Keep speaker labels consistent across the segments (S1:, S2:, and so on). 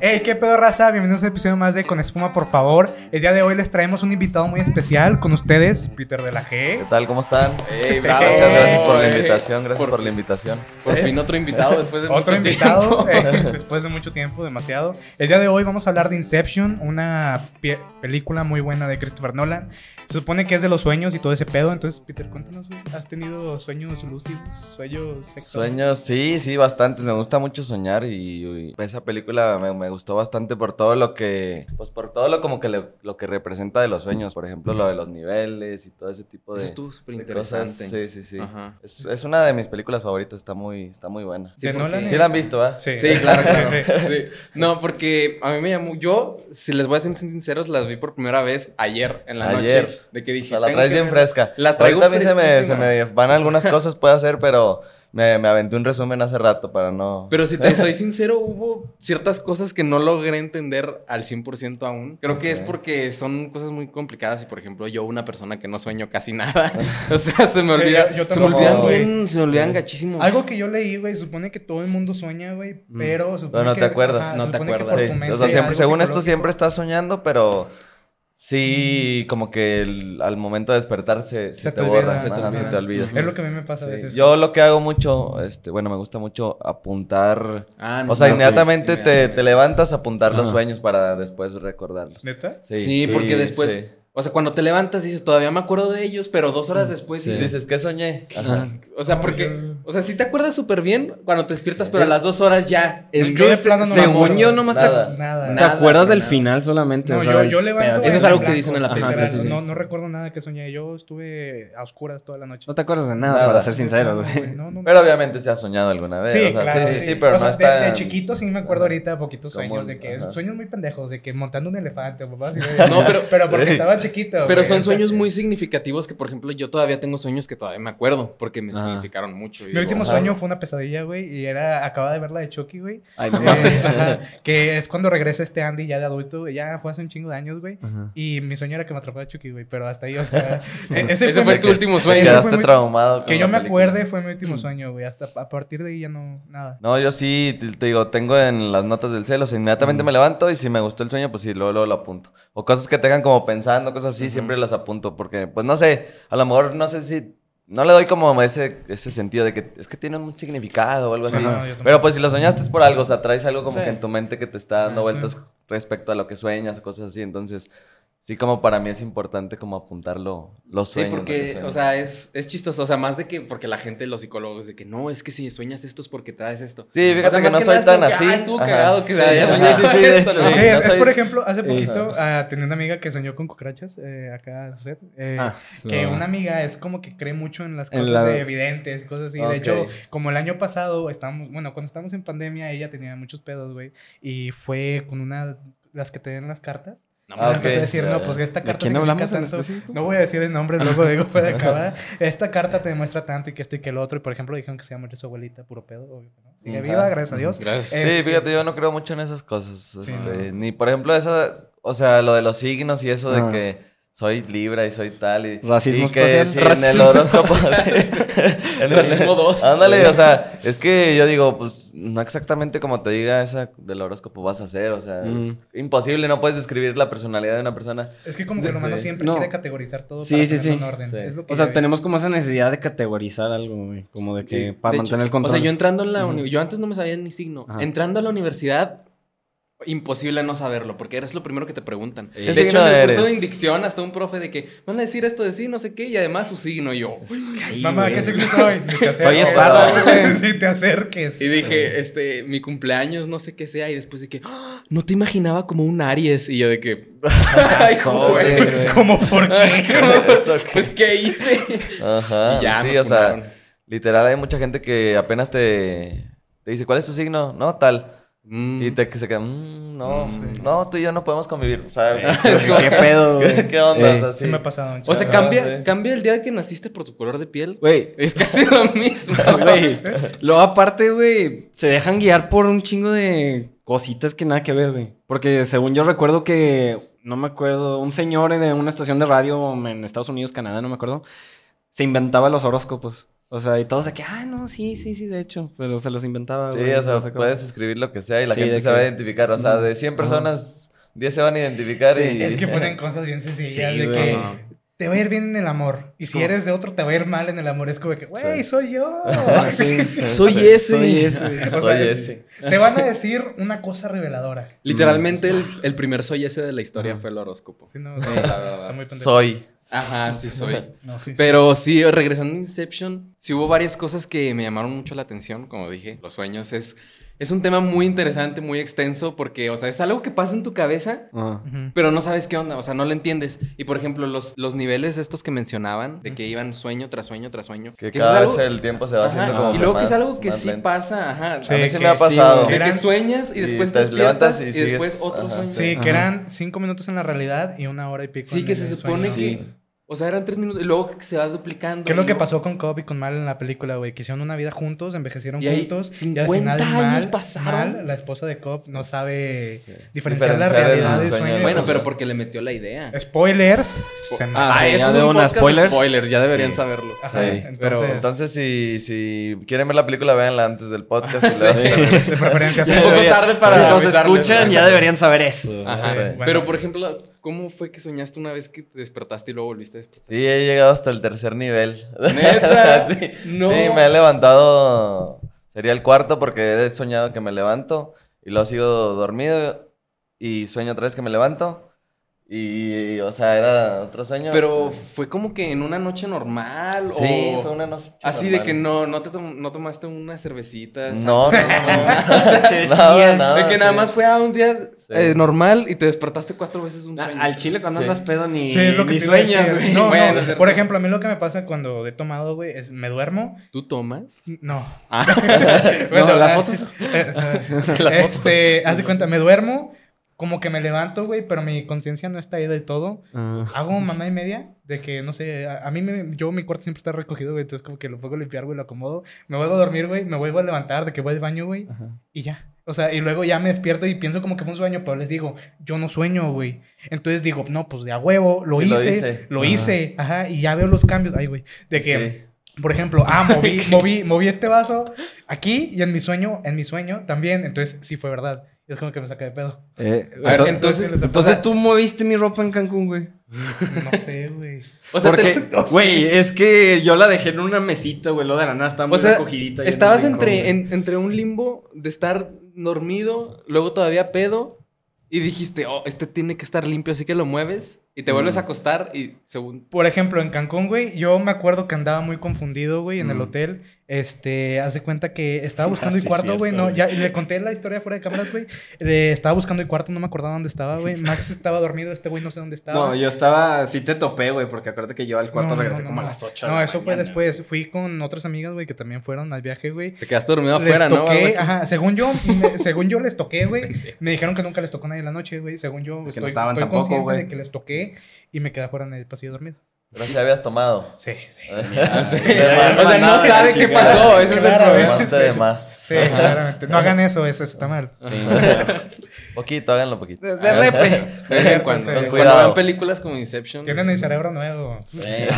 S1: Hey, qué pedo raza, bienvenidos a un episodio más de Con Espuma, por favor. El día de hoy les traemos un invitado muy especial con ustedes, Peter de la
S2: ¿Qué
S1: G.
S2: tal? ¿Cómo están?
S3: Ey, bravo.
S2: Gracias, gracias por la
S3: Ey,
S2: invitación, gracias
S3: por-
S2: por la invitación.
S3: Por fin otro invitado después de
S1: Otro
S3: mucho
S1: invitado
S3: tiempo.
S1: eh, después de mucho tiempo, demasiado. El día de hoy vamos a hablar de Inception, una pie- película muy buena de Christopher Nolan. Se supone que es de los sueños y todo ese pedo. Entonces, Peter, cuéntanos, güey, ¿has tenido sueños lúcidos? ¿Sueños sexuales?
S2: Sueños, sí, sí, bastantes. Me gusta mucho soñar y, y esa película me, me gustó bastante por todo lo que, pues por todo lo como que le- lo que representa de los sueños, por ejemplo, lo de los niveles y todo ese tipo
S3: Eso
S2: de,
S3: estuvo súper
S2: de cosas. Sí,
S3: interesante.
S2: sí, sí.
S3: Ajá.
S2: Es, es una de mis películas favoritas, está muy, está muy buena.
S1: ¿De Nolan? eh.
S2: Sí la han visto, ¿ah? ¿va?
S3: Sí, claro, claro.
S1: Sí, sí.
S3: Sí. No, porque a mí me llamó. Yo, si les voy a ser sinceros, las vi por primera vez ayer en la noche.
S2: Ayer.
S3: De que
S2: O
S3: dije.
S2: sea, la
S3: "Tengo
S2: traes
S3: que
S2: bien
S3: ver".
S2: fresca.
S3: La traigo
S2: Ahorita a mí se me, se
S3: fresquísima.
S2: me van algunas cosas, puede hacer, pero me, me aventé un resumen hace rato para no...
S3: Pero si te soy sincero, hubo ciertas cosas que no logré entender al 100% aún. Creo que es
S2: Ok.
S3: porque son cosas muy complicadas y, por ejemplo, yo una persona que no sueño casi nada. o sea, se me
S1: Sí,
S3: olvida.
S1: yo- yo
S3: se me
S1: tampoco,
S3: olvidan
S1: güey.
S3: bien, se me olvidan gachísimo.
S1: Algo que yo leí, güey, supone que todo el mundo sueña, güey, pero... supone
S2: Pero no Mm. te
S1: que-
S2: acuerdas.
S1: ajá,
S3: No te
S1: supone que por
S3: acuerdas.
S1: tu
S2: Sí,
S1: mente
S2: o sea, siempre-
S1: algo
S2: según esto
S1: psicológico-
S2: siempre estás soñando, pero sí, como que el- al momento de despertarse se,
S1: Mm. Se
S2: te,
S1: te olvida,
S2: borra,
S1: se te
S2: ajá, se
S1: olvida.
S2: te olvida.
S3: Ujú.
S1: Es lo que a mí me pasa a
S2: Sí.
S1: veces.
S2: Yo lo que hago mucho, este, bueno, me gusta mucho apuntar.
S3: Ah, no,
S2: O sea,
S3: no, pues,
S2: inmediatamente te,
S3: inmediatamente.
S2: te levantas a apuntar los
S3: Ajá.
S2: sueños para después recordarlos.
S1: ¿Neta?
S3: Sí, porque después,
S2: sí.
S3: o sea, cuando te levantas dices, todavía me acuerdo de ellos, pero dos horas después
S2: Mm, Sí.
S3: dices,
S2: Dices, ¿qué soñé?
S3: "Ah".
S2: Ajá.
S3: o sea,
S1: No,
S3: porque,
S1: yo-
S3: o sea, si te acuerdas súper bien cuando te despiertas, pero a las dos horas ya.
S1: Es
S4: Es
S1: Yo
S4: que
S1: que de se-
S4: se,
S1: plano no me según
S4: según
S1: acuerdo. yo
S4: yo
S1: nomás
S4: nomás
S2: te-
S4: te,
S2: Nada.
S1: Nada.
S3: Nada,
S4: acuerdas
S3: güey,
S4: del
S3: nada.
S4: final solamente.
S1: No,
S4: o sea,
S1: yo, yo levanto.
S4: pedazos.
S3: Eso es
S1: en
S3: algo que
S1: blanco,
S3: dicen en la
S4: película,
S1: literal.
S4: sí, sí, sí.
S1: No, no recuerdo nada que soñé. Yo estuve a oscuras toda la noche.
S4: No te acuerdas de nada,
S2: Nada.
S4: para ser sincero,
S1: No,
S4: güey.
S1: no, no.
S2: Pero obviamente se ha soñado alguna vez.
S1: Sí,
S2: o sea,
S1: claro,
S2: sí, sí, sí, pero
S1: O sea,
S2: no
S1: de-
S2: está.
S1: de, chiquito sí me acuerdo ahorita poquitos
S2: Como-
S1: sueños de que
S2: ajá.
S1: sueños muy pendejos de que montando un elefante, papá. así de-
S3: No, pero-
S1: pero porque estaba chiquito.
S3: Pero
S1: güey, o
S3: son
S1: sea,
S3: sueños muy significativos que, por ejemplo, yo todavía tengo sueños que todavía me acuerdo porque me
S4: Ajá.
S3: significaron mucho. y
S1: Mi
S3: digo,
S1: último
S3: "Wow".
S1: sueño fue una pesadilla, güey, y era acaba de ver la de Chucky, güey.
S4: Ay, no
S1: Eh,
S4: mames.
S1: ajá, que es cuando regresa este Andy ya de adulto, güey, ya fue hace un chingo de años, güey.
S4: Ajá.
S1: Y mi sueño era que me atrapara Chucky, güey, pero hasta ahí, o sea, e-
S3: Ese fue
S1: mi-
S3: tu último
S2: Te
S3: sueño.
S1: Eso fue
S2: quedaste
S1: muy-
S2: traumado.
S1: Que
S2: con
S1: yo
S2: la
S1: me
S2: película.
S1: acuerde fue mi último sueño, güey. Hasta a partir de ahí ya no, nada.
S2: No, yo sí, te, te digo, tengo en las notas del celo, o sea, inmediatamente me levanto y si me gustó el sueño, pues sí, luego, luego lo apunto. O cosas que tengan como pensando, cosas así,
S3: Ujú.
S2: siempre las apunto, porque, pues no sé, a lo mejor no sé si, no le doy como ese, ese sentido de que es que tiene un significado o algo así.
S1: Ajá, yo tampoco.
S2: Pero pues si lo soñaste es por algo, o sea, traes algo como
S3: Sí.
S2: que en tu mente que te está dando
S1: Sí.
S2: vueltas respecto a lo que sueñas, cosas así, entonces sí como para mí es importante como apuntarlo, los
S3: Sí,
S2: sueños. lo que
S3: porque, o
S2: sueñas.
S3: sea, es, es chistoso. O sea, más de que, porque la gente, los psicólogos, de que no, es que si sueñas esto es porque traes esto.
S2: Sí, fíjate
S3: O sea,
S2: que
S3: más
S2: no
S3: que
S2: soy
S3: nada es como
S2: tan
S3: que,
S2: así.
S3: "Ah, estuvo
S2: Ajá.
S3: cagado que se haya
S2: Ajá,
S3: soñado
S2: sí, sí, de
S3: esto",
S2: hecho,
S3: ¿no?
S1: Sí,
S2: sí,
S1: es,
S2: no
S1: es,
S2: soy-
S1: por ejemplo, hace
S2: Ajá.
S1: poquito ah, tenía una amiga que soñó con cucarachas eh, acá, Suzette, eh,
S4: Ah,
S1: que
S4: no.
S1: una amiga es como que cree mucho en las
S4: En
S1: cosas
S4: la-
S1: de videntes, cosas así. De
S2: Ok.
S1: hecho, como el año pasado, estábamos, bueno, cuando estábamos en pandemia, ella tenía muchos pedos, güey, y fue con una, las que te dan las cartas.
S3: No,
S2: Ah,
S1: Ah,
S3: mames.
S2: ok.
S1: Empezó a decir,
S2: ya,
S1: no,
S2: ya.
S1: pues esta
S4: ¿De
S1: carta
S4: quién
S1: significa
S4: hablamos en
S1: tanto".
S4: específico?
S1: No voy a decir el nombre, luego digo fue de acabada. Esta carta te demuestra tanto y que esto y que lo otro. Y por ejemplo, dijeron que se iba a morir su abuelita, puro pedo, obvio. que ¿no? Sigue
S2: Ajá.
S1: viva, gracias a Dios.
S3: Gracias.
S2: Sí,
S1: Este-
S2: fíjate, yo no creo mucho en esas cosas. este,
S1: no.
S2: Ni, por ejemplo, esa, o sea, lo de los signos y eso de
S4: Ah.
S2: que soy libra y soy tal. Y,
S4: Racismo
S2: y que
S4: espacial.
S2: sí, en el
S4: Racismo
S2: horóscopo. sí. En el-
S3: Racismo dos.
S2: Ándale, o sea, es que yo digo, pues no exactamente como te diga esa del horóscopo vas a hacer. O sea, es
S4: Mm.
S2: imposible, no puedes describir la personalidad de una persona.
S1: Es que como que el humano siempre
S4: No.
S1: quiere categorizar todo
S4: Sí,
S1: para
S4: sí,
S1: tenerlo
S4: sí.
S1: en orden.
S2: Sí.
S1: Es lo que
S4: O
S1: yo
S4: sea,
S1: he-
S4: tenemos como esa necesidad de categorizar algo, güey. Como de que para
S3: De
S4: mantener
S3: hecho,
S4: el control.
S3: O sea, yo entrando en la
S4: Ujú.
S3: universidad, yo antes no me sabía ni signo.
S4: Ajá.
S3: Entrando a la universidad, imposible no saberlo, porque eres lo primero que te preguntan.
S2: ¿Qué
S3: de
S2: signo
S3: hecho, en el curso de
S2: eres?
S3: dicción, hasta un profe de que van a decir esto de sí, no sé qué, y además su signo, y yo.
S4: Sí,
S1: Mamá,
S4: güey.
S1: ¿qué signo soy? Ni te acerques.
S4: Soy espada, güey.
S1: Ni te acerques.
S3: Y dije, este, mi cumpleaños, no sé qué sea, y después de que, "Ah, no te imaginaba como un Aries, y yo de que, ay,
S2: sobre,
S3: güey.
S2: güey.
S1: ¿Cómo por
S3: Ay,
S1: qué?
S3: ¿cómo?
S2: Eso que-
S3: Pues, ¿qué hice?
S2: Ajá.
S3: Y ya
S2: Ah, sí,
S3: me
S2: o sea.
S3: funaron.
S2: Literal, hay mucha gente que apenas te, te dice, ¿cuál es tu signo? No, tal.
S3: Mm.
S2: Y te que se queda, "Mm, no,
S3: Mm, sí.
S2: no, tú y yo no podemos convivir. O sea,
S3: Es como-
S4: ¿Qué pedo,
S2: ¿qué,
S4: güey? Eh,
S2: qué onda?
S4: Ey.
S2: o sea,
S1: Sí
S2: sí.
S1: me ha pasado.
S3: O sea,
S2: Ah,
S3: cambia,
S2: sí.
S3: cambia el día que naciste por tu color de piel.
S4: Güey,
S3: Es casi lo mismo.
S4: Güey, luego aparte, güey, se dejan guiar por un chingo de cositas que nada que ver, güey. Porque según yo recuerdo que, no me acuerdo, un señor de una estación de radio en Estados Unidos, Canadá, no me acuerdo, se inventaba los horóscopos. O sea, y todos de que, ah, no, sí, sí, sí, de hecho. Pero se los inventaba.
S2: Sí,
S4: güey,
S2: o
S4: no
S2: sea,
S4: sé cómo.
S2: puedes escribir lo que sea y la
S4: Sí,
S2: gente
S4: de
S2: se va a
S4: que-
S2: identificar. O sea, de 100 personas, 10 se van a identificar
S4: Sí,
S2: y...
S1: Es que ponen cosas bien sencillas
S4: Sí,
S1: de
S4: güey.
S1: que
S3: Ajá.
S1: te va a ir bien en el amor. Y si
S4: ¿Cómo?
S1: eres de otro, te va a ir mal en el amor. Es como que, güey,
S2: Sí.
S1: soy yo.
S4: Ah, sí, sí,
S3: Soy
S4: sí,
S3: ese.
S4: Soy ese.
S1: O
S2: Soy
S1: sea,
S2: ese.
S1: Te van a decir una cosa reveladora.
S3: Literalmente el, el primer soy ese de la historia fue el horóscopo.
S1: Sí, no, o sea,
S3: Sí, la verdad.
S1: está muy pendejo.
S2: Soy.
S3: Ajá, sí soy.
S1: No, sí, sí.
S3: Pero sí, regresando a Inception, sí hubo varias cosas que me llamaron mucho la atención, como dije, los sueños es, es un tema muy interesante, muy extenso, porque, o sea, es algo que pasa en tu cabeza,
S4: Ah.
S1: Ujú.
S3: pero no sabes qué onda, o sea, no lo entiendes. Y, por ejemplo, los, los niveles estos que mencionaban, de que iban sueño tras sueño tras sueño.
S2: Que
S3: eso es
S2: cada vez
S3: algo-
S2: el tiempo se va
S3: Ajá,
S2: haciendo como
S3: Y luego que es
S2: más-
S3: algo que
S2: más
S3: sí
S2: lento.
S3: pasa, ajá.
S1: Sí,
S2: A mí se
S1: que
S2: me ha
S1: sí,
S2: pasado.
S3: De que
S1: Eran-
S3: sueñas y
S2: y
S3: después
S2: te
S3: te
S2: levantas
S3: despiertas y,
S2: y
S3: después
S2: sigues,
S3: otro
S2: ajá,
S3: sueño.
S1: Sí,
S4: Ajá.
S1: que eran cinco minutos en la realidad y una hora y pico.
S3: Sí,
S1: en
S3: que
S1: el
S3: se supone
S1: sueño.
S2: sueño.
S3: que. O sea, eran tres minutos y luego se va duplicando.
S1: ¿Qué es lo
S3: y
S1: que
S3: luego-
S1: pasó con Cobb y con Mal en la película, güey? Que hicieron una vida juntos, envejecieron
S3: Y ahí
S1: juntos.
S3: 50 años pasaron.
S1: Mal, la esposa de Cobb no sabe
S2: Sí.
S1: diferenciar, la
S2: Diferenciar el
S1: realidad del
S2: sueño
S1: sueño.
S2: del
S1: de
S3: Bueno,
S1: los-
S3: pero porque le metió la idea.
S1: Spoilers. se me-
S4: Ah,
S3: Ay,
S4: sí,
S3: esto
S4: ya
S3: es
S4: de
S3: un
S4: una,
S3: podcast de
S4: spoilers.
S3: spoilers, ya deberían
S2: Sí.
S3: saberlo.
S1: Ajá,
S2: Sí,
S1: entonces,
S3: pero-
S2: Entonces, si, si quieren ver la película, véanla antes del podcast. y luego
S4: Sí.
S2: se regresa.
S1: de preferencia.
S3: Un poco
S1: sí.
S3: tarde para
S4: Si nos
S3: avisarles,
S4: escuchan,
S3: ¿verdad?
S4: ya deberían saber eso.
S3: Ajá.
S2: Sí,
S1: bueno.
S3: Pero, por ejemplo, ¿cómo fue que soñaste una vez que te despertaste y luego volviste a despertar?
S2: Sí, he llegado hasta el tercer nivel.
S3: ¿Neta?
S2: sí.
S3: No.
S2: Sí, me he levantado. Sería el cuarto porque he soñado que me levanto y luego sigo dormido y sueño otra vez que me levanto. Y, o sea, era otro sueño.
S3: Pero fue como que en una noche normal
S2: Sí,
S3: o
S2: fue una noche.
S3: así de
S2: normal.
S3: que no no te tom- no tomaste unas cervecitas.
S2: No, no,
S3: antes,
S2: no. Nada, nada,
S3: de que
S2: sí.
S3: nada más fue a un día
S2: Sí.
S3: eh, normal y te despertaste cuatro veces un
S4: Ah,
S3: sueño.
S4: Al chile cuando
S2: Sí.
S4: andas pedo ni,
S1: Sí, es lo que
S4: ni
S1: te iba a
S4: sueñas,
S1: decir.
S4: güey.
S1: No, no,
S3: Bueno, es cierto.
S1: Por ejemplo, a mí lo que me pasa cuando he tomado, güey, es me duermo.
S3: ¿Tú tomas?
S1: No.
S3: Ah,
S1: Bueno,
S4: No, las
S1: ah,
S4: fotos.
S1: eh, eh,
S3: Las fotos.
S1: este, haz de cuenta, me duermo, como que me levanto, güey, pero mi conciencia no está ahí del todo. Hago mamá y media de que, no sé, a, a mí, me- yo, mi cuarto siempre está recogido, güey, entonces como que lo puedo limpiar, güey, lo acomodo. Me vuelvo a dormir, güey, me vuelvo a levantar de que voy al baño, güey, y ya. O sea, y luego ya me despierto y pienso como que fue un sueño, pero les digo, yo no sueño, güey. Entonces digo, no, pues de a huevo, lo
S2: Sí, lo
S1: hice,
S2: hice.
S1: lo
S4: Ajá.
S1: hice, ajá, y ya veo los cambios, ay, güey, de que...
S2: Sí.
S1: Por ejemplo, ah, moví, moví, moví este vaso aquí y en mi sueño, en mi sueño también. Entonces sí fue verdad. Es como que me saca de pedo.
S3: a ver,
S4: entonces,
S3: entonces,
S1: entonces-
S4: entonces tú moviste mi ropa en Cancún, güey.
S1: No sé, güey.
S3: o sea, te-
S4: Porque, güey, es que yo la dejé en una mesita, güey. Lo de la nada estaba muy
S3: O sea,
S4: recogidita. ahí en
S3: estabas
S4: un rincón,
S3: entre,
S4: güey.
S3: en- entre un limbo de estar dormido, luego todavía pedo, y dijiste, oh, este tiene que estar limpio, así que lo mueves, y te vuelves a acostar, y según...
S1: Por ejemplo, en Cancún, güey, yo me acuerdo que andaba muy confundido, güey, en el
S4: Mm.
S1: hotel. Este, hace cuenta que estaba buscando
S4: Ah,
S1: mi
S4: sí,
S1: cuarto,
S4: cierto,
S1: güey. No,
S4: güey.
S1: ya y le conté la historia fuera de cámaras, güey. Le estaba buscando el cuarto, no me acordaba dónde estaba, güey. Max estaba dormido, este güey no sé dónde estaba.
S4: No, yo estaba. Sí te topé, güey, porque acuérdate que yo al cuarto
S1: No, no,
S4: regresé
S1: no,
S4: como
S1: no.
S4: a las 8.
S1: No, eso fue después. Fui con otras amigas, güey, que también fueron al viaje, güey.
S3: Te quedaste dormido
S1: les
S3: afuera, ¿no?
S1: toqué,
S3: Algo así.
S1: ajá, según yo, me- según yo les toqué, güey. Me dijeron que nunca les tocó nadie en la noche, güey. Según yo,
S4: Es que no estaban tampoco,
S1: consciente
S4: güey.
S1: de que les toqué y me quedé afuera en el pasillo dormido.
S2: Pero si habías tomado.
S1: Sí, sí.
S3: Ah, sí. O
S4: Ya,
S3: sea,
S4: ya
S3: no
S4: mandaba
S3: sabe
S4: la
S3: qué
S4: chingada.
S3: pasó, ese es el
S1: Claro,
S3: problema.
S2: Tomaste de más.
S1: Sí, claramente. No hagan eso, eso está mal.
S2: Poquito, háganlo poquito.
S4: De, de repe.
S3: De vez en cuando.
S1: Sí.
S3: Cuando
S2: Cuidado.
S3: vean películas como Inception.
S1: Tienen el cerebro nuevo.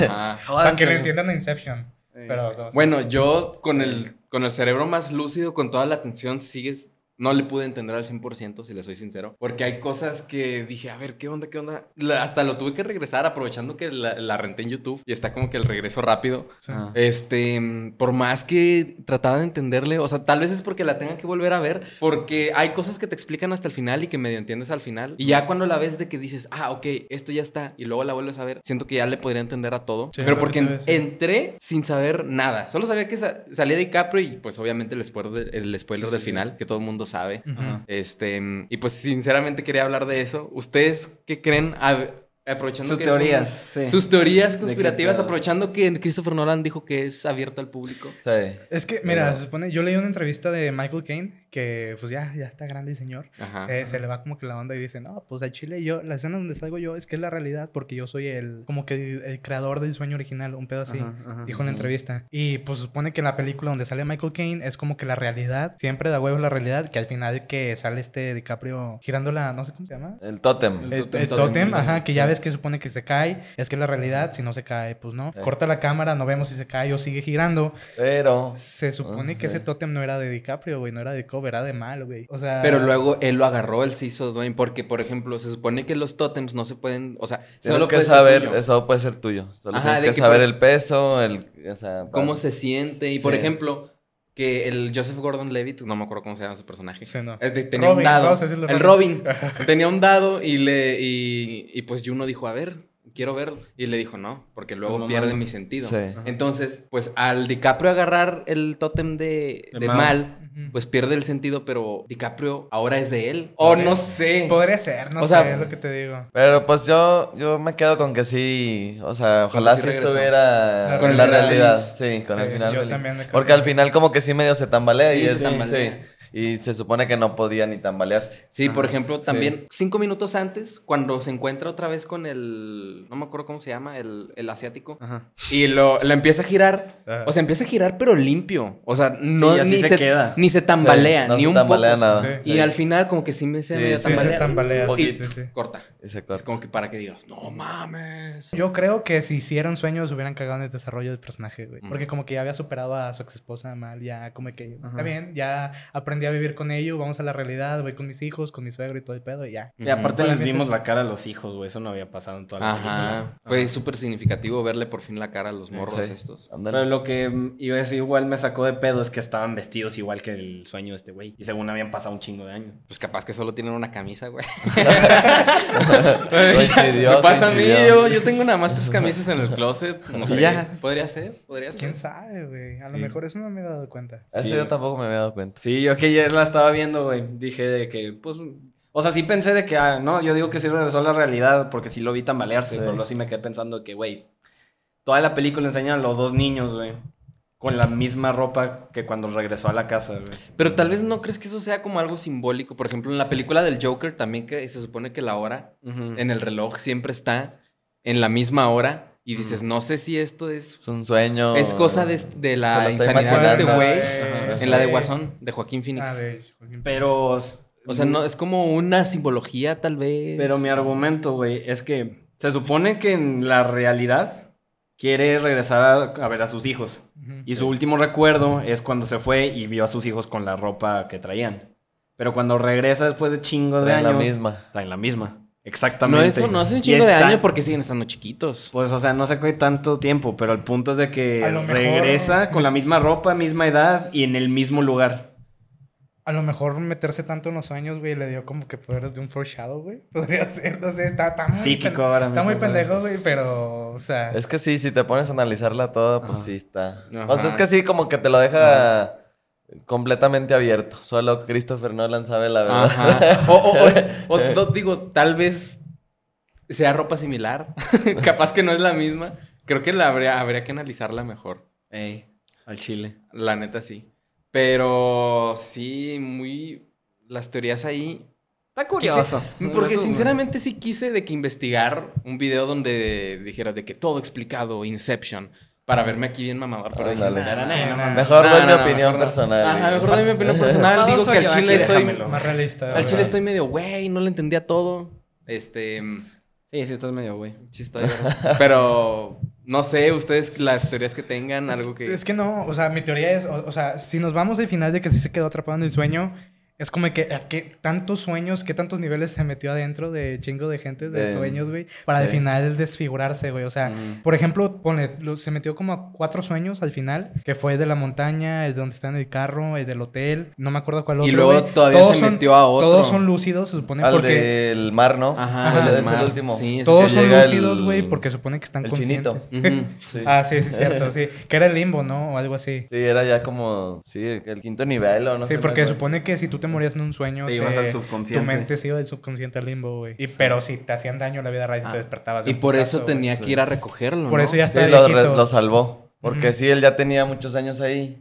S3: Ajá.
S1: Para que le entiendan a Inception. Pero, no, sí.
S3: Bueno, yo con el, con el cerebro más lúcido, con toda la atención, sigues... No le pude entender al 100%, si le soy sincero. Porque hay cosas que dije, a ver, ¿qué onda, qué onda? La- hasta lo tuve que regresar aprovechando que la, la renté en YouTube. Y está como que el regreso rápido.
S1: Sí.
S4: Ah.
S3: Este, mm, por más que trataba de entenderle, o sea, tal vez es porque la tenga que volver a ver, porque hay cosas que te explican hasta el final y que medio entiendes al final. Y ya cuando la ves de que dices, ah, ok, esto ya está, y luego la vuelves a ver, siento que ya le podría entender a todo.
S1: Sí,
S3: Pero
S1: creo
S3: porque
S1: que
S3: en-
S1: sí.
S3: entré sin saber nada. Solo sabía que sa- salía DiCaprio y pues obviamente el spoiler, el spoiler del final, que todo el mundo sabe.
S1: Ujú.
S4: Ajá.
S3: Este, mm, y pues sinceramente quería hablar de eso. ¿Ustedes qué creen? A- aprovechando
S4: Sus
S3: que es un-
S4: teorías. Sí.
S3: sus teorías
S4: ¿De qué
S3: conspirativas,
S4: pedo?
S3: aprovechando que Christopher Nolan dijo que es abierto al público.
S2: Sí.
S1: Es que, mira,
S2: Pero-
S1: se supone, yo leí una entrevista de Michael Caine que pues ya, ya está grande el señor.
S3: Ajá.
S1: Se, se le va como que la onda y dice, no, pues a Chile yo, la escena donde salgo yo es que es la realidad porque yo soy el, como que el creador del sueño original, un pedo así. Dijo en la
S3: Ujú.
S1: entrevista. Y pues supone que la película donde sale Michael Caine es como que la realidad, siempre da huevo la realidad, que al final que sale este DiCaprio girándola, no sé cómo se llama.
S2: El tótem.
S3: El
S1: Eh, El,
S3: tótem.
S1: el tótem,
S3: Sí, sí,
S1: ajá,
S3: sí.
S1: que ya ves que supone que se cae, es que es la realidad, si no se cae, pues no.
S2: Eh.
S1: Corta la cámara, no vemos si se cae o sigue girando.
S2: Pero.
S1: Se supone que
S2: Ok.
S1: ese tótem no era de DiCaprio, güey, no era de Cobb, era de Mal, güey. O sea,
S3: Pero luego él lo agarró, él se hizo Dwayne, porque, por ejemplo, se supone que los tótems no se pueden, o sea,
S2: Tienes
S3: solo
S2: que
S3: puede ser
S2: saber,
S3: tuyo.
S2: eso puede ser tuyo. Solo
S3: Ajá, de
S2: tienes que
S3: que
S2: saber
S3: por-
S2: el peso, el. O sea,
S3: cómo
S2: para-
S3: se siente. Y por
S2: Sí.
S3: ejemplo, que el Joseph Gordon Levitt, no me acuerdo cómo se llama su personaje.
S1: Sí, no.
S3: Este, tenía
S1: Robin,
S3: un dado.
S1: vamos a decirle
S3: el
S1: Robin.
S3: Robin. tenía un dado y le. Y, y pues Juno dijo, a ver, quiero verlo. Y le dijo, no, porque luego
S4: No,
S3: pierde
S4: no, no.
S3: mi sentido.
S2: Sí.
S3: Entonces, pues al DiCaprio agarrar el tótem de,
S4: De
S3: de
S4: mal.
S3: mal,
S1: Ujú.
S3: pues pierde el sentido, pero DiCaprio ahora es de él. O no sé.
S1: Podría ser, no
S3: O
S1: sé,
S3: sea,
S1: es lo que te digo.
S2: Pero pues yo, yo me quedo con que sí, o sea, ojalá
S3: sí
S2: sí
S3: regresó.
S2: estuviera
S1: Ah, Con el
S2: la
S1: final
S2: realidad.
S3: feliz.
S2: Sí, con el
S1: Sí,
S2: final
S1: yo
S2: feliz.
S1: también me quedo
S2: Porque
S1: con-
S2: al final como que sí medio se tambalea
S3: Sí,
S2: y
S3: se
S2: es,
S3: tambalea.
S2: sí. Y se supone que no podía ni tambalearse.
S3: Sí, por
S4: Ajá,
S3: ejemplo, también cinco minutos antes, cuando se encuentra otra vez con el. No me acuerdo cómo se llama, el, el asiático.
S4: Ajá.
S3: Y lo, la empieza a girar.
S1: Ajá.
S3: O sea, empieza a girar, pero limpio. O sea, no
S4: Sí, así
S3: ni
S4: se queda.
S3: Ni se tambalea,
S2: Sí, no
S3: ni
S2: se
S3: un
S2: tambalea
S3: poco.
S2: nada.
S1: Sí.
S3: Y al final, como que sí me se
S2: Sí,
S3: medio
S2: sí,
S1: Sí,
S3: tambalea.
S1: se tambalea. sí,
S3: Poquito.
S1: sí, sí.
S3: Corta.
S2: Y se
S3: Es
S2: corta.
S3: como que para que digas, no mames.
S1: Yo creo que si hicieran sueños hubieran cagado en el desarrollo del personaje, güey.
S3: Ujú.
S1: Porque como que ya había superado a su ex esposa mal, ya como que
S4: Ajá.
S1: está bien, ya aprendí a vivir con ello, vamos a la realidad, voy con mis hijos, con mi suegro y todo el pedo y ya.
S4: Y aparte
S1: Ujú.
S4: les vimos la cara a los hijos, güey. Eso no había pasado en toda la película.
S3: Ajá. Fue súper significativo verle por fin la cara a los morros
S2: Ah. Sí.
S3: estos.
S2: Ándale.
S4: Pero lo que mm, iba a decir igual me sacó de pedo es que estaban vestidos igual que el sueño de este güey. Y según habían pasado un chingo de años.
S3: Pues capaz que solo tienen una camisa, güey.
S2: Coincidió,
S3: Me pasa a mí,
S2: coincidió.
S3: yo, yo tengo nada más tres camisas en el closet. No sé.
S2: Ya.
S3: Podría ser, podría ser.
S1: ¿Quién sabe, güey? A lo
S3: Pues Sí.
S1: mejor eso no me había dado cuenta.
S2: Eso
S4: Sí.
S2: yo tampoco me había dado cuenta.
S4: Sí, yo que ayer la estaba viendo, güey. Dije de que, pues. O sea, sí pensé de que, ah, no, yo digo que sí regresó a la realidad porque sí lo vi tambalearse,
S2: Sí.
S4: pero luego sí me quedé pensando que, güey, toda la película enseña a los dos niños, güey, con la misma ropa que cuando regresó a la casa, güey.
S3: Pero tal vez no crees que eso sea como algo simbólico. Por ejemplo, en la película del Joker también que se supone que la hora en el reloj siempre está en la misma hora. Y dices, no sé si esto es,
S2: Es un sueño.
S3: es cosa de, de
S2: Se
S3: la
S2: lo está
S3: insanidad de este
S2: imaginando, Pues
S3: güey.
S1: eh,
S2: Ajá.
S3: En la de
S1: eh,
S3: Guasón, de Joaquín Phoenix.
S1: ah, de Joaquín
S4: Pero.
S3: O sea, no, es como una simbología tal vez.
S4: Pero mi argumento, güey, es que se supone que en la realidad quiere regresar a, a ver a sus hijos.
S1: Ujú.
S4: Y su último recuerdo es cuando se fue y vio a sus hijos con la ropa que traían. Pero cuando regresa después de chingos
S2: Traen
S4: de
S2: la
S4: años.
S2: misma.
S4: Traen la misma. Exactamente.
S3: no, eso no hace
S4: Y
S3: un chingo de
S4: está-
S3: año porque siguen estando chiquitos.
S4: Pues, o sea, no sé qué tanto tiempo, pero el punto es de que
S1: A lo mejor-
S4: regresa con la misma ropa, misma edad y en el mismo lugar.
S1: A lo mejor meterse tanto en los sueños, güey, le dio como que poderes de un foreshadow, güey. Podría ser, no sé, está, está muy,
S4: Psíquico
S1: pen-
S4: ahora
S1: está muy
S4: mismo,
S1: pendejo,
S4: güey.
S1: güey, pero, o sea...
S2: Es que sí, si te pones a analizarla toda, pues
S4: Ajá.
S2: sí está.
S3: Ajá.
S2: O sea, es que sí, como que te lo deja completamente abierto. Solo Christopher Nolan sabe la verdad.
S3: Ajá. O, o-
S4: Eh.
S3: o- o do- digo, tal vez sea ropa similar. Capaz que no es la misma. Creo que la habría, habría que analizarla mejor.
S4: Ey, al chile.
S3: La neta sí. Pero sí, muy. Las teorías ahí. Está
S4: curioso.
S3: porque
S4: Eso,
S3: sinceramente sí quise de que investigar un video donde dijeras de que todo explicado, Inception, para verme aquí bien mamador. Pero dije,
S2: Ándale.
S3: "Nah, nah,
S1: sí,
S3: nah".
S1: no,
S2: Mejor
S3: No,
S2: doy
S3: no,
S2: mi
S3: no,
S2: opinión
S3: mejor no.
S2: personal.
S3: Ajá,
S2: y-
S3: mejor doy mi opinión personal.
S4: Mamador
S3: Digo
S4: soy
S3: que al
S4: yo,
S3: chile
S4: aquí,
S3: estoy.
S4: déjamelo.
S1: Más realista.
S3: Al
S1: güey.
S3: chile estoy medio, güey, no le entendía todo. Este, mm,
S4: Sí, sí, estás medio güey.
S3: sí estoy, ¿verdad? pero no sé, ustedes las teorías que tengan, algo que...
S1: Es que no, o sea, mi teoría es, o, o sea, si nos vamos al final de que sí se quedó atrapado en el sueño, es como que, ¿a qué tantos sueños, qué tantos niveles se metió adentro de chingo de gente de
S2: De-
S1: sueños, güey? Para
S2: sí.
S1: al final desfigurarse, güey. O sea,
S4: Mm.
S1: por ejemplo, ponle, lo- se metió como a cuatro sueños al final, que fue de la montaña, el de donde está en el carro, el del hotel, no me acuerdo cuál otro.
S3: y luego
S1: güey.
S3: todavía
S1: Todos
S3: se
S1: son-
S3: metió a otro.
S1: Todos son lúcidos, se supone,
S2: Al
S1: porque...
S2: del mar, ¿no?
S3: Ajá,
S1: Ajá,
S2: El-
S3: del
S2: es
S3: mar.
S2: el último.
S3: Sí, es
S1: Todos
S2: que
S1: son
S2: llega
S1: lúcidos,
S2: el-
S1: güey, porque supone que están
S2: el chinito.
S1: conscientes.
S3: Ujú.
S2: Sí.
S1: Ah, sí, sí, cierto, sí. Que era el limbo, ¿no? O algo así.
S2: Sí, era ya como, sí, el quinto nivel o no
S1: sí,
S2: sé. una
S1: porque
S2: cosa.
S1: supone que si tú te morías en un sueño,
S4: Te ibas al
S1: tu
S4: subconsciente.
S1: mente se iba del subconsciente al limbo, güey. Y pero si te hacían daño en la vida real, si
S3: Ah,
S1: te despertabas. de
S3: Y
S1: un
S3: por
S1: putazo,
S3: eso
S1: güey.
S3: tenía que ir a recogerlo,
S1: Por
S3: ¿no?
S1: eso ya
S2: Sí,
S1: está
S2: lo, re-
S1: viejito.
S2: lo salvó. Porque
S1: Ujú.
S2: sí, él ya tenía muchos años ahí.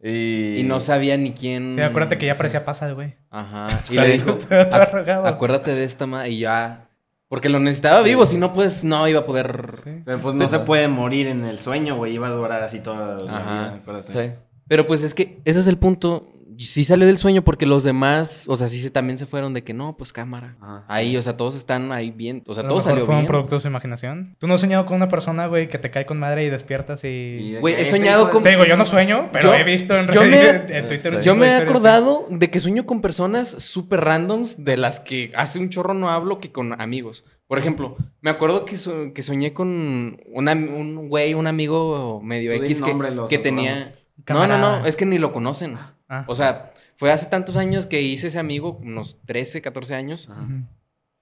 S2: Y,
S3: Y no sabía ni quién.
S1: Sí, acuérdate que ya
S3: Mm, sí.
S1: parecía pasa, güey.
S3: Ajá. Y le dijo,
S1: Estaba
S3: "Ac-
S1: rogado.
S3: acuérdate de esta ma. Y ya. Porque lo necesitaba vivo, si no, pues no iba a poder.
S1: Sí.
S4: Pero pues no se puede morir en el sueño, güey. Iba a durar así toda la
S3: Ajá,
S4: vida, acuérdate.
S2: Sí.
S3: Pero pues es que ese es el punto. Sí salió del sueño porque los demás, o sea, sí se, también se fueron de que no, pues cámara.
S4: Ajá.
S3: Ahí, o sea, todos están ahí bien. O
S1: A
S3: sea,
S1: lo
S3: todo
S1: mejor
S3: salió
S1: fue un
S3: bien.
S1: producto de su imaginación. ¿Tú no has soñado con una persona, güey, que te cae con madre y despiertas
S4: Y
S1: y...
S4: de
S3: Güey,
S4: que
S3: he
S4: ese
S3: soñado
S4: hijo de
S3: con-
S4: su-
S1: Te digo, yo no sueño, pero
S3: Yo-
S1: he visto en,
S3: yo
S1: Reddit,
S3: me-
S1: en Twitter...
S2: Sí.
S1: un
S3: Yo
S1: chingo
S3: me
S1: de
S3: he
S1: historias,
S3: acordado de que sueño con personas súper randoms de las que hace un chorro no hablo que con amigos. Por ejemplo, me acuerdo que, so- que soñé con una- un güey, un amigo medio
S4: Tú di
S3: X
S4: nombre, los
S3: que, que tenía...
S4: adoramos.
S3: No, no, no,
S1: Camarada.
S3: es que ni lo conocen.
S1: Ah.
S3: O sea, fue hace tantos años que hice ese amigo, unos 13, 14 años,
S4: Ajá,
S1: Ujú.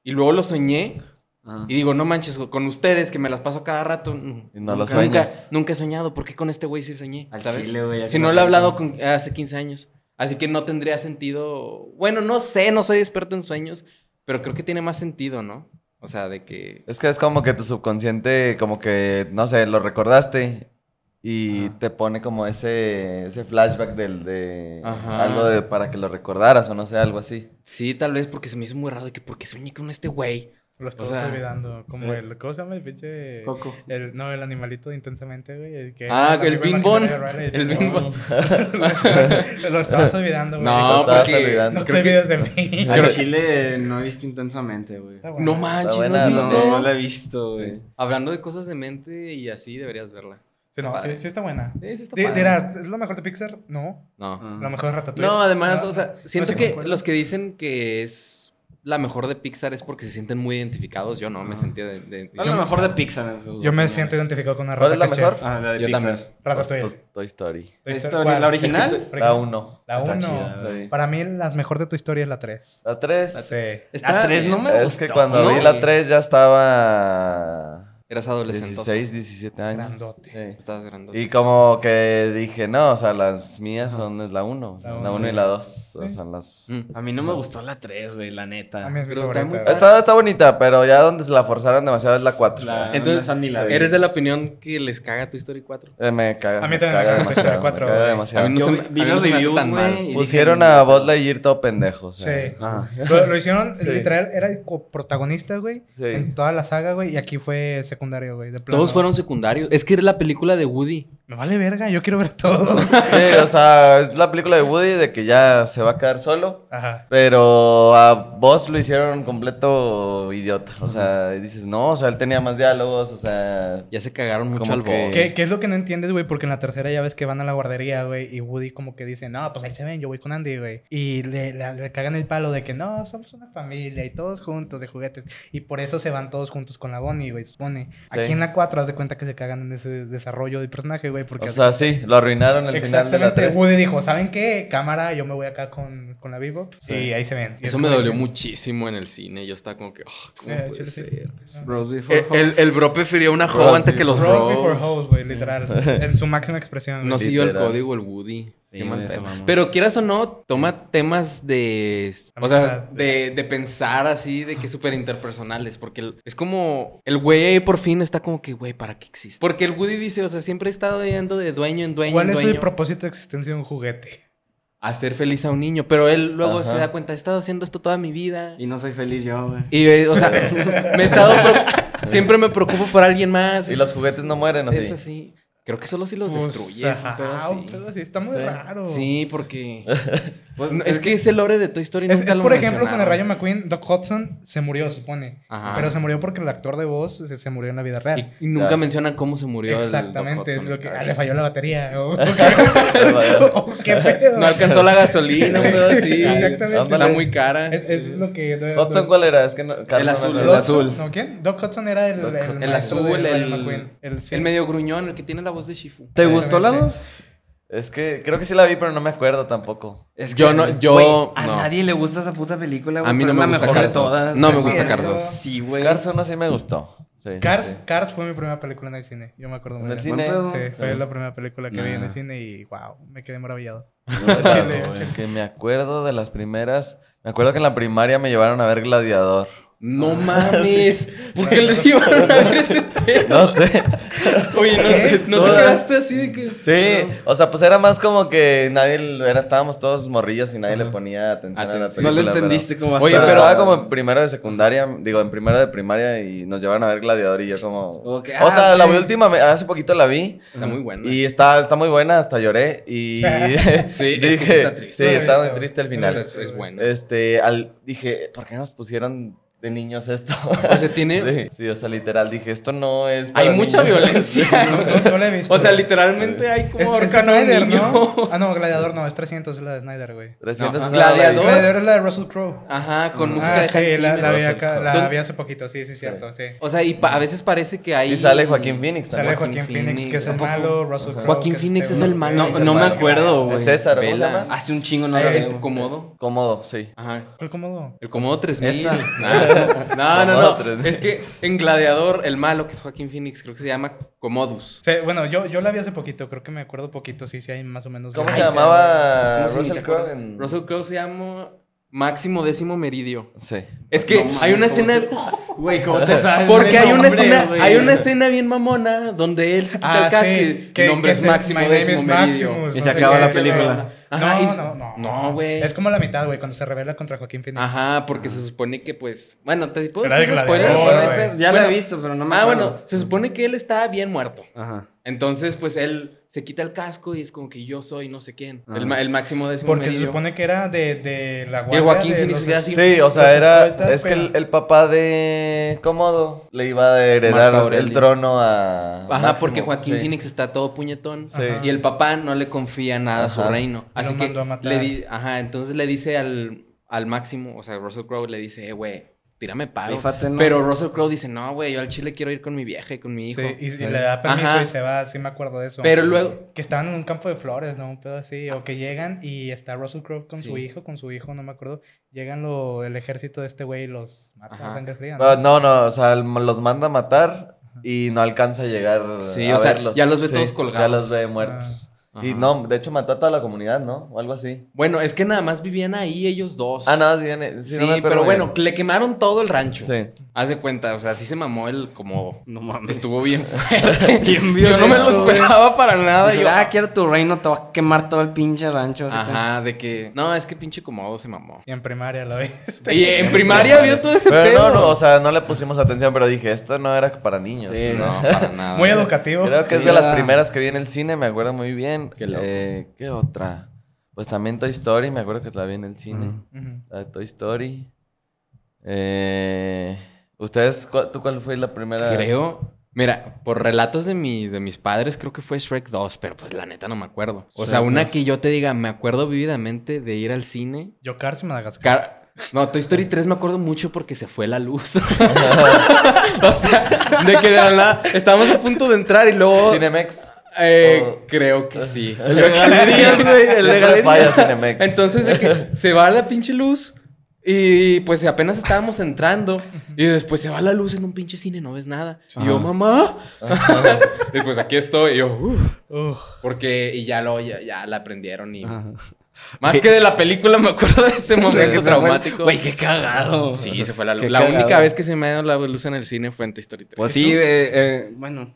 S3: y luego lo soñé
S4: ajá.
S3: y digo, no manches, con ustedes que me las paso a cada rato. n-
S2: Y no lo
S3: nunca, nunca,
S2: sueñas.
S3: nunca he soñado, ¿por qué con este güey sí soñé?
S4: Al
S3: ¿Sabes?
S4: chile, güey, ya
S3: Si
S4: que
S3: no
S4: me
S3: lo he hablado
S4: parece.
S3: con, hace 15 años. Así que no tendría sentido. Bueno, no sé, no soy experto en sueños, pero creo que tiene más sentido, ¿no? O sea, de que.
S2: Es que es como que tu subconsciente, como que, no sé, lo recordaste y te pone como ese, ese flashback del de
S3: Ajá.
S2: algo de para que lo recordaras o no sé, algo así.
S3: Sí, tal vez porque se me hizo muy raro de que por qué soñé con este güey.
S1: Lo estás
S3: sea,
S1: olvidando. Como
S3: eh.
S1: el... ¿Cómo se llama el pinche...?
S4: Coco.
S1: El, no, el animalito de intensamente, güey. el que-
S3: Ah, el
S1: amigo
S3: Bing Bong.
S1: imaginario de Riley,
S3: El
S1: de-
S3: Bing Bong.
S1: Lo estabas olvidando, güey.
S2: Lo
S3: No,
S2: estabas
S3: porque.
S2: olvidando.
S1: No te
S3: creo que-
S1: olvides de mí.
S4: Al
S3: Creo-
S4: chile no he visto intensamente, güey.
S1: Está bueno.
S3: No manches,
S2: Está
S3: ¿no has
S2: buena,
S4: No,
S3: visto?
S4: no la he visto, güey.
S3: Hablando de cosas de mente y así deberías verla.
S1: Sí, no,
S3: padre.
S1: sí, sí está buena.
S3: Sí, sí está
S1: Di-
S3: padre.
S1: Dirás, ¿es lo mejor de Pixar? No.
S3: No.
S4: Ajá.
S1: Lo mejor de Ratatouille.
S3: No, además,
S1: No,
S3: o sea,
S1: Ah, no,
S3: siento
S1: sí
S3: que
S1: concuerdo.
S3: los que dicen que es la mejor de Pixar es porque se sienten muy identificados. Yo no, me
S4: Ah.
S3: sentía de. de-
S4: Es lo mejor de Pixar. en sus
S1: Yo me
S4: opiniones.
S1: siento identificado con una
S2: ¿Cuál
S1: rata.
S2: es la
S1: caché.
S2: mejor?
S4: Ah, la de
S3: Yo
S4: Pixar.
S3: también.
S2: Pues, To-
S1: Ratatouille.
S2: Toy Story.
S1: Toy
S4: ¿La
S1: Story.
S4: historia- la
S1: ¿Cuál?
S4: original?
S1: Es que tu-
S2: La 1.
S1: La
S4: Está
S1: 1.
S4: chida.
S1: Para mí, las mejor de tu historia es la 3.
S2: La 3.
S1: Sí.
S3: Está
S4: La 3
S3: bien.
S4: no me gustó.
S2: Es que cuando
S3: ¿no?
S2: vi la 3 ya estaba
S3: Eras adolescente.
S2: 16, 17 años.
S1: Grandote.
S2: Sí.
S3: Estabas grande.
S2: Y como que dije, no, o sea, las mías son es la 1.
S1: La
S2: La
S1: uno,
S2: 1 y
S1: sí.
S2: la 2
S1: Sí.
S2: son las...
S3: Mm.
S1: Ah,
S4: A mí no me gustó la 3, güey, la neta.
S1: A mí es mi
S3: Ah, Pero está muy
S1: favorita.
S3: padre.
S2: Está, está bonita, pero ya donde se la forzaron demasiado es la 4.
S4: La- no,
S3: Entonces,
S4: esa ni la
S1: eh.
S4: vi.
S3: Ah, Eres de la opinión que les caga tu Story 4.
S2: Eh, me caga.
S1: A mí
S2: me
S1: también me
S2: caga
S1: gusta Toy Story
S2: demasiado.
S1: cuatro,
S2: me caga
S1: güey.
S2: demasiado.
S3: A mí no
S4: Yo
S3: se
S4: vi,
S3: me-
S4: vi
S3: a mí no
S4: los
S3: se me hace
S4: reviews,
S3: tan mal.
S4: güey. y
S2: Pusieron
S4: dije,
S2: a Buzz Lightyear todo pendejo. O sea,
S1: Sí.
S4: Ajá.
S1: Lo, lo hicieron,
S2: Sí.
S1: literal, era el protagonista, güey.
S2: Sí.
S1: En toda la saga, güey. Y aquí fue secundario, güey. de plano.
S3: Todos fueron secundarios. Es que era la película de Woody.
S1: Me vale verga, yo quiero ver todos.
S2: Sí, o sea, es la película de Woody de que ya se va a quedar solo.
S1: Ajá.
S2: Pero a Buzz lo hicieron completo idiota. O sea, y dices, no, o sea, él tenía más diálogos, o sea...
S3: Ya se cagaron mucho
S2: Como
S3: al
S2: que-
S3: boss.
S1: ¿Qué, qué es lo que no entiendes, güey? Porque en la tercera ya ves que van a la guardería, güey, y Woody como que dice, no, pues ahí se ven, yo voy con Andy, güey. Y le, le- le cagan el palo de que no, somos una familia y todos juntos de juguetes. Y por eso se van todos juntos con la Bonnie, güey, se supone. Aquí en la 4 haz de cuenta que se cagan en ese desarrollo del personaje, güey, porque...
S2: O
S1: hace-
S2: sea, sí, lo arruinaron al final de la
S1: Exactamente,
S2: 3.
S1: Woody dijo, ¿saben qué? Cámara, yo me voy acá con, con la vivo
S2: Sí.
S1: y ahí se ven. Y es
S3: Eso me
S1: como
S3: dolió
S1: que-
S3: muchísimo en el cine. Yo estaba como que, "Ah, ¿cómo
S1: Eh,
S3: puede
S1: chile, sí.
S3: ser? Eh,
S1: Ah.
S4: Bros before
S3: El, el, el bro prefirió una
S2: Bros
S3: joven antes que los
S1: Bros
S3: bros.
S1: before hoes, güey, literal. en su máxima expresión. güey.
S3: No siguió el
S2: Literal.
S3: código el Woody. Qué
S4: güey,
S3: mal
S4: esa
S3: pedo.
S4: mamá.
S3: Pero quieras o no, toma temas de. O sea,
S1: Amistad.
S3: de, de pensar así, de que súper interpersonales. Porque el- es como. El güey ahí por fin está como que, güey, ¿para qué existe? Porque el Woody dice, o sea, siempre he estado yendo de dueño en dueño
S1: ¿Cuál
S3: en
S1: es el
S3: dueño.
S1: propósito de existencia de un juguete?
S3: hacer feliz a un niño. Pero él luego
S2: Ajá.
S3: se da cuenta, he estado haciendo esto toda mi vida.
S4: Y no soy feliz yo, güey.
S3: Y, eh, o sea, me he estado. pro- siempre me preocupo por alguien más.
S2: Y los juguetes no mueren, ¿o sí?
S3: Es así. Creo que solo si los
S1: Pues,
S3: destruyes. un
S1: ajá,
S3: pedo así.
S1: un pedo así, Está muy
S2: Sí.
S1: raro.
S3: Sí, porque.
S4: Pues,
S3: No, es que ese lore de Toy Story
S1: Es,
S3: nunca
S1: es,
S3: lo
S1: por ejemplo, con el Rayo
S3: mencionaron.
S1: McQueen, Doc Hudson se murió, se supone.
S3: Ajá.
S1: Pero se murió porque el actor de voz se, se murió en la vida real.
S3: Y, y nunca
S2: Claro.
S3: mencionan cómo se murió. el Doc
S1: Exactamente. es
S3: Hudson.
S1: lo que, ah, le falló la batería. o- o- ¿Qué pedo?
S3: No alcanzó la gasolina, un pedo así.
S1: Exactamente.
S3: Está muy cara.
S1: Es, es lo que.
S2: ¿Hudson cuál era? Es que no, Carlos no me
S3: azul.
S1: Doc-
S2: acuerdo.
S4: El azul.
S1: ¿No quién? Doc Hudson era el.
S2: Doc Hudson.
S3: El
S1: maestro de
S3: azul,
S1: Rayo
S3: el-
S1: McQueen. El, sí.
S3: El medio gruñón, el que tiene la voz de Shifu.
S4: ¿Te gustó la
S1: Exactamente.
S4: 2?
S2: Es que creo que sí la vi, pero no me acuerdo tampoco.
S4: Es
S3: Yo no- yo
S4: güey, a
S3: no.
S4: nadie le gusta esa puta película, güey.
S3: A mí
S4: pero
S3: no
S4: es
S3: me
S4: la
S3: gusta
S4: mejor de
S3: Cars dos.
S4: todas.
S3: No me
S4: Es
S1: gusta
S4: cierto.
S1: Cars dos.
S4: Sí, güey.
S2: Cars 1 sí me gustó. Sí, sí,
S1: Cars,
S2: sí.
S1: Cars fue mi primera película en el cine. Yo me acuerdo muy
S2: En el
S1: bien.
S2: cine.
S4: Bueno,
S1: Sí, fue
S2: Ah.
S1: la primera película que vi en
S4: Nah.
S1: el cine y wow, me quedé maravillado.
S2: No,
S1: Chile,
S2: pues,
S1: chile.
S2: que me acuerdo de las primeras. Me acuerdo que en la primaria me llevaron a ver Gladiador.
S3: No mames. ¿Por qué le llevaron a ver ese pedo?
S2: No sé.
S3: Oye,
S1: ¿Qué?
S3: ¿no, ¿no te
S2: Todas.
S3: quedaste así de que.?
S2: Sí, o sea, pues era más como que nadie, lo- era, estábamos todos morrillos y nadie le ponía atención a la
S3: Atención.
S2: película.
S4: No le
S2: pero-
S4: entendiste cómo
S3: Oye,
S2: Oye,
S4: hasta-
S2: pero estaba como en primero de secundaria, digo, en primero de primaria y nos llevaron a ver Gladiador y yo como...
S4: Como que,
S2: o sea,
S4: ah,
S2: la
S4: ok.
S2: última, me- hace poquito la vi
S3: Está muy bueno.
S2: y está, está muy buena, hasta lloré y...
S3: Sí, es que sí está triste.
S2: Sí, está
S1: Sí,
S2: muy
S1: está-
S2: triste al
S3: Pero
S2: final.
S3: Es, es bueno.
S2: Este, al, dije, ¿por qué nos pusieron de niños esto?
S3: O sea, tiene.
S2: Sí, sí, o sea, literal, dije, esto no es...
S3: Hay
S2: para
S3: mucha
S2: niños".
S3: violencia.
S1: No, no la he visto.
S3: O sea, literalmente hay como
S1: Es, es
S3: ahorcan a un
S1: Snyder,
S3: niño.
S1: ¿no? Ah, no, Gladiador no, es 300, es la de Snyder, güey.
S2: 300
S3: No,
S2: es la-
S3: Gladiador.
S1: Gladiador es la de Russell Crowe.
S3: Ajá, con
S2: Ah,
S3: música de
S1: ah,
S3: Hans
S1: sí, la, la
S3: Zimmer.
S1: vi acá,
S2: Russell
S1: la
S3: Crowe.
S1: vi hace poquito, sí, sí, cierto, sí.
S3: O sea, y pa- a veces parece que hay.
S2: Y sale Joaquín Phoenix
S1: Sale
S2: también.
S1: Joaquín
S3: Joaquín
S1: Phoenix,
S3: Phoenix,
S1: que es el
S3: ¿a poco?
S1: malo, Russell Crowe.
S3: Joaquín
S1: que
S3: Phoenix
S1: este
S3: es el
S1: güey,
S3: malo. ¿eh?
S1: es
S4: No,
S1: el
S4: no me
S1: malo.
S4: acuerdo, güey.
S2: Es César, ¿cómo se
S3: Vela.
S2: llama?
S4: Hace un chingo no
S3: Sí,
S4: la
S3: es
S4: veo.
S3: Comodo.
S2: Cómodo, sí.
S3: Ajá.
S1: ¿Cuál cómodo?
S3: El Comodo 3000.
S4: Esta.
S3: Ah, No, no,
S2: Comodo
S3: no.
S2: 3000.
S3: Es que en Gladiador, el malo, que es Joaquín Phoenix, creo que se llama Comodus.
S1: O sea, bueno, yo, yo la vi hace poquito, creo que me acuerdo poquito, sí, sí, hay más o menos.
S2: ¿Cómo se
S1: violencia.
S2: llamaba
S3: ¿Cómo se- ni te
S2: Ah, Russell
S3: acuerdas?
S2: Crowe? en-
S3: Russell Crowe se llama Máximo Décimo Meridio.
S2: Sí.
S3: Es que
S4: No mames,
S3: hay una
S4: ¿cómo
S3: escena.
S4: Güey, ¿cómo te sabes?
S3: Porque hay una
S4: Hombre,
S3: escena,
S4: güey.
S3: hay una escena bien mamona donde él se quita
S1: Ah,
S3: el casco
S1: sí,
S3: y nombre es
S1: se-
S3: Máximo
S1: My name
S3: Décimo
S1: is
S3: Meridio.
S1: Maximus,
S4: Y
S1: no
S4: se
S1: sé
S4: acaba
S1: qué,
S4: la
S1: qué
S4: película.
S1: onda.
S3: Ajá, y-
S1: no, no, no.
S3: no, güey.
S1: Es como la mitad, güey, cuando se revela contra Joaquín Phoenix.
S3: Ajá, porque se supone que pues, bueno, te puedo
S1: Era de
S3: decir los spoilers.
S1: gladiador,
S4: Pero,
S1: güey.
S4: pero, Ya la
S3: Bueno,
S4: he visto, pero no me
S3: Ah,
S4: acuerdo.
S3: bueno, se supone que él estaba bien muerto.
S4: Ajá.
S3: Entonces, pues él se quita el casco y es como que yo soy no sé quién.
S4: Ajá.
S2: Ah.
S3: El, ma- el máximo décimo
S1: Porque se
S3: medio.
S1: supone que era de, de la guardia.
S3: Joaquín
S1: de
S3: Phoenix
S1: los-
S3: queda así.
S2: Sí, o sea,
S1: Los
S2: era.
S1: escoltas,
S2: Es que
S1: pero-
S2: el, el papá de Cómodo le iba a
S3: Marco
S2: heredar
S3: Aurelio.
S2: el trono a.
S3: Ajá,
S2: Ah, Máximo,
S3: porque Joaquín
S2: sí.
S3: Phoenix está todo puñetón.
S2: Sí.
S1: Ajá.
S3: Y el papá no le confía nada a su
S2: Ajá.
S3: reino. Así
S1: Lo
S3: que
S1: mandó a matar.
S3: le di- ajá, entonces le dice al, al máximo, o sea, Russell Crowe le dice, eh, güey, tírame paro.
S4: Rífate, ¿no?
S3: Pero Russell Crowe dice, no, güey, yo al Chile quiero ir con mi vieja y con mi hijo.
S1: Sí, y, y le da permiso
S3: Ajá.
S1: y se va, sí me acuerdo de eso.
S3: Pero luego-
S1: Que estaban en un campo de flores, ¿no? Un pedo así. O que llegan y está Russell Crowe con su
S3: Sí.
S1: hijo, con su hijo, no me acuerdo. Llegan lo, el ejército de este güey y los matan
S3: Ajá.
S1: a sangre fría. ¿no?
S2: Pero Ah, no, no, o sea, el- los manda a matar y no alcanza a llegar
S3: Sí,
S2: a
S3: o sea,
S2: verlos.
S3: ya los ve
S2: Sí,
S3: todos colgados.
S2: Ya los ve muertos. Y
S3: Ajá.
S2: no, de hecho mató a toda la comunidad, ¿no? O algo así.
S3: Bueno, es que nada más vivían ahí ellos dos.
S2: Ah, nada, sí, viene-
S3: Sí,
S2: sí, no me acuerdo
S3: pero
S2: bien.
S3: bueno, le quemaron todo el rancho.
S2: Sí.
S3: Haz de cuenta, o sea, sí se mamó el como.
S4: No mames.
S3: Estuvo bien fuerte.
S4: Este. Bien
S3: yo no me lo
S4: violento,
S3: esperaba para nada.
S4: Dije,
S3: yo-
S4: ah, quiero tu reino, te va a quemar todo el pinche rancho. ahorita".
S3: Ajá, de que. No, es que pinche comodo se mamó.
S1: Y en primaria la vi.
S4: Este,
S3: Y en primaria vio todo ese
S2: Pero
S3: pedo.
S2: no, no, o sea, no le pusimos atención, pero dije, esto no era para niños.
S3: Sí,
S2: ¿no?
S3: no, para
S2: Ah,
S3: nada.
S1: Muy educativo.
S2: Creo que es
S4: Sí,
S2: de
S4: era-
S2: las primeras que vi en el cine, me acuerdo muy bien.
S3: Qué loco.
S2: Eh, ¿Qué otra? Pues también Toy Story, me acuerdo que la vi en el cine.
S4: Ujú.
S1: Ujú.
S2: La de Toy Story. Eh, ¿Ustedes, cu- tú cuál fue la primera?
S3: Creo. Mira, por relatos de, mi, de mis padres, creo que fue Shrek 2, pero pues la neta no me acuerdo. O sea,
S2: Shrek
S3: una
S2: 2.
S3: que yo te diga, me acuerdo vívidamente de ir al cine
S1: Yo, Cars y Madagascar.
S3: Car- no, Toy Story 3 me acuerdo mucho porque se fue la luz. o sea, de que de la nada estábamos a punto de entrar y
S1: Oh.
S3: luego.
S2: Cinemex.
S3: eh,
S2: Oh.
S3: Creo que sí.
S2: El de galerías, güey. El de galerías. falla Cinemex.
S3: Entonces de que se va la pinche luz y pues apenas estábamos entrando y después se va la luz en un pinche cine, no ves nada. Y yo,
S4: Ajá.
S3: mamá. Después aquí estoy. Y yo, "Uf".
S1: Uf.
S3: porque y ya lo ya, ya la aprendieron y
S4: Ajá.
S3: más que de la película me acuerdo de ese
S4: que
S3: momento
S4: se fue el-
S3: traumático.
S4: Güey, qué cagado.
S3: Sí, se fue la luz.
S4: Qué
S3: La
S4: cagado.
S3: única vez que se me ha dado la luz en el cine fue en Toy Story 3.
S4: Pues sí, eh, eh, bueno.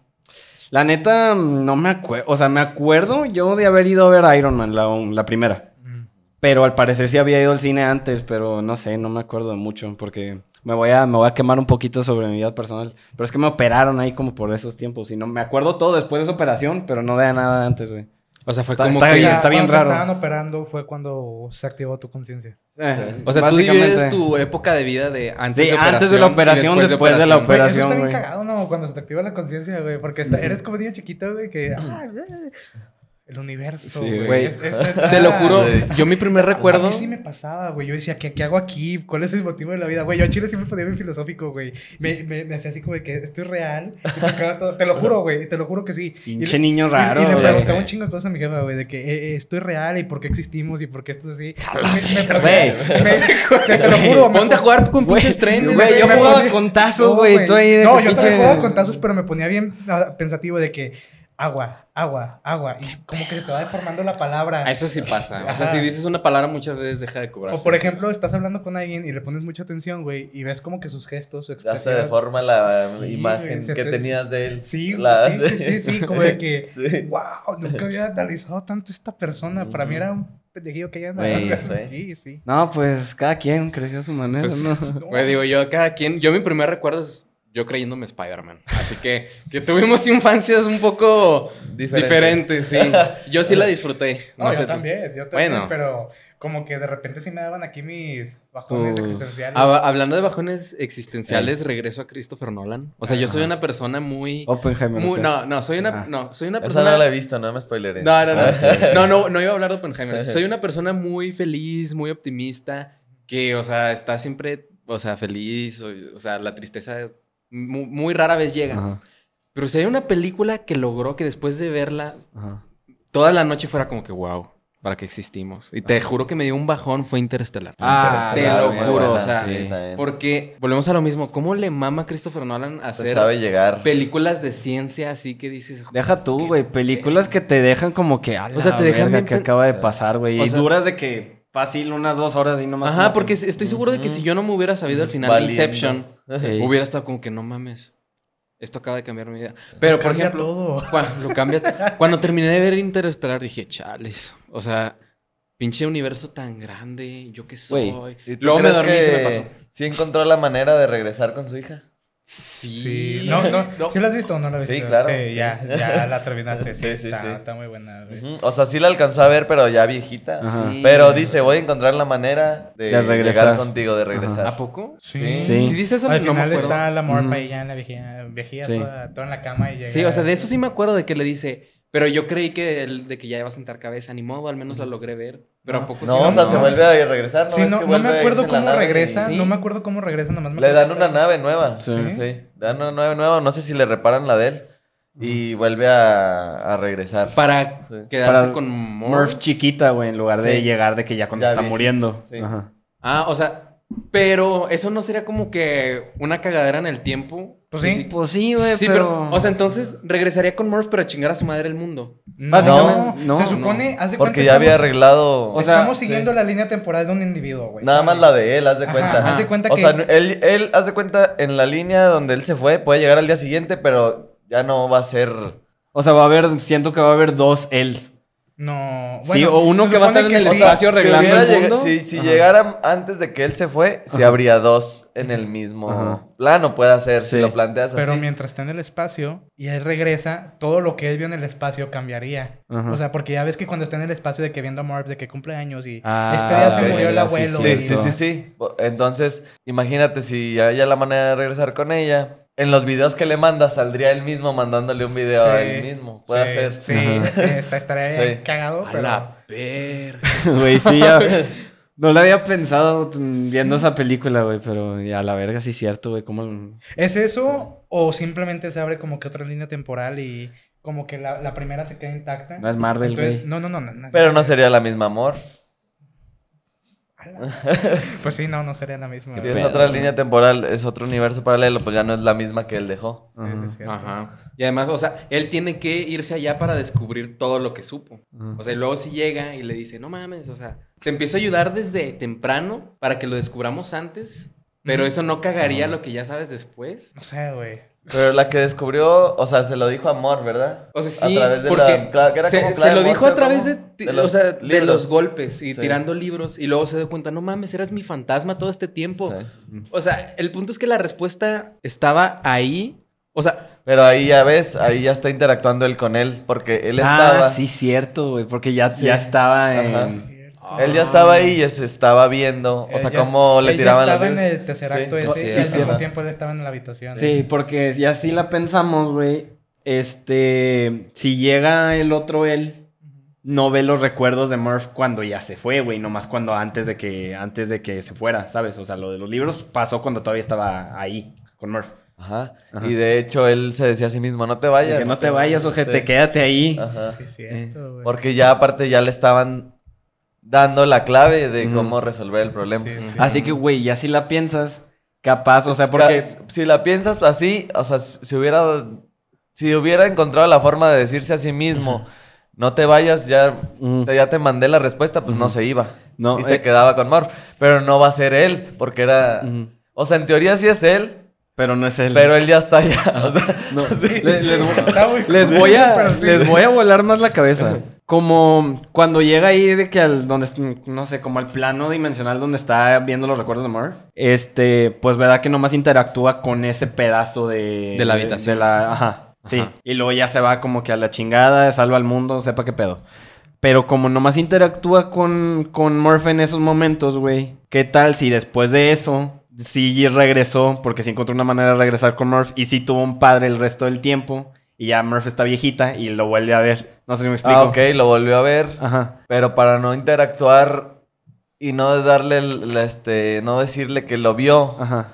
S4: La neta, no me acuerdo. O sea, me acuerdo yo de haber ido a ver Iron Man, la, la primera.
S1: Mm.
S4: Pero al parecer sí había ido al cine antes, pero no sé, no me acuerdo de mucho. Porque me voy a, me voy a quemar un poquito sobre mi vida personal. Pero es que me operaron ahí como por esos tiempos. Y no me acuerdo todo después de esa operación, pero no de nada antes, güey.
S3: O sea, fue
S4: Está-
S3: como
S4: está
S1: O
S3: que...
S1: sea,
S4: está bien
S1: cuando te
S4: raro.
S1: estaban operando fue cuando se activó tu conciencia.
S4: Eh,
S3: O sea, tú vives
S4: básicamente.
S3: tu época de vida de antes
S4: Sí,
S3: de operación.
S4: antes de la operación,
S3: y
S4: después de la
S1: Güey, eso
S4: Operación,
S1: está bien
S4: güey.
S1: cagado, ¿no? Cuando se te activa la conciencia, güey. Porque está- eres como niño chiquito, güey, que... ah, eh, el universo,
S4: Sí,
S1: güey.
S3: güey.
S1: Es- es neta.
S3: Te lo juro,
S2: Sí.
S3: yo mi primer recuerdo...
S1: A mí sí me pasaba, güey. Yo decía, ¿qué, qué hago aquí? ¿Cuál es el motivo de la vida? Güey, yo a Chile siempre ponía bien filosófico, güey. Me, me, me hacía así como de que esto es real. y te acaba todo- Te lo juro, güey. Te lo juro que sí. Y-
S4: Pinche niño
S1: y-
S4: raro,
S1: y, le
S4: güey.
S1: preguntaba un chingo de cosas a mi jefa, güey, de que eh, eh, esto es real y por qué existimos y por qué esto es así. Me- me preguntaba-
S4: güey.
S1: me- Te te lo juro, me-
S3: Ponte a jugar con
S4: Güey,
S3: pinches trenes.
S4: güey, yo
S1: me
S4: jugaba
S1: ponía-
S4: con tazos,
S1: No,
S4: güey. tú ahí de
S1: No,
S4: que
S1: yo también
S4: pinche-
S1: jugaba con tazos, pero me ponía bien ah, pensativo de que. agua, agua, agua. Y como que se te va deformando la palabra.
S3: Ah, Eso sí pasa. O sea,
S1: Ajá.
S3: si dices una palabra muchas veces deja de cobrarse.
S1: O por ejemplo, estás hablando con alguien y le pones mucha atención, güey, y ves como que sus gestos, su
S2: Ya se
S1: expresión.
S2: deforma la
S1: Sí,
S2: imagen
S1: güey, se
S2: que
S1: te-
S2: tenías de él.
S1: Sí, güey,
S2: La-
S1: sí, sí, sí, sí, como de que,
S2: Sí.
S1: wow, Oh, nunca había analizado tanto esta persona. Para mí era un pendejillo que ya
S4: Güey,
S1: andaba.
S2: sí.
S1: Sí, sí.
S4: No, pues cada quien creció a su manera,
S3: Pues,
S4: ¿no?
S3: Güey, digo, yo cada quien. Yo mi primer recuerdo es yo creyéndome Spider-Man. Así que, que tuvimos infancias un poco diferentes, sí. Yo sí la disfruté.
S1: No,
S3: No
S1: yo
S3: sé tú.
S1: también, yo también,
S3: Bueno.
S1: pero como que de repente sí me daban aquí mis bajones
S4: Tus-
S1: existenciales.
S3: Hab- hablando de bajones existenciales, regreso a Christopher Nolan. O sea, yo soy una persona muy.
S4: Oppenheimer.
S3: muy
S4: ¿qué?
S3: no, no, soy una,
S4: Ah.
S3: no, soy una
S2: Esa
S3: persona.
S2: no la he visto, no me spoileré. Ah,
S3: No, no, no. No, no, no iba a hablar de Oppenheimer. Soy una persona muy feliz, muy optimista, que, o sea, está siempre, o sea, feliz, o, o sea, la tristeza mu- muy, rara vez llega.
S4: Ajá,
S3: Pero si hay una película que logró que después de verla,
S4: ajá.
S3: toda la noche fuera como que, wow, ¿para qué existimos? Y te juro que me dio un bajón, fue Interestelar.
S4: Ah,
S3: te lo
S2: muy
S3: juro,
S2: buena,
S3: o sea,
S2: sí,
S4: sí.
S2: también.
S3: Porque volvemos a lo mismo, ¿cómo le mama a Christopher Nolan
S2: Se
S3: hacer
S2: sabe llegar.
S3: películas de ciencia así que dices...
S4: Deja tú, güey, películas que te dejan como que, o sea, te dejan
S3: bien
S4: que
S3: pen-
S4: acaba de pasar, güey,
S3: O
S4: y
S3: sea-
S4: duras de que fácil unas dos horas y nomás.
S3: Ajá,
S4: como
S3: porque
S4: que-
S3: si- estoy seguro de que si yo no me hubiera sabido al final
S2: Valiendo.
S3: de Inception,
S4: Ey.
S3: hubiera estado como que no mames. Esto acaba de cambiar mi vida. Pero, por
S1: Cambia
S3: ejemplo,
S1: todo.
S3: Cuando, lo cambia t- cuando terminé de ver Interestelar, dije, chales. O sea, pinche universo tan grande. Yo qué soy.
S4: Güey,
S2: ¿Y tú
S3: Luego me
S2: crees
S3: dormí y se me
S2: que
S3: pasó.
S2: Sí encontró la manera de regresar con su hija.
S1: Sí. No, no,
S3: No.
S1: ¿Sí la has visto o no la has
S2: Sí,
S1: visto?
S2: claro,
S1: Sí,
S2: sí.
S1: Ya, ya la terminaste. Sí,
S2: Sí, sí,
S1: está,
S2: sí.
S1: está muy buena. güey.
S2: Ujú. O sea, sí la alcanzó a ver, pero ya
S3: Ah,
S2: viejita.
S4: Ajá.
S3: Sí.
S2: Pero dice, voy a encontrar la manera de,
S4: De regresar.
S2: llegar contigo, de regresar.
S3: ¿A poco?
S1: Sí.
S4: Sí.
S3: Si dices eso,
S1: Al
S3: no me
S1: final
S3: acuerdo.
S1: está la morpa
S4: Ujú.
S1: y ya en la viejía, viejía
S4: Sí.
S1: toda, toda en la cama y llega.
S3: Sí, o sea, de eso sí me acuerdo de que le dice. Pero yo creí que el, de que ya iba a sentar cabeza. Ni modo, al menos la logré ver. Pero
S1: No.
S3: a poco sí
S2: No,
S3: la-
S2: o sea,
S1: no.
S2: se vuelve a regresar. No,
S1: Sí,
S2: ¿Ves
S1: no,
S2: que
S1: no
S2: vuelve
S1: me
S2: a
S1: acuerdo
S2: irse en la
S1: cómo
S2: nave?
S1: regresa,
S3: Sí.
S1: no me acuerdo cómo regresa, nomás me
S2: Le
S1: acuerdo
S2: dan
S1: que
S2: una
S1: está-
S2: nave nueva. Sí.
S1: Sí.
S2: Dan una nave nueva. No sé si le reparan la de él. Y vuelve a, a regresar.
S3: Para
S2: Sí.
S3: quedarse
S4: Para
S3: con Morph.
S4: Murph chiquita, güey, en lugar de
S2: Sí.
S4: llegar de que ya cuando
S2: Ya
S4: está
S2: viejita,
S4: muriendo.
S2: sí.
S4: Ajá.
S3: Ah, o sea, pero eso no sería como que una cagadera en el tiempo.
S1: Pues
S3: Que
S1: sí.
S4: Pues sí, güey,
S3: Sí, pero... O sea, entonces regresaría con Morph, pero a chingar a su madre el mundo.
S4: Básicamente,
S1: no,
S4: no,
S1: se
S4: no.
S1: supone, haz de
S2: Porque
S1: cuenta
S2: ya había
S1: estamos-
S2: arreglado.
S4: O sea,
S1: estamos
S2: sí.
S1: siguiendo la línea temporal de un individuo, güey.
S2: Nada más la de él, haz de
S1: Ajá,
S2: cuenta.
S1: haz de cuenta
S2: o
S1: que-
S2: sea, él, él, haz de cuenta, en la línea donde él se fue, puede llegar al día siguiente, pero ya no va a ser.
S4: O sea, va a haber, siento que va a haber dos éls.
S1: No,
S4: Sí, o uno
S1: se
S4: que va a
S1: supone
S4: estar en el
S1: sí.
S4: espacio arreglando
S2: hubiera
S4: el
S2: llega-
S4: mundo.
S2: si, si
S4: Ajá.
S2: llegara antes de que él se fue, si habría dos en el mismo
S4: Ajá.
S2: plano, puede hacer, si
S4: Sí.
S2: lo planteas
S1: Pero
S2: así.
S1: mientras está en el espacio y él regresa, todo lo que él vio en el espacio cambiaría.
S4: Ajá.
S1: O sea, porque ya ves que cuando está en el espacio de que viendo a Marv de que cumpleaños y
S4: Ah,
S1: este día se
S2: ok,
S1: murió el
S4: ya, sí,
S1: abuelo.
S2: Sí,
S1: y-
S2: sí, sí, sí. Bo- Entonces, imagínate si había la manera de regresar con ella. En los videos que le manda, saldría él mismo mandándole un video
S1: Sí.
S2: a él mismo. Puede
S1: sí,
S2: hacer.
S1: Sí,
S4: Ajá.
S1: sí, está, estaría
S2: Sí.
S1: cagado,
S3: A
S1: pero.
S3: la perra.
S4: Güey, sí, ya. No lo había pensado mm, viendo esa película, güey, pero ya, a la verga sí es cierto, güey. ¿Cómo?
S1: ¿Es eso o simplemente se abre como que otra línea temporal y como que la, la primera se queda intacta?
S4: No es Marvel,
S1: Entonces,
S4: güey.
S1: no, no, no, no, no.
S2: Pero no sería la misma amor.
S1: Pues sí, no, no sería la misma.
S2: Si
S1: Sí,
S2: es
S4: pedo,
S2: otra
S4: ¿no?
S2: línea temporal, es otro universo paralelo, pues ya no es la misma que él dejó.
S1: sí,
S4: Ajá.
S1: es cierto.
S3: Ajá. Y además, o sea, él tiene que irse allá para descubrir todo lo que supo.
S4: Ajá.
S3: O sea, y luego si llega y le dice, no mames, o sea, te empiezo a ayudar desde temprano para que lo descubramos antes, pero
S1: Ujú.
S3: eso no cagaría lo que ya sabes después.
S1: No sé, güey.
S2: Pero la que descubrió, o sea, se lo dijo Amor, ¿verdad?
S3: O sea,
S2: A
S3: sí,
S2: través de
S3: porque
S2: la- cla- que era
S3: se,
S2: como
S3: se
S2: clave
S3: lo
S2: de
S3: dijo
S2: Morse,
S3: a través
S2: ¿no?
S3: de, ti-
S2: De los
S3: o sea, de
S2: libros.
S3: los golpes y
S2: Sí.
S3: tirando libros y luego se dio cuenta, no mames, eras mi fantasma todo este tiempo.
S2: Sí.
S3: O sea, el punto es que la respuesta estaba ahí. O sea,
S2: Pero ahí ya ves, ahí ya está interactuando él con él, porque él
S4: Ah,
S2: estaba.
S4: sí, cierto, güey, porque ya, ya estaba en...
S2: Ajá.
S1: Cierto.
S2: Él ya estaba ahí y se estaba viendo, o sea,
S1: Ella-
S2: cómo le
S1: ella
S2: tiraban
S1: estaba
S2: las
S1: en
S2: luces.
S1: el tercer
S2: Sí,
S1: acto
S3: sí,
S1: ese y
S3: sí,
S1: al
S3: sí,
S1: mismo
S2: ajá.
S1: tiempo él estaba en la habitación.
S4: Sí, porque ya sí la pensamos, güey. Este, si llega el otro él, no ve los recuerdos de Murph cuando ya se fue, güey, nomás cuando antes de que antes de que se fuera, ¿sabes? O sea, lo de los libros pasó cuando todavía estaba ahí con Murph.
S2: Ajá.
S4: Ajá.
S2: Y de hecho él se decía a sí mismo, no te
S4: De
S2: vayas.
S4: que no te vayas, ojete,
S2: Sí. Ah.
S4: quédate ahí.
S2: Ajá.
S1: Sí, es
S3: Eh.
S1: cierto, güey.
S2: Porque ya aparte ya le estaban dando la clave de
S4: Ujú.
S2: cómo resolver el problema.
S1: Sí, sí.
S4: Así que, güey, ya si la piensas, capaz, o sea, porque
S2: Ca- si la piensas así, o sea, si si hubiera si hubiera encontrado la forma de decirse a sí mismo, no te vayas, ya
S4: Mm.
S2: te, ya te mandé la respuesta, pues no se iba.
S4: No,
S2: y se
S4: eh.
S2: quedaba con Morph. Pero no va a ser él, porque era.
S4: Ujú.
S2: O sea, en teoría sí es él,
S4: Pero no es él.
S2: pero él ya está allá. O sea,
S4: No,
S2: sí.
S4: le- les,
S1: Está muy
S4: les
S1: cool,
S4: voy a,
S1: pero sí.
S4: les voy a volar más la cabeza. Como cuando llega ahí de que al donde es- no sé, como al plano dimensional donde está viendo los recuerdos de Mar, este, pues verdad que nomás interactúa con ese pedazo de
S3: De la habitación.
S4: de la- ajá. Sí,
S3: Ajá.
S4: y luego ya se va como que a la chingada, salva al mundo, sepa qué pedo. Pero como nomás interactúa con, con Murphy en esos momentos, güey. ¿Qué tal si después de eso, sí regresó, porque sí encontró una manera de regresar con Murph y sí tuvo un padre el resto del tiempo? Y ya Murph está viejita y lo vuelve a ver. No sé si me explico.
S2: ah, ok, lo volvió a ver.
S4: Ajá.
S2: Pero para no interactuar y no darle, el- la- este, no decirle que lo vio,
S4: Ajá.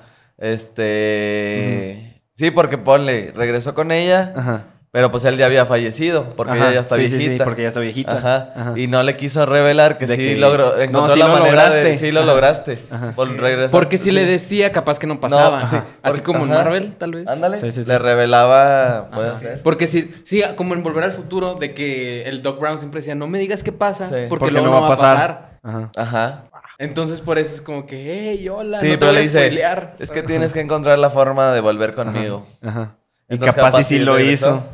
S2: este... Sí, porque ponle, regresó con ella,
S4: Ajá.
S2: pero pues él ya había fallecido, porque
S4: Ajá.
S2: ella ya está
S4: Sí, sí, sí,
S2: viejita.
S4: porque ya está viejita.
S2: Ajá.
S4: Ajá.
S2: Y no le quiso revelar que
S4: De
S2: sí
S4: que-
S2: logró,
S4: No,
S2: encontró
S4: sí
S2: la
S4: lo
S2: manera
S4: lograste.
S2: de... Sí, lo
S4: Ajá.
S2: lograste.
S4: Ajá.
S2: Por
S1: Sí.
S2: regresaste,
S3: Porque si
S2: sí.
S3: le decía, capaz que no pasaba.
S2: No, sí,
S3: Ajá.
S2: porque-
S3: Así como en
S2: ajá.
S3: Marvel, tal vez.
S2: Ándale,
S4: pues, Sí, sí, sí.
S2: le revelaba... Puede
S3: Ajá.
S2: ser.
S3: Porque si, sí, como en Volver al Futuro, de que el Doc Brown siempre decía, no me digas qué pasa,
S2: Sí.
S3: porque, luego no va a pasar.
S4: Ajá.
S2: Ajá.
S3: Entonces, por eso es como que, hey, hola,
S2: Sí,
S3: no te
S2: pero
S3: voy
S2: le
S3: a
S2: dice,
S3: spoilear".
S2: es que tienes que encontrar la forma de volver conmigo.
S4: Ajá. Y
S2: Entonces,
S4: capaz, y
S2: capaz
S4: sí
S2: sí
S4: lo
S2: regresó.
S4: hizo.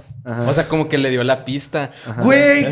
S4: Ajá.
S3: O sea, como que le dio la pista.
S4: Ajá.
S3: Güey,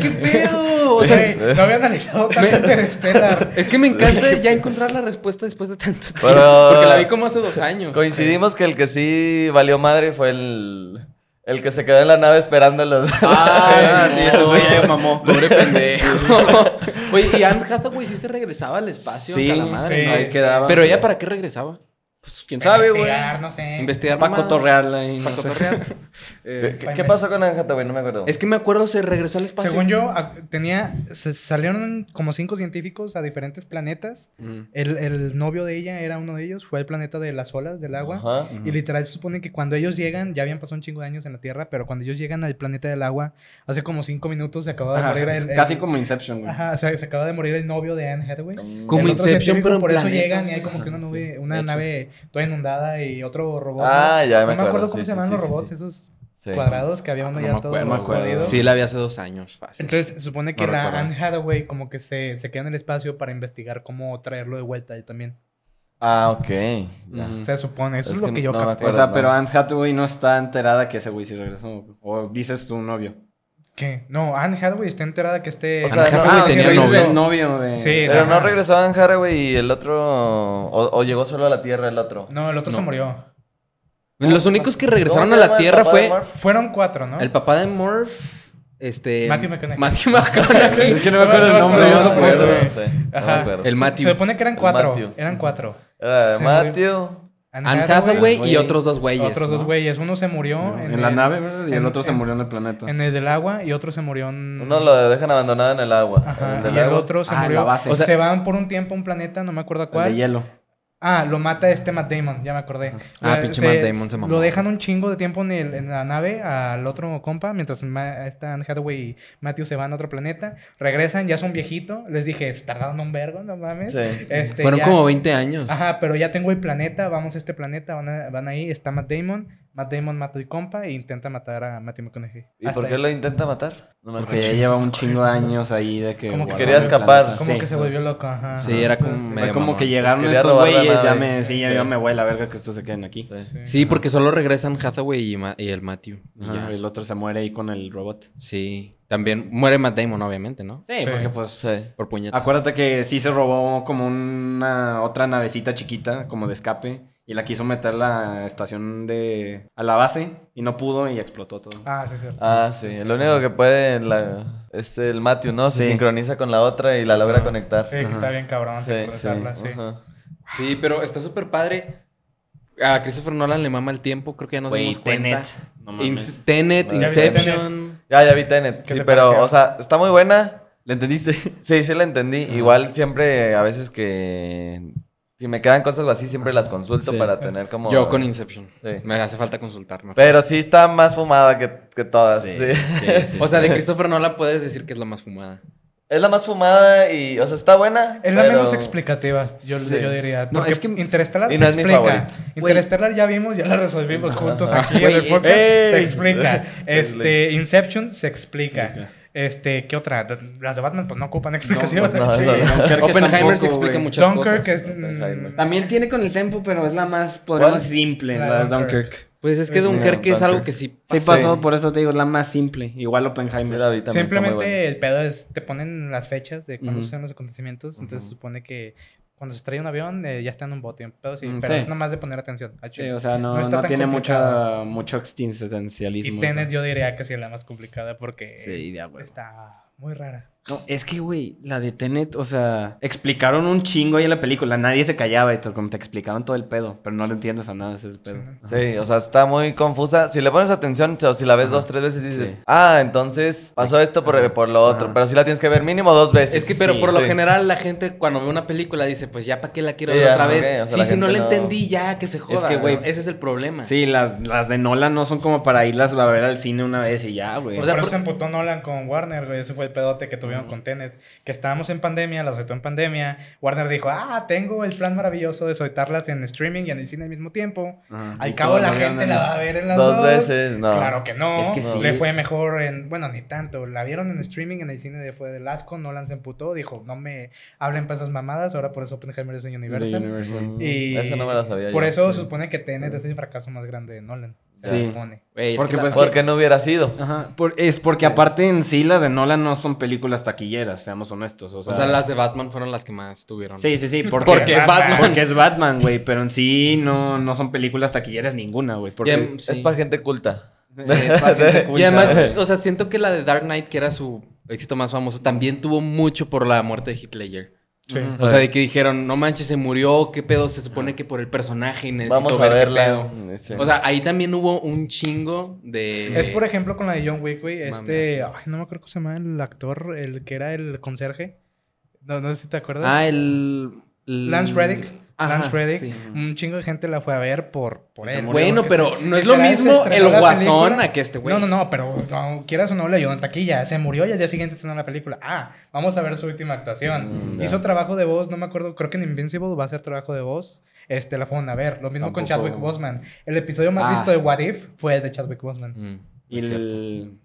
S3: qué pedo. O sea,
S1: Güey, no había analizado tanto
S3: Me-
S1: Interstellar.
S3: es que me encanta ya encontrar la respuesta después de tanto tiempo.
S2: Pero-
S3: Porque la vi como hace dos años.
S2: Coincidimos que el que sí valió madre fue el, el que se quedó en la nave esperándolos.
S3: Ah,
S4: Sí,
S3: sí,
S4: sí,
S3: eso
S4: güey, ya
S3: mamó. Pobre pendejo. Oye, y Anne Hathaway sí se regresaba al espacio.
S4: Sí,
S3: a la madre,
S1: sí.
S3: ¿no?
S4: Ahí quedaba.
S3: Pero ella, ¿para qué regresaba?
S4: Pues, quién
S1: Para
S4: sabe, güey.
S1: investigar, no sé.
S3: Investigar
S4: Para
S3: mamadas.
S4: cotorrearla y
S3: Para
S4: no sé.
S3: cotorrear.
S2: ¿Qué, qué- qué pasó con Anja güey? No me acuerdo.
S3: Es que me acuerdo, se regresó al espacio.
S1: Según yo, a- tenía, se- salieron como cinco científicos a diferentes planetas.
S4: Mm.
S1: El, el novio de ella era uno de ellos, fue el planeta de las olas del agua.
S2: Ajá.
S1: Y literal se supone que cuando ellos llegan, ya habían pasado un chingo de años en la Tierra, pero cuando ellos llegan al planeta del agua, hace como cinco minutos se acaba de
S4: Ajá,
S1: morir el, el-
S3: eh,
S4: Casi como Inception, güey.
S1: Ajá, o sea, se acaba de morir el novio de Anne Hathaway.
S3: Como
S1: El otro
S3: Inception,
S1: científico,
S3: pero en
S1: Por eso
S3: planetas,
S1: llegan y hay
S3: güey.
S1: como que una, nube,
S3: Sí,
S1: una
S3: de hecho.
S1: nave toda inundada y otro robot.
S2: Ah,
S1: ¿no?
S2: ya me
S1: No me
S2: acuerdo,
S1: acuerdo
S2: sí,
S1: cómo se
S2: sí,
S1: llaman
S2: sí,
S1: los
S2: sí,
S1: robots,
S2: sí.
S1: esos
S2: Sí.
S1: cuadrados que había
S3: Ah,
S1: uno
S4: No
S1: ya
S4: me
S1: todo
S4: acuerdo, no me acuerdo.
S1: jodido.
S3: Sí, la vi hace dos años. Fácil.
S1: Entonces se supone que
S3: No
S1: la
S3: recuerdo.
S1: Anne Hathaway como que se, se queda en el espacio para investigar cómo traerlo de vuelta él también.
S2: Ah, ok. Ya.
S4: Ujú.
S1: Se supone, eso es,
S2: Es
S1: lo
S2: que
S1: que yo
S2: no me
S1: capté.
S4: O
S2: acuerdo.
S4: sea,
S2: Pero
S4: pero
S2: no.
S4: Anne Hathaway no está enterada que ese güey sí regresó. O dices tu novio.
S1: ¿Qué? No, Anne Hathaway está enterada que este...
S2: O sea, Anne
S1: Ah,
S2: Hathaway
S1: ok,
S3: tenía
S1: lo
S4: dices
S1: hizo.
S3: novio.
S4: el novio de...
S1: Sí.
S2: Pero no
S1: Ajá.
S2: regresó Anja güey, y el otro... O, o llegó solo a la Tierra el otro.
S1: No, el otro se
S3: No.
S1: murió.
S3: Los únicos que regresaron
S2: ¿Cómo
S3: a
S2: se
S3: la
S2: llama el
S3: Tierra
S2: papá de
S3: fue
S2: Marv?
S1: Fueron cuatro, ¿no?
S3: el papá de Morph. Este.
S1: Matthew McConaughey.
S3: Matthew McConaughey.
S4: Es que no me acuerdo el nombre.
S3: No me
S4: yo tampoco.
S3: acuerdo.
S2: No sé, no me
S1: Ajá.
S2: acuerdo.
S3: El Matthew.
S1: Se supone que eran
S2: El
S1: cuatro.
S2: Matthew.
S1: Eran cuatro.
S2: Era
S1: Se
S2: Matthew...
S3: Anne Hathaway y
S4: Hathaway.
S3: otros dos güeyes.
S1: Otros dos
S3: ¿no?
S1: güeyes. Uno se murió
S4: En, la
S1: el-
S4: nave, ¿verdad? Y el
S1: en-
S4: otro se
S1: en-
S4: murió en el planeta.
S1: En el del agua y otro se murió en...
S2: Uno lo dejan abandonado en el agua.
S1: Ajá,
S2: del
S1: y el
S2: agua.
S1: otro se
S4: Ah, en
S1: murió.
S4: la base.
S1: O sea, se van por un tiempo a un planeta, no me acuerdo a
S4: El de
S1: cuál.
S4: hielo.
S1: Ah, lo mata este Matt Damon, ya me acordé.
S3: Ah,
S1: Lo-
S3: pinche Matt Damon se mamó.
S1: Lo dejan un chingo de tiempo en, el- en la nave al otro compa, mientras Ma- esta Anne Hathaway y Matthew se van a otro planeta. Regresan, ya son viejito. Les dije, se tardaron un vergo, no mames.
S2: Sí.
S1: Este,
S3: Fueron
S1: ya-
S3: como 20 años.
S1: Ajá, pero ya tengo el planeta, vamos a este planeta, van, a- van ahí, está Matt Damon. Matt Damon mata al compa e intenta matar a Matthew McConaughey.
S2: ¿Y
S1: Hasta
S2: por qué
S1: ahí.
S2: lo intenta matar? No me
S4: Porque ya
S2: acuerdo.
S4: lleva un chingo de años ahí de que...
S1: Como que
S4: guardado
S2: quería
S4: en el
S2: escapar.
S4: planeta.
S1: Como
S4: Sí.
S1: que se volvió loco, ajá.
S3: Sí, era como
S1: Ajá.
S4: Fue
S3: medio
S4: como
S3: mamón.
S4: que llegaron
S2: quería
S4: estos
S2: robar la
S4: güeyes, ya
S2: nave.
S4: me... Sí, ya
S2: Sí.
S4: yo me voy a la verga que estos se queden aquí.
S2: Sí.
S3: Sí, porque solo regresan Hathaway y, Ma- y el Matthew. y
S4: Ajá,
S3: ya.
S4: el otro se muere ahí con el robot.
S3: Sí. También muere Matt Damon, obviamente, ¿no?
S4: Sí,
S1: Sí.
S4: porque pues...
S2: Sí.
S3: Por puñetas.
S4: Acuérdate que sí se robó como una otra navecita chiquita, como de escape, y la quiso meter a la estación de... a la base, y no pudo y explotó todo.
S1: Ah, sí, es cierto.
S2: Ah, sí. Lo único que puede en la- es el Matthew, ¿no? Se
S4: Sí.
S2: sincroniza con la otra y la logra
S3: Ajá.
S2: conectar.
S1: Sí, que está bien cabrón.
S2: Sí,
S1: sincronizarla, sí.
S2: Ajá.
S3: Sí, pero está súper padre. A Christopher Nolan le mama el tiempo, creo que ya nos
S4: Güey,
S3: dimos cuenta.
S4: Tenet, no mames.
S3: Ins- Tenet,
S2: Ya vi
S3: Inception.
S2: Ya, ya vi Tenet.
S1: ¿Qué
S2: Sí,
S1: te
S2: pero,
S1: pareció?
S2: o sea, está muy buena.
S4: ¿Le entendiste?
S2: Sí, sí la entendí. Igual siempre, a veces que... Si me quedan cosas así, siempre las consulto
S4: Sí.
S2: para tener como...
S3: Yo con Inception.
S2: Sí.
S3: Me hace falta consultarme.
S2: Pero sí está más fumada que, que todas. Sí.
S3: o sea, de Christopher Nolan puedes decir que es la más fumada.
S2: Es la más fumada y, o sea, está buena.
S1: Es la
S2: pero-
S1: menos explicativa, yo,
S2: Sí.
S1: yo diría.
S4: No,
S1: Porque
S4: es que-
S1: Interstellar
S2: Y
S1: se
S2: no es mi
S1: explica.
S2: favorita.
S1: Interstellar ya vimos, ya la resolvimos juntos aquí en
S4: Güey,
S1: el podcast.
S4: ey.
S1: Se explica.
S2: Se
S1: Este, Inception se explica.
S4: Ok.
S1: Este, ¿qué otra? Las de Batman pues no ocupan
S2: pues
S1: explicación.
S2: no,
S1: Sí.
S2: esa no.
S4: Dunkerque
S3: Oppenheimer se
S4: tampoco,
S3: explica
S4: güey.
S3: muchas
S1: Dunkirk
S3: cosas.
S1: es
S2: Oppenheimer.
S1: mm,
S4: También tiene con el tempo, pero es la más, podríamos
S2: ¿Cuál?
S4: decir, simple,
S1: La
S4: la de
S1: Dunkirk.
S4: Dunkirk.
S3: Pues es que
S1: Sí,
S3: Dunkerque es
S2: Dunkirk.
S3: algo que sí
S4: Sí
S3: pasó.
S4: pasó, por eso te digo, es la más simple. Igual
S2: Sí,
S4: Oppenheimer.
S2: la vi también, está muy
S1: Simplemente
S2: buena.
S1: el pedo es, te ponen las fechas de cuándo
S4: Ujú.
S1: suceden los acontecimientos, entonces se
S2: Ujú.
S1: supone que cuando se trae un avión eh, ya está en un bote, un pedo así,
S4: Mm,
S1: pero
S4: sí.
S1: es nomás de poner atención. al
S4: Sí,
S1: chile.
S4: o sea, no,
S1: No
S4: no,
S1: está tan
S4: tiene
S1: complicado.
S4: mucha, mucho existencialismo.
S1: y
S4: o sea.
S1: Tenet yo diría que sí es la más complicada porque
S4: Sí, de acuerdo.
S1: está muy rara.
S4: No, es que, güey, la de Tenet, o sea, explicaron un chingo ahí en la película. Nadie se callaba y todo, como te explicaban todo el pedo, pero no le entiendes a nada, ese es el pedo.
S1: Sí,
S2: Sí, o sea, está muy confusa. Si le pones atención, o sea, si la ves
S4: Ajá.
S2: dos, tres veces, dices,
S4: Sí.
S2: ah, entonces pasó esto por,
S4: Ajá.
S2: por lo otro.
S4: Ajá.
S2: Pero sí la tienes que ver mínimo dos veces.
S3: Es que, pero
S4: Sí,
S3: por lo
S2: sí.
S3: general, la gente cuando ve una película dice, pues ya, ¿para qué la quiero
S2: Sí,
S3: ver
S2: ya,
S3: otra
S2: ok,
S3: vez?
S2: o sea,
S3: sí,
S2: la
S3: si no
S2: gente
S3: la
S2: no-
S3: entendí, ya, que se joda.
S4: que, güey,
S3: ¿no? ese es el problema.
S4: Sí, las, las de Nolan no son como para irlas a ver al cine una vez y ya, güey.
S3: O sea,
S1: por eso
S3: por-
S1: se emputó Nolan con Warner, güey. Ese fue el pedote que tuvieron con Tenet. Que estábamos en pandemia, la soltó en pandemia. Warner dijo, ah, tengo el plan maravilloso de soltarlas en streaming y en el cine al mismo tiempo.
S4: Ajá, y
S1: Al cabo
S4: todos
S1: la
S4: lo vieron
S1: gente
S4: en
S1: la
S4: el-
S1: va a ver en las
S2: Dos veces, no.
S1: Claro que no.
S4: Es que sí.
S1: Le fue mejor en. Bueno, ni tanto. La vieron en streaming en el cine de fue de Lasco. Nolan se emputó. Dijo, no me hablen para esas mamadas. Ahora por eso Oppenheimer es en
S4: de
S1: Universal.
S4: Universal.
S2: Mm,
S1: Y
S2: Eso no me la sabía
S1: Por
S2: yo.
S1: eso
S2: Sí.
S1: se supone que Tenet es el fracaso más grande de Nolan. Se
S4: Sí.
S1: supone.
S3: Güey, es
S4: Porque,
S3: que la-
S4: pues,
S2: ¿Por qué no hubiera sido?
S4: Ajá, por- es porque aparte en sí las de Nolan no son películas taquilleras, seamos honestos. O sea,
S3: o sea, las de Batman fueron las que más tuvieron.
S4: Sí, sí, sí, porque,
S3: Porque es Batman.
S4: Porque es Batman, güey, pero en sí no, no son películas taquilleras ninguna, güey.
S3: Y,
S4: Porque...
S3: am- sí.
S2: Es para gente culta.
S4: Sí, es pa' gente
S3: Y
S4: culta.
S3: además, eh, o sea, siento que la de Dark Knight, que era su éxito más famoso, también tuvo mucho por la muerte de Heath Ledger.
S1: Sí.
S4: Ujú.
S3: O sea, de que dijeron, no manches, se murió, qué pedo, se supone que por el personaje y necesito
S2: Vamos a
S3: ver qué
S2: verla. Mm,
S3: pedo.
S2: Sí.
S3: O sea, ahí también hubo un chingo de...
S1: Es por ejemplo con la de John Wick, güey. Este.
S3: Mames.
S1: Ay, no me acuerdo cómo se llama el actor, el que era el conserje. No, no sé si te acuerdas.
S3: Ah, el... el-
S1: Lance Reddick.
S3: Ajá,
S1: Lance Reddick. Mm,
S3: sí.
S1: Un chingo de gente la fue a ver por, por él.
S3: Bueno,
S1: porque
S3: pero
S1: se-
S3: no es lo
S1: literal, se
S3: mismo
S1: estrenó
S3: el
S1: la
S3: guasón
S1: película.
S3: a que este güey.
S1: No, no, no, pero no, quieras o no, le ayudó en taquilla. Se murió y al día siguiente estrenó la película. Ah, vamos a ver su última actuación.
S2: Mm, ya.
S1: Hizo trabajo de voz, no me acuerdo, creo que en Invincible va a ser trabajo de voz. Este, la fueron a ver. Lo mismo con
S4: Tampoco-
S1: Chadwick Boseman. El episodio más
S4: Ah.
S1: visto de What If fue el de Chadwick Boseman.
S3: Mm,
S4: Y
S3: es cierto.
S4: el...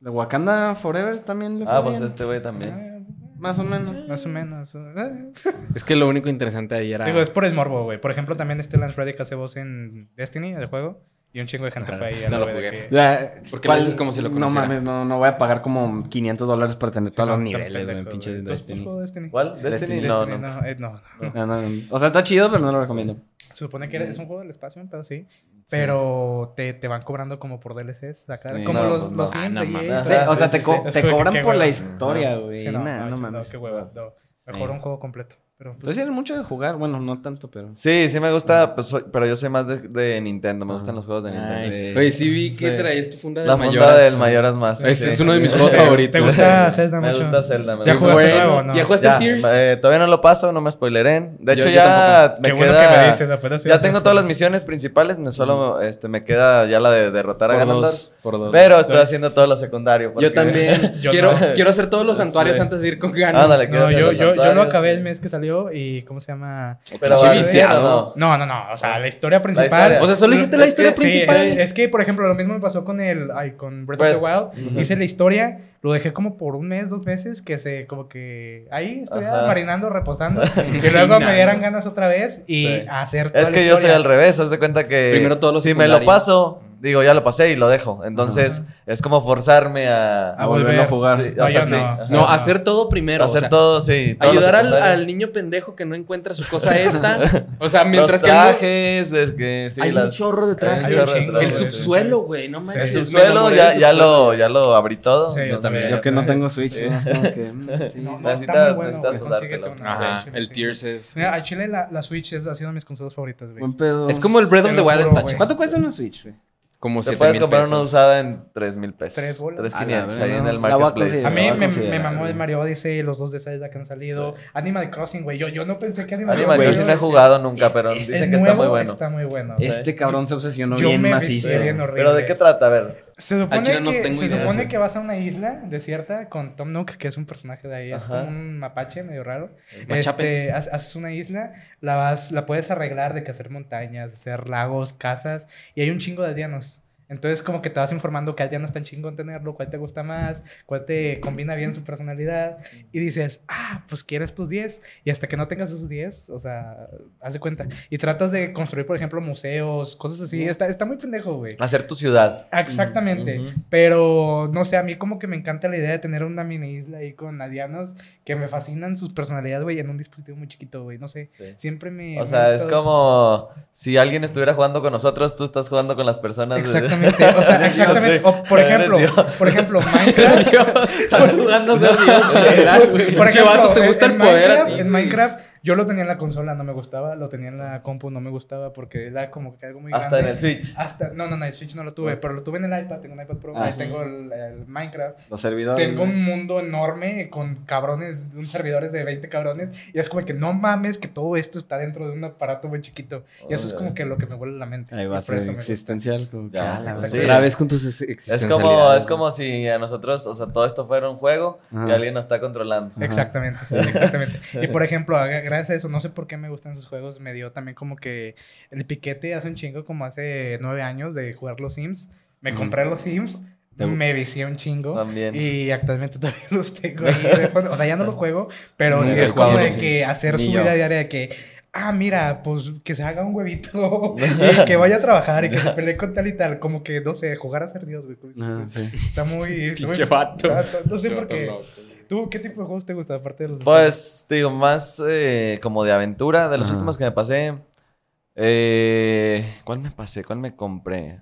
S4: de Wakanda Forever también le fue
S2: Ah, pues
S4: bien,
S2: este güey también.
S1: Ah,
S4: Más o menos.
S1: Más o menos. eh.
S3: Es que lo único interesante ahí era...
S1: Digo, es por el morbo, güey. Por ejemplo, también este Lance Reddick hace voz en Destiny, el juego. Y un chingo de gente fue ahí. a la
S3: No lo
S1: vez de
S3: jugué.
S1: que-
S4: Ya,
S3: Porque
S4: ¿cuál-
S3: lo dices como si lo
S4: No
S3: conociera.
S4: mames, no, no voy a pagar como 500 dólares para tener todos
S1: no,
S4: los
S1: tan
S4: niveles, güey,
S1: pendejo,
S4: pinche
S1: güey. ¿Tú has
S4: Destiny.
S1: jugado Destiny?
S2: ¿Cuál? Destiny. No, no.
S1: no. eh, no.
S4: No, no, no. O sea, está chido, pero no lo recomiendo.
S1: Se supone que era- es un juego del espacio, pero sí. Pero te, te van cobrando como por DLCs. acá,
S4: Sí.
S1: como
S2: No,
S1: los,
S2: pues
S1: los
S2: no.
S1: indies
S3: Ah,
S1: de
S3: no
S1: EA,
S3: mames.
S1: o
S4: Sí,
S1: sea,
S2: Ah,
S4: o sea,
S2: sí,
S4: te,
S2: sí,
S4: co-
S2: sí.
S1: Es
S4: te
S1: que-
S4: cobran
S1: qué
S4: por la
S1: hueva.
S4: historia, güey.
S1: sí, no,
S4: nah,
S1: no,
S4: no
S1: no,
S4: mames.
S1: qué hueva, no. Mejor
S4: Sí.
S1: un juego completo. Pero
S4: Pues
S1: pues,
S4: sí, es mucho de jugar. Bueno, no tanto, pero...
S2: Sí, sí me gusta, pues, soy- pero yo soy más de, de Nintendo. Me
S4: Ajá.
S2: gustan los juegos de
S3: Ah. Ay,
S2: Nintendo.
S4: sí.
S3: Oye, sí vi que
S2: Sí.
S3: traías tu funda de
S2: La funda
S3: Mayoras.
S2: del Mayoras más.
S3: Ese
S2: sí.
S3: es uno de mis juegos
S1: ¿Te
S3: favoritos.
S1: gusta Zelda
S2: Me
S1: mucho?
S2: gusta Zelda. me
S1: ¿Ya
S3: Qué
S2: gusta.
S1: jugaste
S3: bueno.
S1: nuevo o no?
S3: ¿Ya jugaste
S2: Ya,
S3: Tears?
S2: eh, todavía no lo paso, no me spoileren. De
S3: Yo-
S2: hecho,
S3: yo
S2: ya me
S1: Qué bueno que me
S2: queda.
S1: dices, apenas ibas
S2: ya
S1: a
S2: tengo
S1: decir.
S2: todas las misiones principales, me solo este, me queda ya la de derrotar a
S3: Mm. Por
S2: Ganondorf.
S3: dos, por dos.
S2: Pero estoy haciendo todo lo secundario. porque-
S3: Yo también.
S1: Yo
S3: quiero,
S1: no.
S3: quiero hacer todos los santuarios
S2: Sí.
S3: antes de ir con ganas.
S2: Ándale, quiero
S1: No,
S2: hacer
S1: yo,
S2: los
S1: yo, yo lo
S2: santuarios,
S1: acabé
S2: sí.
S1: el mes que salió y ¿cómo se llama?
S2: Pero
S3: Pinche
S2: vale, ¿no?
S3: viciado.
S1: No, no, no. O sea, la historia principal.
S2: historia.
S3: O sea, solo hiciste la
S2: Es que
S3: historia
S2: sí,
S3: principal.
S1: Sí, es que, por ejemplo, lo mismo me pasó con el ay, con Breath,
S2: Breath.
S1: of the Wild. Hice la historia, lo dejé como por un mes, dos meses, que se como que ahí estuviera
S2: Ajá.
S1: marinando, reposando. y luego me dieran ganas otra vez y
S2: Sí.
S1: hacer toda
S2: Es
S1: la
S2: que yo soy
S1: historia.
S2: al revés, haz de cuenta que
S3: Primero todo lo
S2: si me lo
S3: secundario.
S2: paso, digo, ya lo pasé y lo dejo. Entonces, es como forzarme
S4: A
S2: a,
S4: volverlo a jugar.
S2: Sí, ah,
S1: No,
S2: o sea,
S1: yo
S2: sí.
S1: no.
S2: Ajá.
S3: No, hacer todo primero.
S2: hacer
S3: o sea,
S2: todo, sí. todo lo
S3: Ayudar al,
S2: secundario.
S3: al niño pendejo que no encuentra su cosa esta. O sea, mientras
S2: Los
S3: que ando-
S2: trajes, es que sí,
S3: hay un
S2: las-
S3: chorro de
S2: hay un
S1: Hay
S3: trajes.
S1: un
S2: chorro de
S1: chingo.
S2: trajes,
S3: El
S1: Sí,
S2: sí.
S3: subsuelo, güey. No manches.
S1: El
S3: me
S2: El subsuelo
S3: enamoré
S2: ya,
S3: del
S2: ya
S3: subsuelo.
S2: lo, ya lo abrí todo.
S1: Sí, yo
S2: entonces-
S3: también.
S4: Yo que no tengo Switch, ¿no? Es como que, mm, sí.
S1: No, no, está
S2: pues, Necesitas-
S1: muy bueno, güey,
S2: necesitas
S1: consíguete
S2: usártelo.
S1: una
S3: Ajá.
S1: Switch,
S3: El
S1: sí.
S3: Tears es.
S1: Mira, al chile la, la Switch es, ha sido una de mis consolas favoritas, güey.
S4: Buen pedo.
S3: Es como el Breath of
S1: Te
S3: the
S1: lo
S3: Wild en
S1: juro,
S3: tachas.
S1: güey.
S4: ¿Cuánto cuesta una Switch, güey?
S3: Como
S2: Te
S3: 7
S2: puedes
S3: mil
S2: comprar una
S3: pesos.
S2: usada en 3 mil pesos.
S1: Tres bolas.
S2: 3,500
S4: A la
S2: ahí en
S4: verga,
S2: el
S4: la voy a
S2: marketplace.
S4: considerar.
S1: A mí
S4: Lo voy a
S1: me, me
S4: considerar,
S1: mamó
S4: güey.
S1: el Mario Odyssey, los dos de Zelda que han salido. Animal Crossing, güey. Yo, yo no pensé que Animal,
S2: Animal Crossing no he jugado nunca, pero
S1: Es-
S2: dicen
S1: el
S2: que está muy
S1: nuevo
S2: bueno.
S1: Está muy bueno.
S2: Sí.
S4: Este cabrón se obsesionó
S1: Yo
S4: bien
S1: me
S4: macizo.
S1: vicié bien horrible.
S2: Pero ¿de qué trata? A ver.
S1: Se supone,
S3: chile
S1: que,
S3: no tengo
S1: se
S3: idea,
S1: supone
S3: güey.
S1: que vas a una isla desierta con Tom Nook, que es un personaje de ahí, es
S2: Ajá.
S1: como un mapache medio raro.
S3: Machape.
S1: Este, ha- haces una isla, la vas, la puedes arreglar de que hacer montañas, hacer lagos, casas, y hay un chingo de aldeanos. Entonces como que te vas informando cuál aldeano está en chingón tenerlo, cuál te gusta más, cuál te combina bien su personalidad, y dices, ah, pues quiero estos 10, y hasta que no tengas esos 10, o sea, haz de cuenta. Y tratas de construir, por ejemplo, museos, cosas así. Está, está muy pendejo, güey.
S2: Hacer tu ciudad.
S1: Ah, Exactamente.
S2: Ujú.
S1: Pero no sé, a mí como que me encanta la idea de tener una mini isla ahí con adianos que me fascinan sus personalidades, güey, en un dispositivo muy chiquito, güey. No sé.
S2: Sí.
S1: Siempre me.
S2: O
S1: me
S2: sea,
S1: ha
S2: es
S1: gustado
S2: como si alguien estuviera jugando con nosotros, tú estás jugando con las personas.
S1: eso.
S2: de-
S1: Exactamente. O sea, exactamente.
S2: Dios,
S1: O, por
S2: eres
S1: ejemplo,
S2: Dios.
S1: por ejemplo, Minecraft.
S2: estás jugando a ser Dios.
S4: Literal, güey.
S1: Por
S3: Che, vato, ¿te
S1: en-
S3: gusta
S1: en
S3: el poder a
S1: Minecraft-
S3: ti,
S1: En
S3: güey?
S1: Minecraft, yo lo tenía en la consola, no me gustaba. Lo tenía en la compu, no me gustaba porque era como que algo muy
S2: Hasta en
S1: grande.
S2: el Switch.
S1: Hasta, no, no, no, el Switch no lo tuve, pero lo tuve en el iPad, tengo un iPad Pro,
S4: Ajá.
S1: y tengo el- el Minecraft.
S4: Los servidores.
S1: Tengo un mundo enorme con cabrones, un servidores de 20 cabrones. Y es como que no mames que todo esto está dentro de un aparato muy chiquito. Y eso es
S2: Órale.
S1: como que lo que me vuelve la mente.
S4: Ahí
S1: Y
S4: va a
S1: por
S4: ser
S1: eso me gusta.
S4: existencial. Como que,
S2: Ya,
S4: a la
S2: sí.
S4: verga.
S3: Otra vez con tus ex-
S2: Es como,
S3: existencialidades,
S2: es como si a nosotros, o sea, todo esto fuera un juego y
S4: Ajá.
S2: alguien nos está controlando.
S4: Ajá.
S1: Exactamente, exactamente. Y por ejemplo, a- gracias a eso, no sé por qué me gustan esos juegos, me dio también como que el piquete hace un chingo, como hace nueve años de jugar los Sims. Me
S4: Ujú.
S1: compré los Sims,
S4: Te-
S1: me vicié un chingo.
S2: También.
S1: Y actualmente todavía los tengo ahí de fondo. O sea, ya no los juego, pero sí
S3: Nunca
S1: es
S3: he jugado
S1: como
S3: a
S1: de
S3: los
S1: que
S3: Sims,
S1: hacer
S4: ni
S1: su
S4: yo.
S1: vida diaria de que, ah, mira, pues que se haga un huevito, y que vaya a trabajar y que se pelee con tal y tal. Como que, no sé, jugar a ser Dios, güey.
S4: Ajá, Ah, sí.
S1: Está muy. está muy-
S3: Pinche vato.
S1: está- No sé
S3: Yo
S1: por qué.
S3: tampoco.
S1: ¿Tú qué tipo de juegos te gusta aparte de los
S2: Pues, te digo, más eh, como de aventura. De los
S4: Ajá.
S2: últimos que me pasé. eh, ¿Cuál me pasé? ¿Cuál me compré?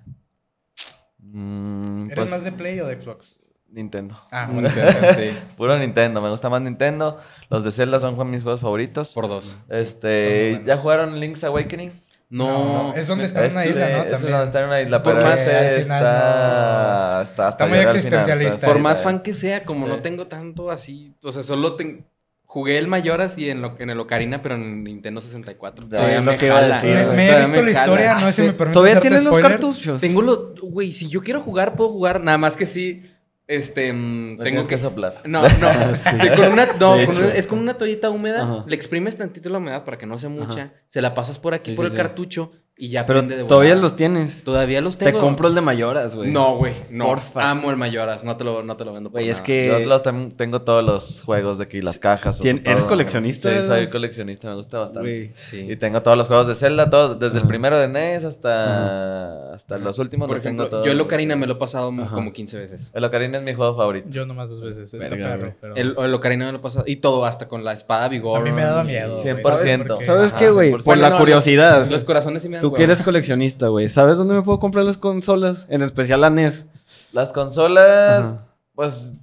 S2: Mm,
S1: ¿Eres
S2: pues,
S1: más de Play o de Xbox?
S2: Nintendo.
S1: Ah,
S3: Un
S1: bueno.
S3: Nintendo, sí,
S2: Puro Nintendo. Me gusta más Nintendo. Los de Zelda son jue- mis juegos favoritos.
S3: por dos.
S2: Este,
S1: Son muy buenos.
S2: ¿ya jugaron Link's Awakening?
S1: No,
S3: No.
S1: no, es donde
S3: me-
S1: está- en una isla, ¿no?
S2: ese es
S1: También.
S2: donde está en una isla,
S3: Por
S2: pero
S3: más-
S2: ese
S1: al final,
S2: está,
S1: no.
S2: está, hasta
S1: Está muy
S2: llorar al final,
S1: existencialista.
S2: está-
S1: Sí,
S3: Por más
S4: eh.
S2: está-
S3: fan que sea, como
S2: Sí.
S3: no tengo tanto así, o sea, solo ten- jugué el Mayoras y en, lo, en el Ocarina, pero en Nintendo 64.
S2: Ya,
S3: Todavía
S4: es lo
S3: me
S4: que iba a
S3: jala.
S4: decir,
S1: Me,
S4: güey.
S1: me he
S3: Todavía
S1: visto la
S3: jala.
S1: historia, no
S3: Ah,
S1: sé si
S3: sí.
S1: me permite.
S4: ¿Todavía
S1: hacerte
S4: tienes los
S1: spoilers.
S4: cartuchos?
S3: Tengo los, güey, si yo quiero jugar, puedo jugar, nada más que sí, este, mm,
S2: Le
S3: tengo
S2: tienes
S3: que...
S2: que soplar.
S3: No, no, de- con una, no,
S2: De
S3: con
S2: hecho.
S3: una- es con una toallita húmeda,
S4: Ajá.
S3: le exprimes tantito la humedad para que no sea mucha,
S4: Ajá.
S3: se la pasas por aquí,
S4: Sí,
S3: por
S4: sí,
S3: el
S4: sí.
S3: cartucho y ya
S4: Pero
S3: prende de
S4: todavía
S3: volada.
S4: los tienes.
S3: Todavía los
S4: Te
S3: tengo.
S4: compro el de mayoras, güey.
S3: No, güey, no.
S4: Porfa.
S3: Amo el Mayoras, no te lo, no te lo vendo por
S4: Güey, es
S3: nada.
S2: Yo
S4: que.
S2: los tam- tengo todos los juegos de aquí, las cajas. o sea,
S4: ¿Tien- eres
S2: todo.
S4: coleccionista?
S2: Sí, soy coleccionista, me gusta bastante.
S4: güey.
S3: Sí.
S2: Y tengo todos los juegos de Zelda, todos, desde el
S4: Ajá.
S2: primero de NES hasta, hasta los últimos.
S3: Por
S2: los tengo
S3: ejemplo,
S2: todos.
S3: yo el Ocarina me lo he pasado mu-
S4: Ajá.
S3: como 15 veces.
S2: El Ocarina es mi juego favorito.
S1: Yo nomás dos veces, está
S4: Verga,
S1: perro.
S4: güey.
S1: pero-
S3: El, el Ocarina me lo he pasado. Y todo, hasta con la espada vigor.
S1: A mí me daba miedo. güey.
S2: 100%.
S1: ¿Sabes por
S4: ¿Sabes
S3: Ajá,
S4: qué, güey?
S2: 100%.
S4: Por la
S3: no,
S4: curiosidad.
S3: Los corazones sí me dan
S4: Tú
S3: hueva.
S4: que eres coleccionista, güey. ¿Sabes dónde me puedo comprar las consolas? En especial la E NES.
S2: Las consolas,
S4: Ajá.
S2: pues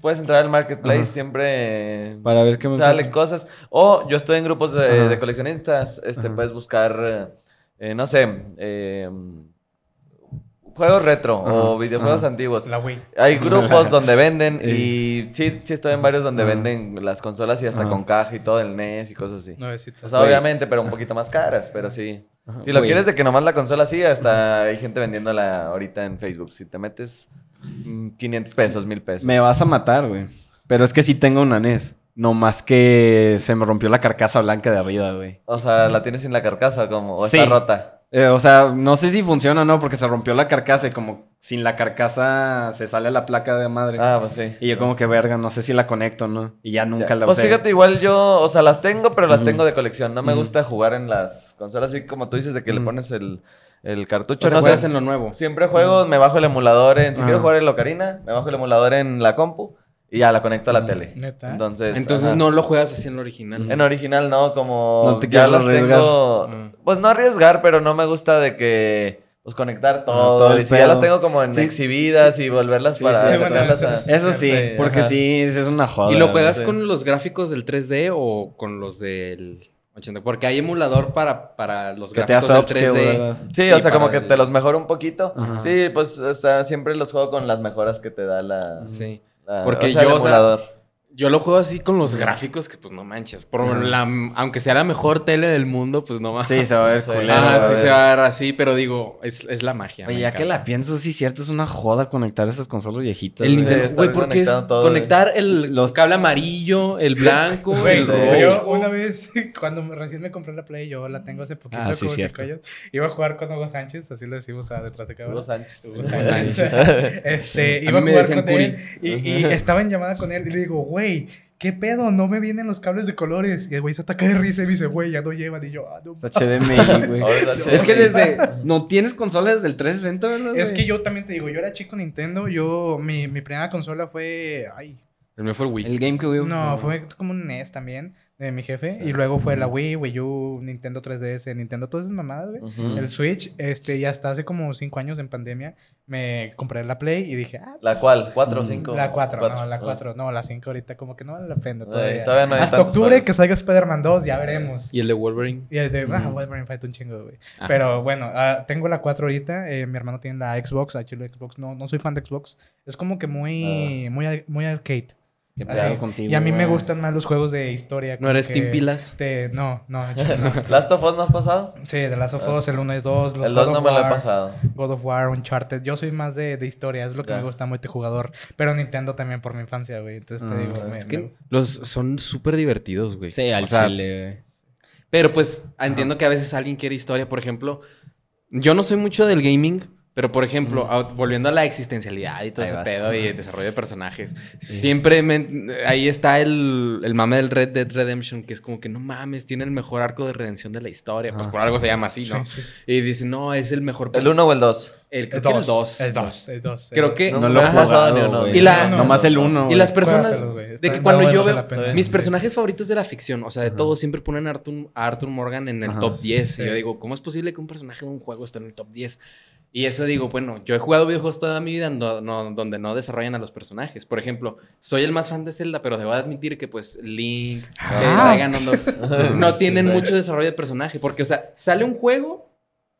S2: puedes entrar al marketplace,
S4: Ajá.
S2: siempre eh,
S4: Para ver qué me
S2: sale
S4: encuentro.
S2: cosas. O yo estoy en grupos de,
S4: Ajá.
S2: de coleccionistas, este,
S4: Ajá.
S2: puedes buscar, eh, eh, no sé, eh, juegos retro
S4: Ajá,
S2: o videojuegos
S4: ajá.
S2: antiguos.
S1: La Wii.
S2: Hay grupos donde venden
S4: Eh.
S2: y sí, sí estoy en varios donde
S4: Ajá.
S2: venden las consolas y hasta
S4: Ajá.
S2: con caja y todo el NES y cosas así.
S1: Nuevecita.
S2: O sea,
S4: Güey.
S2: obviamente, pero un poquito más caras, pero sí.
S4: Ajá,
S2: Si lo
S4: güey.
S2: quieres de que nomás la consola sí, hasta hay gente vendiéndola ahorita en Facebook. Si te metes mm, 500 pesos, 1000 pesos.
S4: Me vas a matar, güey. Pero es que sí tengo una NES. No más que se me rompió la carcasa blanca de arriba, güey.
S2: O sea, la tienes sin la carcasa como, o
S4: Sí.
S2: está rota.
S4: Eh, o sea, no sé si funciona o no, porque se rompió la carcasa y como sin la carcasa se sale la placa de madre.
S2: Ah, pues sí.
S4: Y yo como que verga, no sé si la conecto, ¿no? Y ya nunca
S2: Ya.
S4: la
S2: Pues
S4: usé. Mm.
S2: fíjate, igual yo, o sea, las tengo, pero las
S4: Ujú.
S2: tengo de colección. No me
S4: Ujú.
S2: gusta jugar en las consolas, así como tú dices, de que le
S4: Ujú.
S2: pones el, el cartucho.
S3: O sea,
S2: no
S3: juegas
S2: sé,
S3: en lo nuevo.
S2: Siempre juego,
S4: Mm.
S2: me bajo el emulador en. Si
S4: Ah.
S2: quiero jugar en la Ocarina, me bajo el emulador en la compu y ya la conecto a
S4: Mm.
S2: la tele.
S1: ¿Neta?
S2: Entonces.
S3: Entonces
S2: ajá.
S3: no lo juegas así en lo original.
S2: En original no, como.
S4: No te
S2: ya
S4: quieres
S2: las
S4: arriesgar.
S2: tengo.
S3: Mm.
S2: Pues no arriesgar, pero no me gusta de que. Pues conectar todo.
S4: Ah, todo el
S2: y si ya
S4: pedo.
S2: las tengo como en
S4: Sí.
S2: exhibidas y volverlas
S4: Sí,
S2: para.
S4: sí, sí.
S2: sacarlas a-
S1: Sí,
S4: Eso sí,
S2: Sí,
S4: porque
S2: ajá.
S4: sí, sí es una joda.
S3: ¿Y lo juegas
S2: sí.
S3: con los gráficos del 3D o con los del 80? Porque hay emulador para, para los
S4: Que te
S3: gráficos
S4: hace
S3: del
S4: upscale,
S3: 3D.
S4: ¿verdad?
S2: Sí,
S3: Sí,
S2: o sea,
S3: para
S2: como que
S3: el-
S2: te los mejoro un poquito.
S4: Ajá.
S2: Sí, pues o sea, siempre los juego con las mejoras que te da la.
S3: Sí.
S2: la-
S3: Porque
S2: o sea, el
S3: yo, o sea,
S2: emulador.
S3: Yo lo juego así con los gráficos que, pues, no manches. Por la, aunque sea la mejor tele del mundo, pues, no manches.
S4: Sí, se va a ver
S2: Sí.
S4: culero.
S2: va a
S3: Ah, sí
S2: ver.
S3: se va a ver así, pero digo, es, es la magia.
S4: Oye,
S3: me
S4: ya que
S3: encanta.
S4: la pienso, sí, cierto, es una joda conectar esas consolas viejitas.
S3: El
S4: güey.
S2: Nintendo-
S3: Nintendo,
S2: estar
S3: güey, porque es
S2: conectado todo,
S3: conectar el, los cable amarillo, el blanco,
S1: Güey,
S3: el
S2: Güey,
S1: yo
S3: rojo.
S1: una vez, cuando me- recién me compré la Play, yo la tengo hace poquito,
S4: Ah, sí,
S1: como
S4: cierto.
S1: cinco años, iba a jugar con Hugo Sánchez, así lo decimos a detrás de cámara.
S2: Hugo Sánchez.
S1: Hugo
S3: Sánchez.
S1: Sánchez. este,
S3: A
S1: iba a
S3: mí me
S1: jugar
S3: decían
S1: con él y, y estaba en llamada con él y le digo, güey, ¿qué pedo? No me vienen los cables de colores. Y el güey se ataca de risa y me dice, güey, ya no llevan. Y yo, ah, no.
S4: HDMI, güey.
S2: Hugo Sánchez.
S4: Es que desde. No tienes consolas del 360, ¿verdad?
S1: Es
S4: güey?
S1: que yo también te digo, yo era chico Nintendo, yo, mi, mi primera consola fue, ay,
S3: El mío fue el Wii.
S4: El game que hubo.
S1: no, fue como un NES también, de mi jefe, y luego fue la Wii, Wii U, Nintendo 3DS, Nintendo, todas esas mamadas, güey.
S2: Ujú.
S1: El Switch, este, y hasta hace como cinco años en pandemia, me compré la Play y dije, ah,
S2: ¿La cual?
S4: Mm.
S2: ¿Cuatro o cinco?
S1: la 4,
S2: Cuatro.
S1: no, la
S2: Ah.
S1: 4, no, la 5 ahorita como que no vale la pena
S2: Ay,
S1: todavía.
S2: todavía no hay
S1: hasta
S2: tantos
S1: octubre
S2: juegos.
S1: que salga Spider-Man 2, ya veremos.
S3: Y el de Wolverine.
S1: Y el de, ah,
S4: Ujú.
S1: Wolverine Fight un chingo, güey.
S3: Ah.
S1: Pero bueno, ah, tengo la 4 ahorita. eh, mi hermano tiene la Xbox, a Chile Xbox. No, no soy fan de Xbox. Es como que muy,
S2: Ah.
S1: muy, ar- muy arcade.
S4: Que
S1: Así.
S4: peleado contigo,
S1: y a mí me
S4: güey.
S1: gustan más los juegos de historia.
S3: ¿No eres Team
S1: Tim
S3: Pilas?
S1: no, no, chile, no.
S2: ¿Last of Us no has pasado?
S1: Sí, de Last of Us, el 1 y 2. Los
S2: el 2
S1: God
S2: no
S1: of
S2: me lo he
S1: War,
S2: pasado.
S1: God of War, Uncharted. Yo soy más de, de historia, es lo que
S2: Ya.
S1: me gusta multijugador. Pero Nintendo también por mi infancia, güey. Entonces te
S4: Ah,
S1: digo, me-
S3: Mm, Es que
S1: me-
S3: los son súper divertidos, güey.
S4: Sí, al
S3: O sea,
S4: chile, güey.
S3: Pero pues entiendo que a veces alguien quiere historia. Por ejemplo, yo no soy mucho del gaming, pero por ejemplo, a- volviendo a la existencialidad y todo
S4: Ahí
S3: ese
S4: vas.
S3: pedo y el desarrollo de personajes, siempre me- ahí está el, el mame del Red Dead Redemption, que es como que no mames, tiene el mejor arco de redención de la historia. Pues
S4: Ajá.
S3: por algo se llama así, ¿no?
S1: Sí, sí.
S3: Y dice, no, es el mejor.
S2: ¿El 1 o el 2?
S3: El, creo
S1: El
S3: que el
S1: 2.
S3: 2.
S1: El 2. El 2.
S3: Creo que.
S4: No lo he
S2: Ajá.
S4: jugado,
S2: No, no,
S4: güey.
S3: no. Y la-
S4: Nomás el uno.
S3: Y las
S4: güey.
S3: personas.
S1: Juégatelo, güey. Está-
S3: De que
S1: está
S3: cuando
S1: bueno,
S3: yo
S1: vale
S3: veo.
S1: la pena.
S3: Mis
S1: Sí.
S3: personajes favoritos de la ficción, o sea, de
S4: Ajá.
S3: todos, siempre ponen a Arthur, a Arthur Morgan en el
S4: Ajá.
S3: top 10.
S1: Sí.
S3: Y yo digo, ¿cómo es posible que un personaje de un juego esté en el top 10? Y eso digo, bueno, yo he jugado videojuegos toda mi vida no- no- donde no desarrollan a los personajes. Por ejemplo, soy el más fan de Zelda, pero debo admitir que pues Link,
S1: Ah.
S3: Zelda, Ganondorf, no tienen
S2: Sí, sí.
S3: mucho desarrollo de personaje. Porque, o sea, sale un juego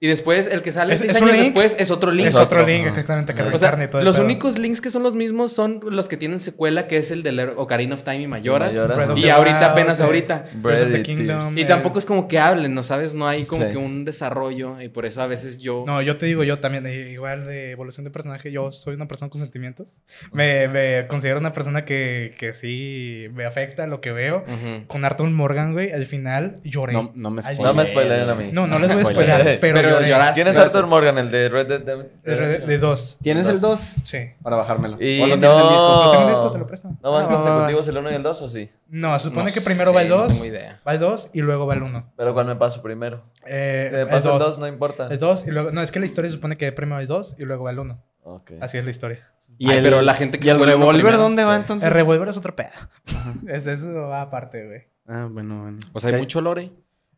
S3: y después el que sale
S1: Es-
S3: seis
S1: es un
S3: años
S1: Link.
S3: después es otro Link.
S1: Es otro
S2: Otro.
S1: link,
S4: Ah.
S1: exactamente. Que
S2: O sea,
S3: O sea,
S1: reencarna y todo el
S3: los
S1: pedo.
S3: únicos links que son los mismos son los que tienen secuela, que es el de Ocarina of Time y Mayoras.
S2: Mayoras.
S1: Breath of
S3: Y
S1: the
S3: ahorita,
S1: Wild,
S3: apenas
S1: eh,
S3: ahorita.
S1: Breath of the
S2: Bread y
S1: Kingdom,
S2: Tears.
S3: Y
S1: eh,
S3: también tampoco es como que hablen, ¿no sabes? No hay como
S2: Sí.
S3: que un desarrollo y por eso a veces yo...
S1: No, yo te digo, yo también, eh, igual de evolución de personaje, yo soy una persona con sentimientos. Me, me considero una persona que, que sí me afecta lo que veo.
S3: Ujú.
S1: Con Arthur Morgan, güey, al final lloré.
S4: No, no me
S1: Ay,
S4: spoilees.
S2: No me spoileen a mí.
S1: No, no les voy a
S4: Spoiler.
S1: spoiler, pero,
S3: Pero
S1: lloré.
S3: lloraste.
S2: ¿Quién es Arthur Morgan? El de Red Dead Redemption.
S1: De, de- de dos,
S4: ¿Tienes el 2?
S1: sí.
S4: Para bajármelo.
S2: Y
S4: ¿O
S2: no.
S4: no tienes el disco?
S1: ¿No tengo el disco? ¿Te lo presto?
S2: ¿No van
S1: Ah,
S2: consecutivos el 1 y el 2 o sí?
S1: No, se supone
S3: No
S1: que primero va el
S3: sé, no
S1: 2,
S3: tengo idea.
S1: va el 2 y luego va el 1.
S2: Pero cuál me paso primero.
S1: Eh,
S2: Si me
S1: el
S2: paso el 2
S1: 2.
S2: no importa.
S1: El 2 y luego... No, es que la historia se supone que primero el 2 y luego va el 1.
S2: Ok.
S1: Así es la historia.
S4: ¿Y
S3: Ay,
S4: el,
S3: pero la gente que
S4: ¿Y el
S3: juega uno
S4: revólver
S3: primero.
S4: dónde va
S2: Sí.
S4: entonces?
S1: El revólver es otro pedo. Es, eso va aparte, güey.
S4: Ah, bueno, bueno.
S3: O sea, hay
S4: Que-
S3: mucho lore.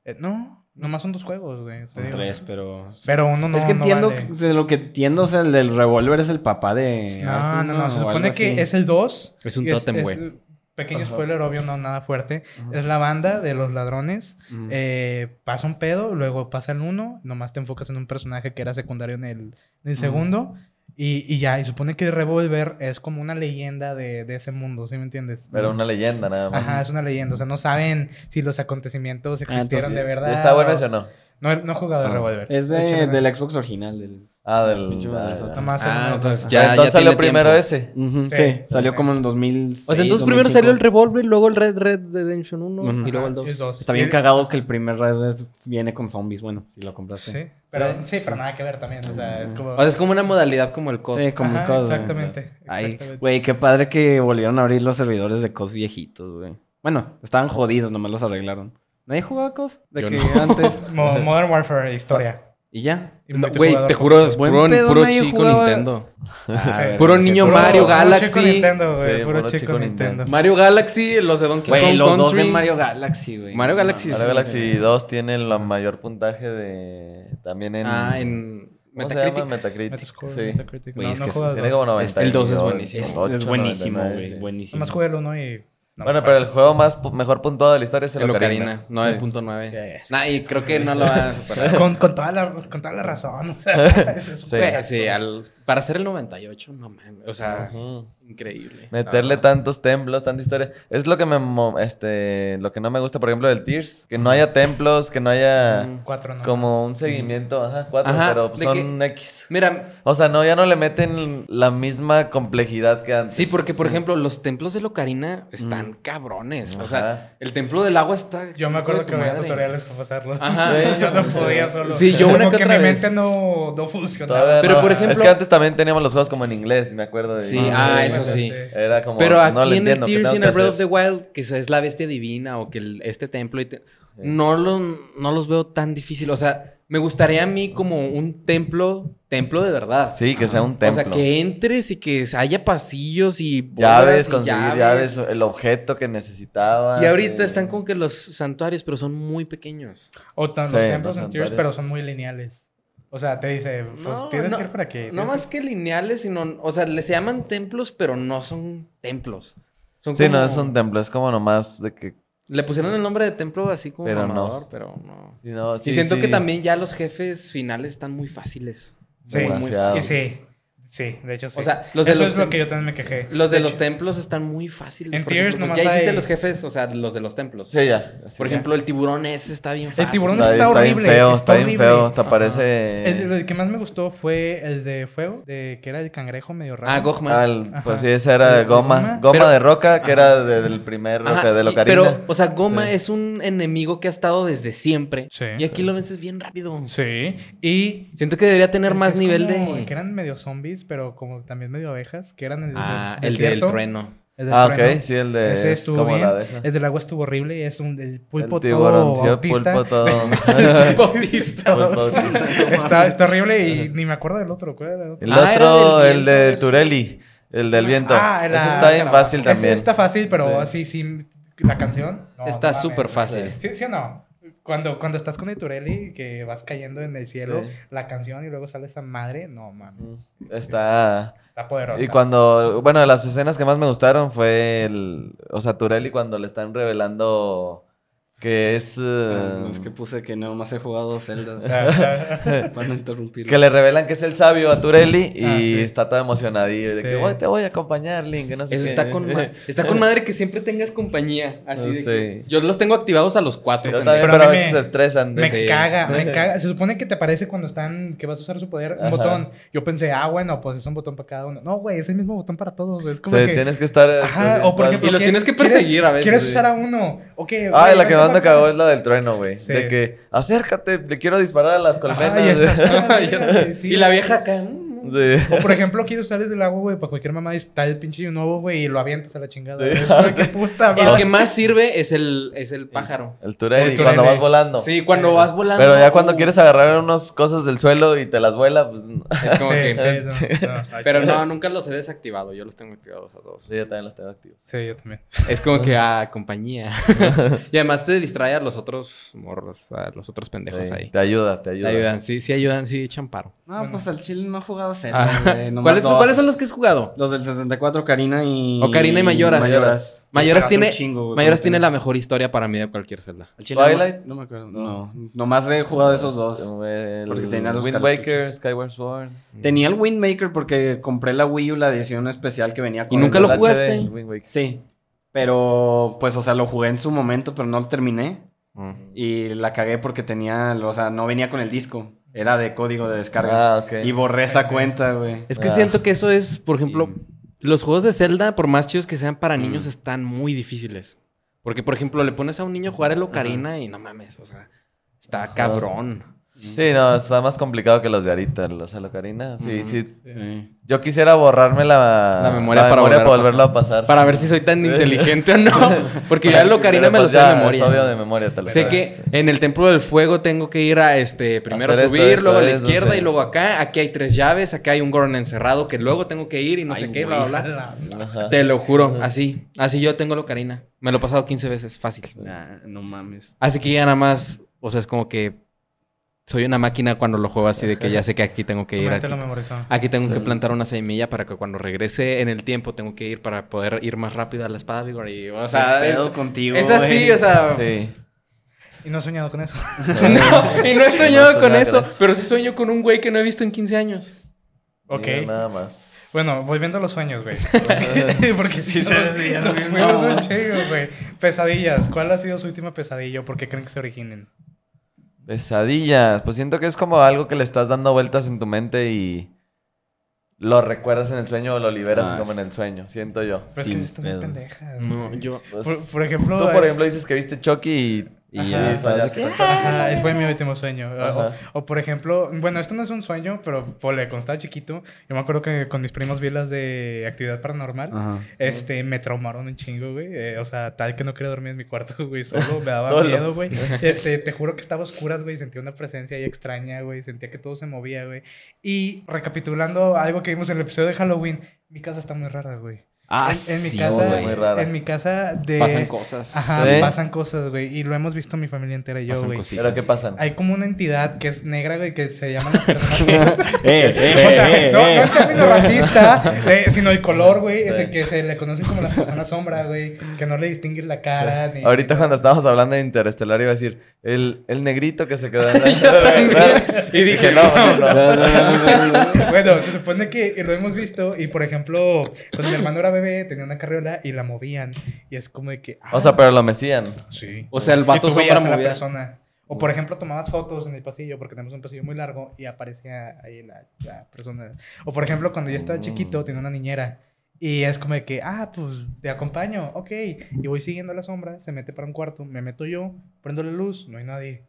S1: Eh, no, nomás son dos juegos, güey. te
S4: Son
S1: digo.
S4: tres, pero...
S1: Pero uno no.
S4: es que
S1: no
S4: entiendo,
S1: vale.
S4: que- de lo que entiendo, o sea, el del revólver es el papá de...
S1: No,
S4: Arthur,
S1: no, no. Se
S4: Eh, O algo
S1: supone que
S4: así.
S1: es el 2.
S3: Es un
S1: y
S3: tótem, güey.
S1: es- Pequeño
S2: Ajá.
S1: spoiler, obvio, no nada fuerte.
S4: Ajá.
S1: Es la banda de los ladrones.
S4: Ujú.
S1: eh, pasa un pedo, luego pasa el uno. Nomás te enfocas en un personaje que era secundario en el, en el segundo. Y, y ya, y supone que Revolver es como una leyenda de, de ese mundo, ¿sí me entiendes?
S2: Pero una leyenda nada más.
S1: Ajá, es una leyenda. O sea, no saben si los acontecimientos existieron
S2: Sí.
S1: de verdad.
S2: ¿Está bueno
S1: o-
S2: ese o no?
S1: No, he- no he jugado de
S4: Ah.
S1: Revolver.
S4: Es
S1: Échale
S4: de,
S1: ganas.
S4: del Xbox original. Del...
S2: Ah, del.
S4: Pinche
S2: ah,
S4: madre,
S2: ya.
S1: Nomás
S3: Ah,
S1: uno-
S3: entonces
S1: ajá.
S3: ya-
S2: Entonces salió
S3: tiene
S2: primero
S3: tiempo.
S2: ese.
S4: Ujú,
S1: Sí,
S4: Sí,
S1: sí,
S4: salió
S1: sí.
S4: como en 2006,
S3: O sea, entonces primero
S4: 2005.
S3: salió el revólver, luego el Red Red Redemption 1
S4: Ujú.
S3: y luego el
S1: Ah, es
S3: 2.
S1: dos.
S4: Está bien
S1: Y-
S4: cagado que el primer Red Dead viene con zombies, bueno, si lo compraste.
S1: Sí, pero, sí, pero nada que ver también. O sea, es como.
S3: O sea, es como una modalidad como el COD.
S4: Sí, como
S1: Ajá,
S4: el COD, güey.
S1: Exactamente.
S4: Ay,
S1: exactamente.
S4: güey, qué padre que volvieron a abrir los servidores de COD viejitos, güey. Bueno, estaban jodidos, nomás los arreglaron. ¿Nadie jugaba COD? De
S3: Yo
S4: que
S3: no.
S4: antes.
S1: Mo- Modern Warfare, historia.
S4: Y ya.
S1: Y
S3: No,
S1: multijugador.
S3: Güey, te juro, es
S4: Buen
S3: puro,
S4: pedo,
S3: puro
S4: nadie
S3: chico
S4: jugaba-
S3: Nintendo.
S4: A ver,
S3: Ah, Puro
S4: sí,
S3: niño
S1: Puro-
S3: Mario
S1: puro
S3: Galaxy.
S1: chico Nintendo, güey,
S2: Sí,
S1: puro
S2: puro
S1: chico
S2: chico
S1: Nintendo.
S3: Mario Galaxy, los de Donkey
S4: Güey,
S3: Kong
S4: los dos
S3: Country.
S4: de Mario Galaxy, güey.
S3: Mario Galaxy,
S2: Ahora
S3: sí.
S2: Galaxy 2 tiene el mayor puntaje de. También en.
S3: Ah, en
S2: ¿Cómo se llama?
S3: Metacritic.
S2: Metacritic.
S1: Metascore,
S2: sí.
S1: Metacritic.
S4: Güey,
S1: no,
S4: es
S1: no
S4: que
S1: juego
S2: Tiene como
S1: dos.
S2: 90.
S3: El 2 es buenísimo.
S4: Es,
S2: Ocho,
S4: es buenísimo,
S2: 99,
S4: güey.
S2: sí.
S4: Buenísimo.
S1: Nomás jugué el uno y. no me
S2: Bueno, pero el
S1: acuerdo.
S2: juego más pu- mejor puntuado de la historia es el,
S3: El
S2: Ocarina.
S3: Ocarina, 9.9.
S1: Ya, ya, sí.
S3: Nah, y creo que no lo va a superar.
S1: Con, con, toda la, con toda la razón. O sea, es- es un
S2: Sí.
S3: Güey,
S1: pedazo.
S3: sí, al- Para hacer el 98, no mames. O sea, increíble.
S2: Meterle
S3: Ajá.
S2: tantos templos, tanta historia. Es lo que me mo- este, lo que no me gusta, por ejemplo, del Tears. Que no haya templos, que no haya
S3: Ujú.
S1: Cuatro no.
S2: como un seguimiento, ajá, cuatro,
S3: Mm. Ajá,
S2: pero
S3: de
S2: son X.
S3: Mira,
S2: O sea, no, ya no le meten la misma complejidad que antes.
S3: Sí, porque por ejemplo, los templos de Locarina están cabrones. O sea,
S2: Ajá.
S3: el templo del agua está.
S1: Yo me acuerdo
S3: hijo de
S1: que
S3: tu
S1: había
S3: madre.
S1: tutoriales para pasarlos.
S3: Ajá.
S2: Sí.
S1: yo no podía solo.
S3: Sí, yo una
S1: Como
S3: que otra
S1: mi
S3: vez.
S1: mente no, no funcionaba.
S2: Todavía
S3: Pero,
S2: no.
S3: por ejemplo-
S2: Es que antes también teníamos los juegos como en inglés, me acuerdo. y-
S3: Sí, ah, eso sí.
S2: Era como.
S3: Pero aquí
S2: no le
S3: en el
S2: entiendo, ¿qué
S3: Tears
S2: tengo
S3: in
S2: que
S3: a Breath of
S2: hacer?
S3: the Wild, que es la bestia divina o que el- este templo. y te- no, lo- no los veo tan difícil. O sea, me gustaría a mí como un templo, templo de verdad.
S2: Sí, que sea un
S3: O
S2: templo.
S3: sea, que entres y que haya pasillos y.
S2: Llaves,
S3: bolas y
S2: conseguir llaves, el objeto que necesitabas.
S3: Y ahorita
S2: eh.
S3: están con que los santuarios, pero son muy pequeños.
S1: O tan,
S2: Sí,
S1: los templos
S2: los
S1: en Tears,
S2: santuarios.
S1: pero son muy lineales. O sea, te dice, pues
S3: No,
S1: tienes
S3: no,
S1: que ir para aquí.
S3: No
S1: tienes
S3: más que lineales, sino. O sea, les se llaman templos, pero no son templos. Son
S2: Sí, no
S3: como-
S2: es un templo, es como nomás de que.
S3: Le pusieron el nombre de templo así como
S2: Pero no.
S3: mamador, pero no.
S2: sí, no, sí,
S3: y siento
S2: sí.
S3: que también ya los jefes finales están muy fáciles.
S1: Sí,
S3: Muy, muy
S2: demasiado.
S1: que-
S2: que-
S1: Sí, sí, de hecho sí.
S3: O sea, los de
S1: Eso
S3: los
S1: es lo
S3: tem-
S1: que yo también me quejé.
S3: Los de,
S1: hecho,
S3: los templos están muy fáciles.
S1: En
S3: por
S1: Tears
S3: ejemplo, pues
S1: nomás
S3: ya hiciste
S1: hay-
S3: los jefes, o sea, los de los templos.
S2: Sí, ya.
S3: por
S2: Sí, ya.
S3: ejemplo, el tiburón ese está bien fácil.
S1: El tiburón
S2: Está,
S1: está
S2: está
S1: horrible,
S2: bien feo,
S1: está
S2: está, bien
S1: horrible.
S2: feo. Hasta
S3: Ajá.
S2: parece.
S1: El, el que más me gustó fue el de fuego, de que era el cangrejo medio raro.
S3: Ah, Gohman.
S2: Ah, el-
S1: Ajá.
S2: pues sí, esa era
S1: El-
S2: goma.
S1: goma.
S2: Goma,
S3: Pero-
S2: de roca, que
S3: Ajá.
S2: era de- del primer
S3: Ajá,
S2: roca de
S3: y-
S2: Locarina.
S3: pero, o sea, Goma
S2: Sí.
S3: es un enemigo que ha estado desde siempre.
S1: Sí.
S3: y aquí lo vences bien rápido.
S1: Sí. Y.
S3: Siento que debería tener más
S1: es
S3: nivel
S1: como- Que
S3: de.
S1: eran medio zombies, pero como también medio abejas, que eran el, del
S3: Ah, el del
S1: desierto,
S3: trueno.
S1: el del
S2: Ah,
S1: trueno.
S2: ok, sí, el de.
S1: Ese
S2: es
S1: estuvo
S2: como
S1: bien.
S2: la abeja.
S1: El del agua estuvo horrible. Es un el pulpo
S2: el tiburón, sí,
S1: todo
S2: el
S1: autista.
S2: pulpo todo.
S3: Bautista.
S2: Pulpo autista.
S1: está, está horrible y ni me acuerdo del otro. ¿cuál era el otro?
S2: El
S3: Ah, era
S2: otro,
S3: del
S2: el
S3: viento,
S2: de
S3: ese.
S2: Turelli, el del viento.
S1: Ah, el-
S2: Eso
S1: la-
S2: está bien fácil
S1: Ese
S2: también.
S1: está fácil, pero
S2: Sí.
S1: sí, sí. La canción. no,
S3: Está
S1: no mames.
S3: súper fácil.
S1: Sí, sí o no. Cuando, cuando estás con Iturelli, que vas cayendo en el cielo,
S2: Sí.
S1: la canción y luego sale esa madre, no mames.
S2: Está.
S1: Está poderosa.
S2: Y cuando, bueno, las escenas que más me gustaron fue el, o sea, Turelli cuando le están revelando que es, eh,
S4: Ah, es que puse que no más he jugado Zelda.
S1: Ah,
S4: para no interrumpir.
S2: que le revelan que es el sabio a Turelli y
S1: Ah, sí.
S2: está todo emocionadillo
S1: Sí.
S2: de que, "Voy, te voy a acompañar, Link, que no sé
S3: Eso
S2: qué.
S3: está con, ma- está con madre que siempre tengas compañía. Así
S2: No
S3: de
S2: sé.
S3: que- Yo los tengo activados a los cuatro.
S2: Yo también,
S3: también.
S2: pero,
S1: Pero a
S2: a
S1: mí
S2: veces
S1: me-
S2: se estresan. de-
S1: me
S3: Sí.
S1: caga, me caga. Se supone que te parece cuando están, que vas a usar su poder, un
S2: Ajá.
S1: botón. Yo pensé, ah, bueno, pues es un botón para cada uno. No, güey, es el mismo botón para todos. Es como
S2: Sí,
S1: que.
S2: tienes que estar... eh, Este,
S1: Ajá, o por ejemplo.
S3: Y los
S1: ¿qué-
S3: tienes que
S1: quieres-
S3: perseguir a veces,
S1: Quieres
S3: sí.
S1: usar a uno. Ok.
S2: Ah,
S1: güey,
S2: la
S1: vente
S2: que
S1: para
S2: más me
S1: acá.
S2: cagó es la del trueno, güey.
S1: Sí,
S2: de que, acércate, te quiero disparar a las colmenas.
S1: Ajá, y estás toda la
S3: Ya.
S1: verga, güey, sí.
S3: Y la vieja acá. mm, mm.
S2: Sí.
S1: O por ejemplo, quieres salir del agua, güey, para cualquier mamá está el pinche nuevo, güey, y lo avientas a la chingada.
S2: Sí.
S1: Es como, ¡Qué puta
S3: El que
S1: madre!
S3: más sirve es el, es el pájaro.
S2: El Turelli,
S1: El
S2: cuando
S1: Turelli.
S2: vas volando.
S3: Sí, cuando vas volando.
S2: Pero ya cuando
S3: uh,
S2: quieres agarrar unas cosas del suelo y te las vuela, pues. no.
S3: Es como
S1: Sí,
S3: que-
S1: sí, no, no.
S3: Pero no, nunca los he desactivado. Yo los tengo activados a todos.
S2: Sí, yo también los tengo activos.
S1: Sí, yo también.
S3: Es como que a compañía. y además te distrae a los otros morros, a los otros pendejos
S2: Sí,
S3: ahí.
S2: Te ayuda, te
S3: Te
S2: ayuda.
S3: ayudan, sí, sí ayudan, sí echan paro.
S4: No,
S1: Bueno.
S4: pues al chile no he jugado Zelda.
S3: Ajá.
S4: güey, nomás
S3: Ah. ¿Cuáles,
S4: dos.
S3: ¿Cuáles son los que has jugado?
S4: Los del 64, Karina y.
S3: Ocarina y Mayoras.
S2: Mayoras.
S3: Mayoras
S4: Hace
S3: tiene,
S4: un chingo, güey,
S3: Mayoras
S4: ¿cómo
S3: tiene
S4: te-
S3: la mejor historia para mí de cualquier celda.
S4: Al chile no me-
S2: Twilight.
S4: No me acuerdo. No, nomás he jugado esos dos.
S2: El
S4: Porque tenía los
S2: Wind
S4: cartuchos.
S2: Waker, Skyward Sword.
S4: Tenía el Windmaker porque compré la Wii U, la edición especial que venía con.
S3: ¿Y
S4: el
S3: nunca lo
S2: El HD,
S3: jugaste?
S2: el Wind Waker.
S4: Sí. Pero, pues, o sea, lo jugué en su momento, pero no lo terminé. Mm.
S2: Mm.
S4: Y la cagué porque tenía, o sea, no venía con el disco. Era de código de descarga.
S2: Ah, ok.
S4: Y borré esa cuenta, güey.
S3: Es que
S2: Ah.
S3: siento que eso es, por ejemplo,
S4: Mm.
S3: los juegos de Zelda, por más chidos que sean para
S4: Mm.
S3: niños, están muy difíciles. Porque, por ejemplo, le pones a un niño a jugar el Ocarina y no mames, o sea, está cabrón.
S2: Sí, no, está más complicado que los de ahorita, los Alocarina. Sí,
S3: Ujú.
S2: sí.
S4: Sí.
S2: Yo quisiera borrarme la,
S3: La memoria para volverlo
S2: volverlo
S3: a
S2: a pasar.
S3: Para ver si soy tan inteligente o no. Porque ya el Ocarina
S2: Pero
S3: me lo
S2: pues
S3: sé de
S2: ya
S3: memoria.
S2: Es obvio de memoria, tal vez.
S3: Sé que en el Templo del Fuego tengo que ir a este primero
S2: Hacer esto,
S3: subir,
S2: esto,
S3: luego a la
S2: esto,
S3: izquierda
S2: sí.
S3: y luego acá. Aquí hay tres llaves, acá hay un Goron encerrado que luego tengo que ir y no
S4: Ay,
S3: sé qué,
S4: güey.
S3: bla, bla, bla.
S1: La-
S2: Ajá.
S3: Te lo juro, así. Así yo tengo la Ocarina. Me lo he pasado 15 veces, fácil.
S4: Nah, Ah, no mames.
S3: Así que ya nada más, o sea, es como que soy una máquina cuando lo juego así de que ya sé que aquí tengo que
S1: Tu
S3: ir.
S1: mente
S3: Aquí,
S1: lo memorizó.
S3: aquí tengo que
S2: Sí.
S3: plantar una semilla para que cuando regrese en el tiempo tengo que ir para poder ir más rápido a la espada vigor y, o sea,
S4: ¿Qué
S3: es,
S4: pedo contigo.
S3: es así,
S4: güey?
S3: o sea,
S2: Sí.
S1: Y no he soñado con eso.
S3: No, y no
S2: No
S3: he soñado
S2: soñaba
S3: con
S2: con
S3: eso,
S2: eso.
S3: pero sí sueño con un güey que no he visto en 15 años.
S1: Ok.
S2: Mira, nada más.
S1: Bueno, volviendo a los sueños, güey. Porque sí,
S4: Sí, se
S1: los,
S4: desvían
S1: los
S4: bien,
S1: sueños son
S4: mamón.
S1: chidos, güey. Pesadillas. ¿Cuál ha sido su última pesadilla o por qué creen que se originen?
S2: Pesadillas. Pues siento que es como algo que le estás dando vueltas en tu mente y lo recuerdas en el sueño o lo liberas
S4: Ah,
S2: como en el sueño. Siento yo.
S1: Pero es
S4: Sin
S1: que están bien
S4: pedos.
S1: pendejas.
S3: No,
S1: güey.
S3: yo.
S2: Pues,
S1: por, por ejemplo...
S2: tú, por
S1: eh,
S2: ejemplo, dices que viste Chucky y,
S4: Y
S2: Ajá,
S4: ya sabes
S2: soñaste
S4: que...
S2: con Chucky.
S1: Ajá, fue mi último sueño. O-
S2: Ajá.
S1: O, por ejemplo, bueno, esto no es un sueño, pero pole, cuando estaba chiquito, yo me acuerdo que con mis primos vi las de actividad paranormal.
S4: Ajá.
S1: Este, me traumaron un chingo, güey. Eh, o sea, tal que no quería dormir en mi cuarto, güey. Solo me daba
S2: Solo.
S1: miedo, güey. Eh, te, te juro que estaba a oscuras, güey. Sentía una presencia ahí extraña, güey. Sentía que todo se movía, güey. Y recapitulando algo que vimos en el episodio de Halloween, mi casa está muy rara, güey.
S3: Ah,
S1: en, en mi
S3: sí,
S1: casa,
S2: güey, muy rara.
S1: en mi casa de
S3: Pasan cosas.
S1: Ajá,
S2: Sí.
S1: pasan cosas, güey. Y lo hemos visto mi familia entera y yo,
S3: Pasan
S1: güey.
S3: cositas.
S2: Pero ¿qué pasan?
S1: Hay como una entidad que es negra, güey, que se llama las personas.
S4: Eh, eh,
S1: O sea,
S4: eh,
S1: no,
S4: eh.
S1: no el término racista, eh, sino el color, güey.
S2: Sí.
S1: Es el que se le conoce como la persona sombra, güey. Que no le distingue la cara. ni-
S2: Ahorita cuando estábamos hablando de Interestelar iba a decir el, el negrito que se quedó en la...
S4: Y dije,
S2: no, no, no.
S1: Bueno, se supone que lo hemos visto. Y por ejemplo, cuando mi hermano era bebé, tenía una carriola y la movían. Y es como de que. ah,
S2: O sea, pero lo mecían.
S1: Sí.
S3: O sea, el vato
S1: Y tú
S3: sombra
S1: veías a la
S3: movía.
S1: persona. O por ejemplo, tomabas fotos en el pasillo, porque tenemos un pasillo muy largo y aparecía ahí la, la persona. O por ejemplo, cuando yo estaba
S2: Mm.
S3: Oh.
S1: chiquito, tenía una niñera. Y es como de que, ah, pues te acompaño, ok. Y voy siguiendo la sombra, se mete para un cuarto, me meto yo, prendo la luz, no hay nadie.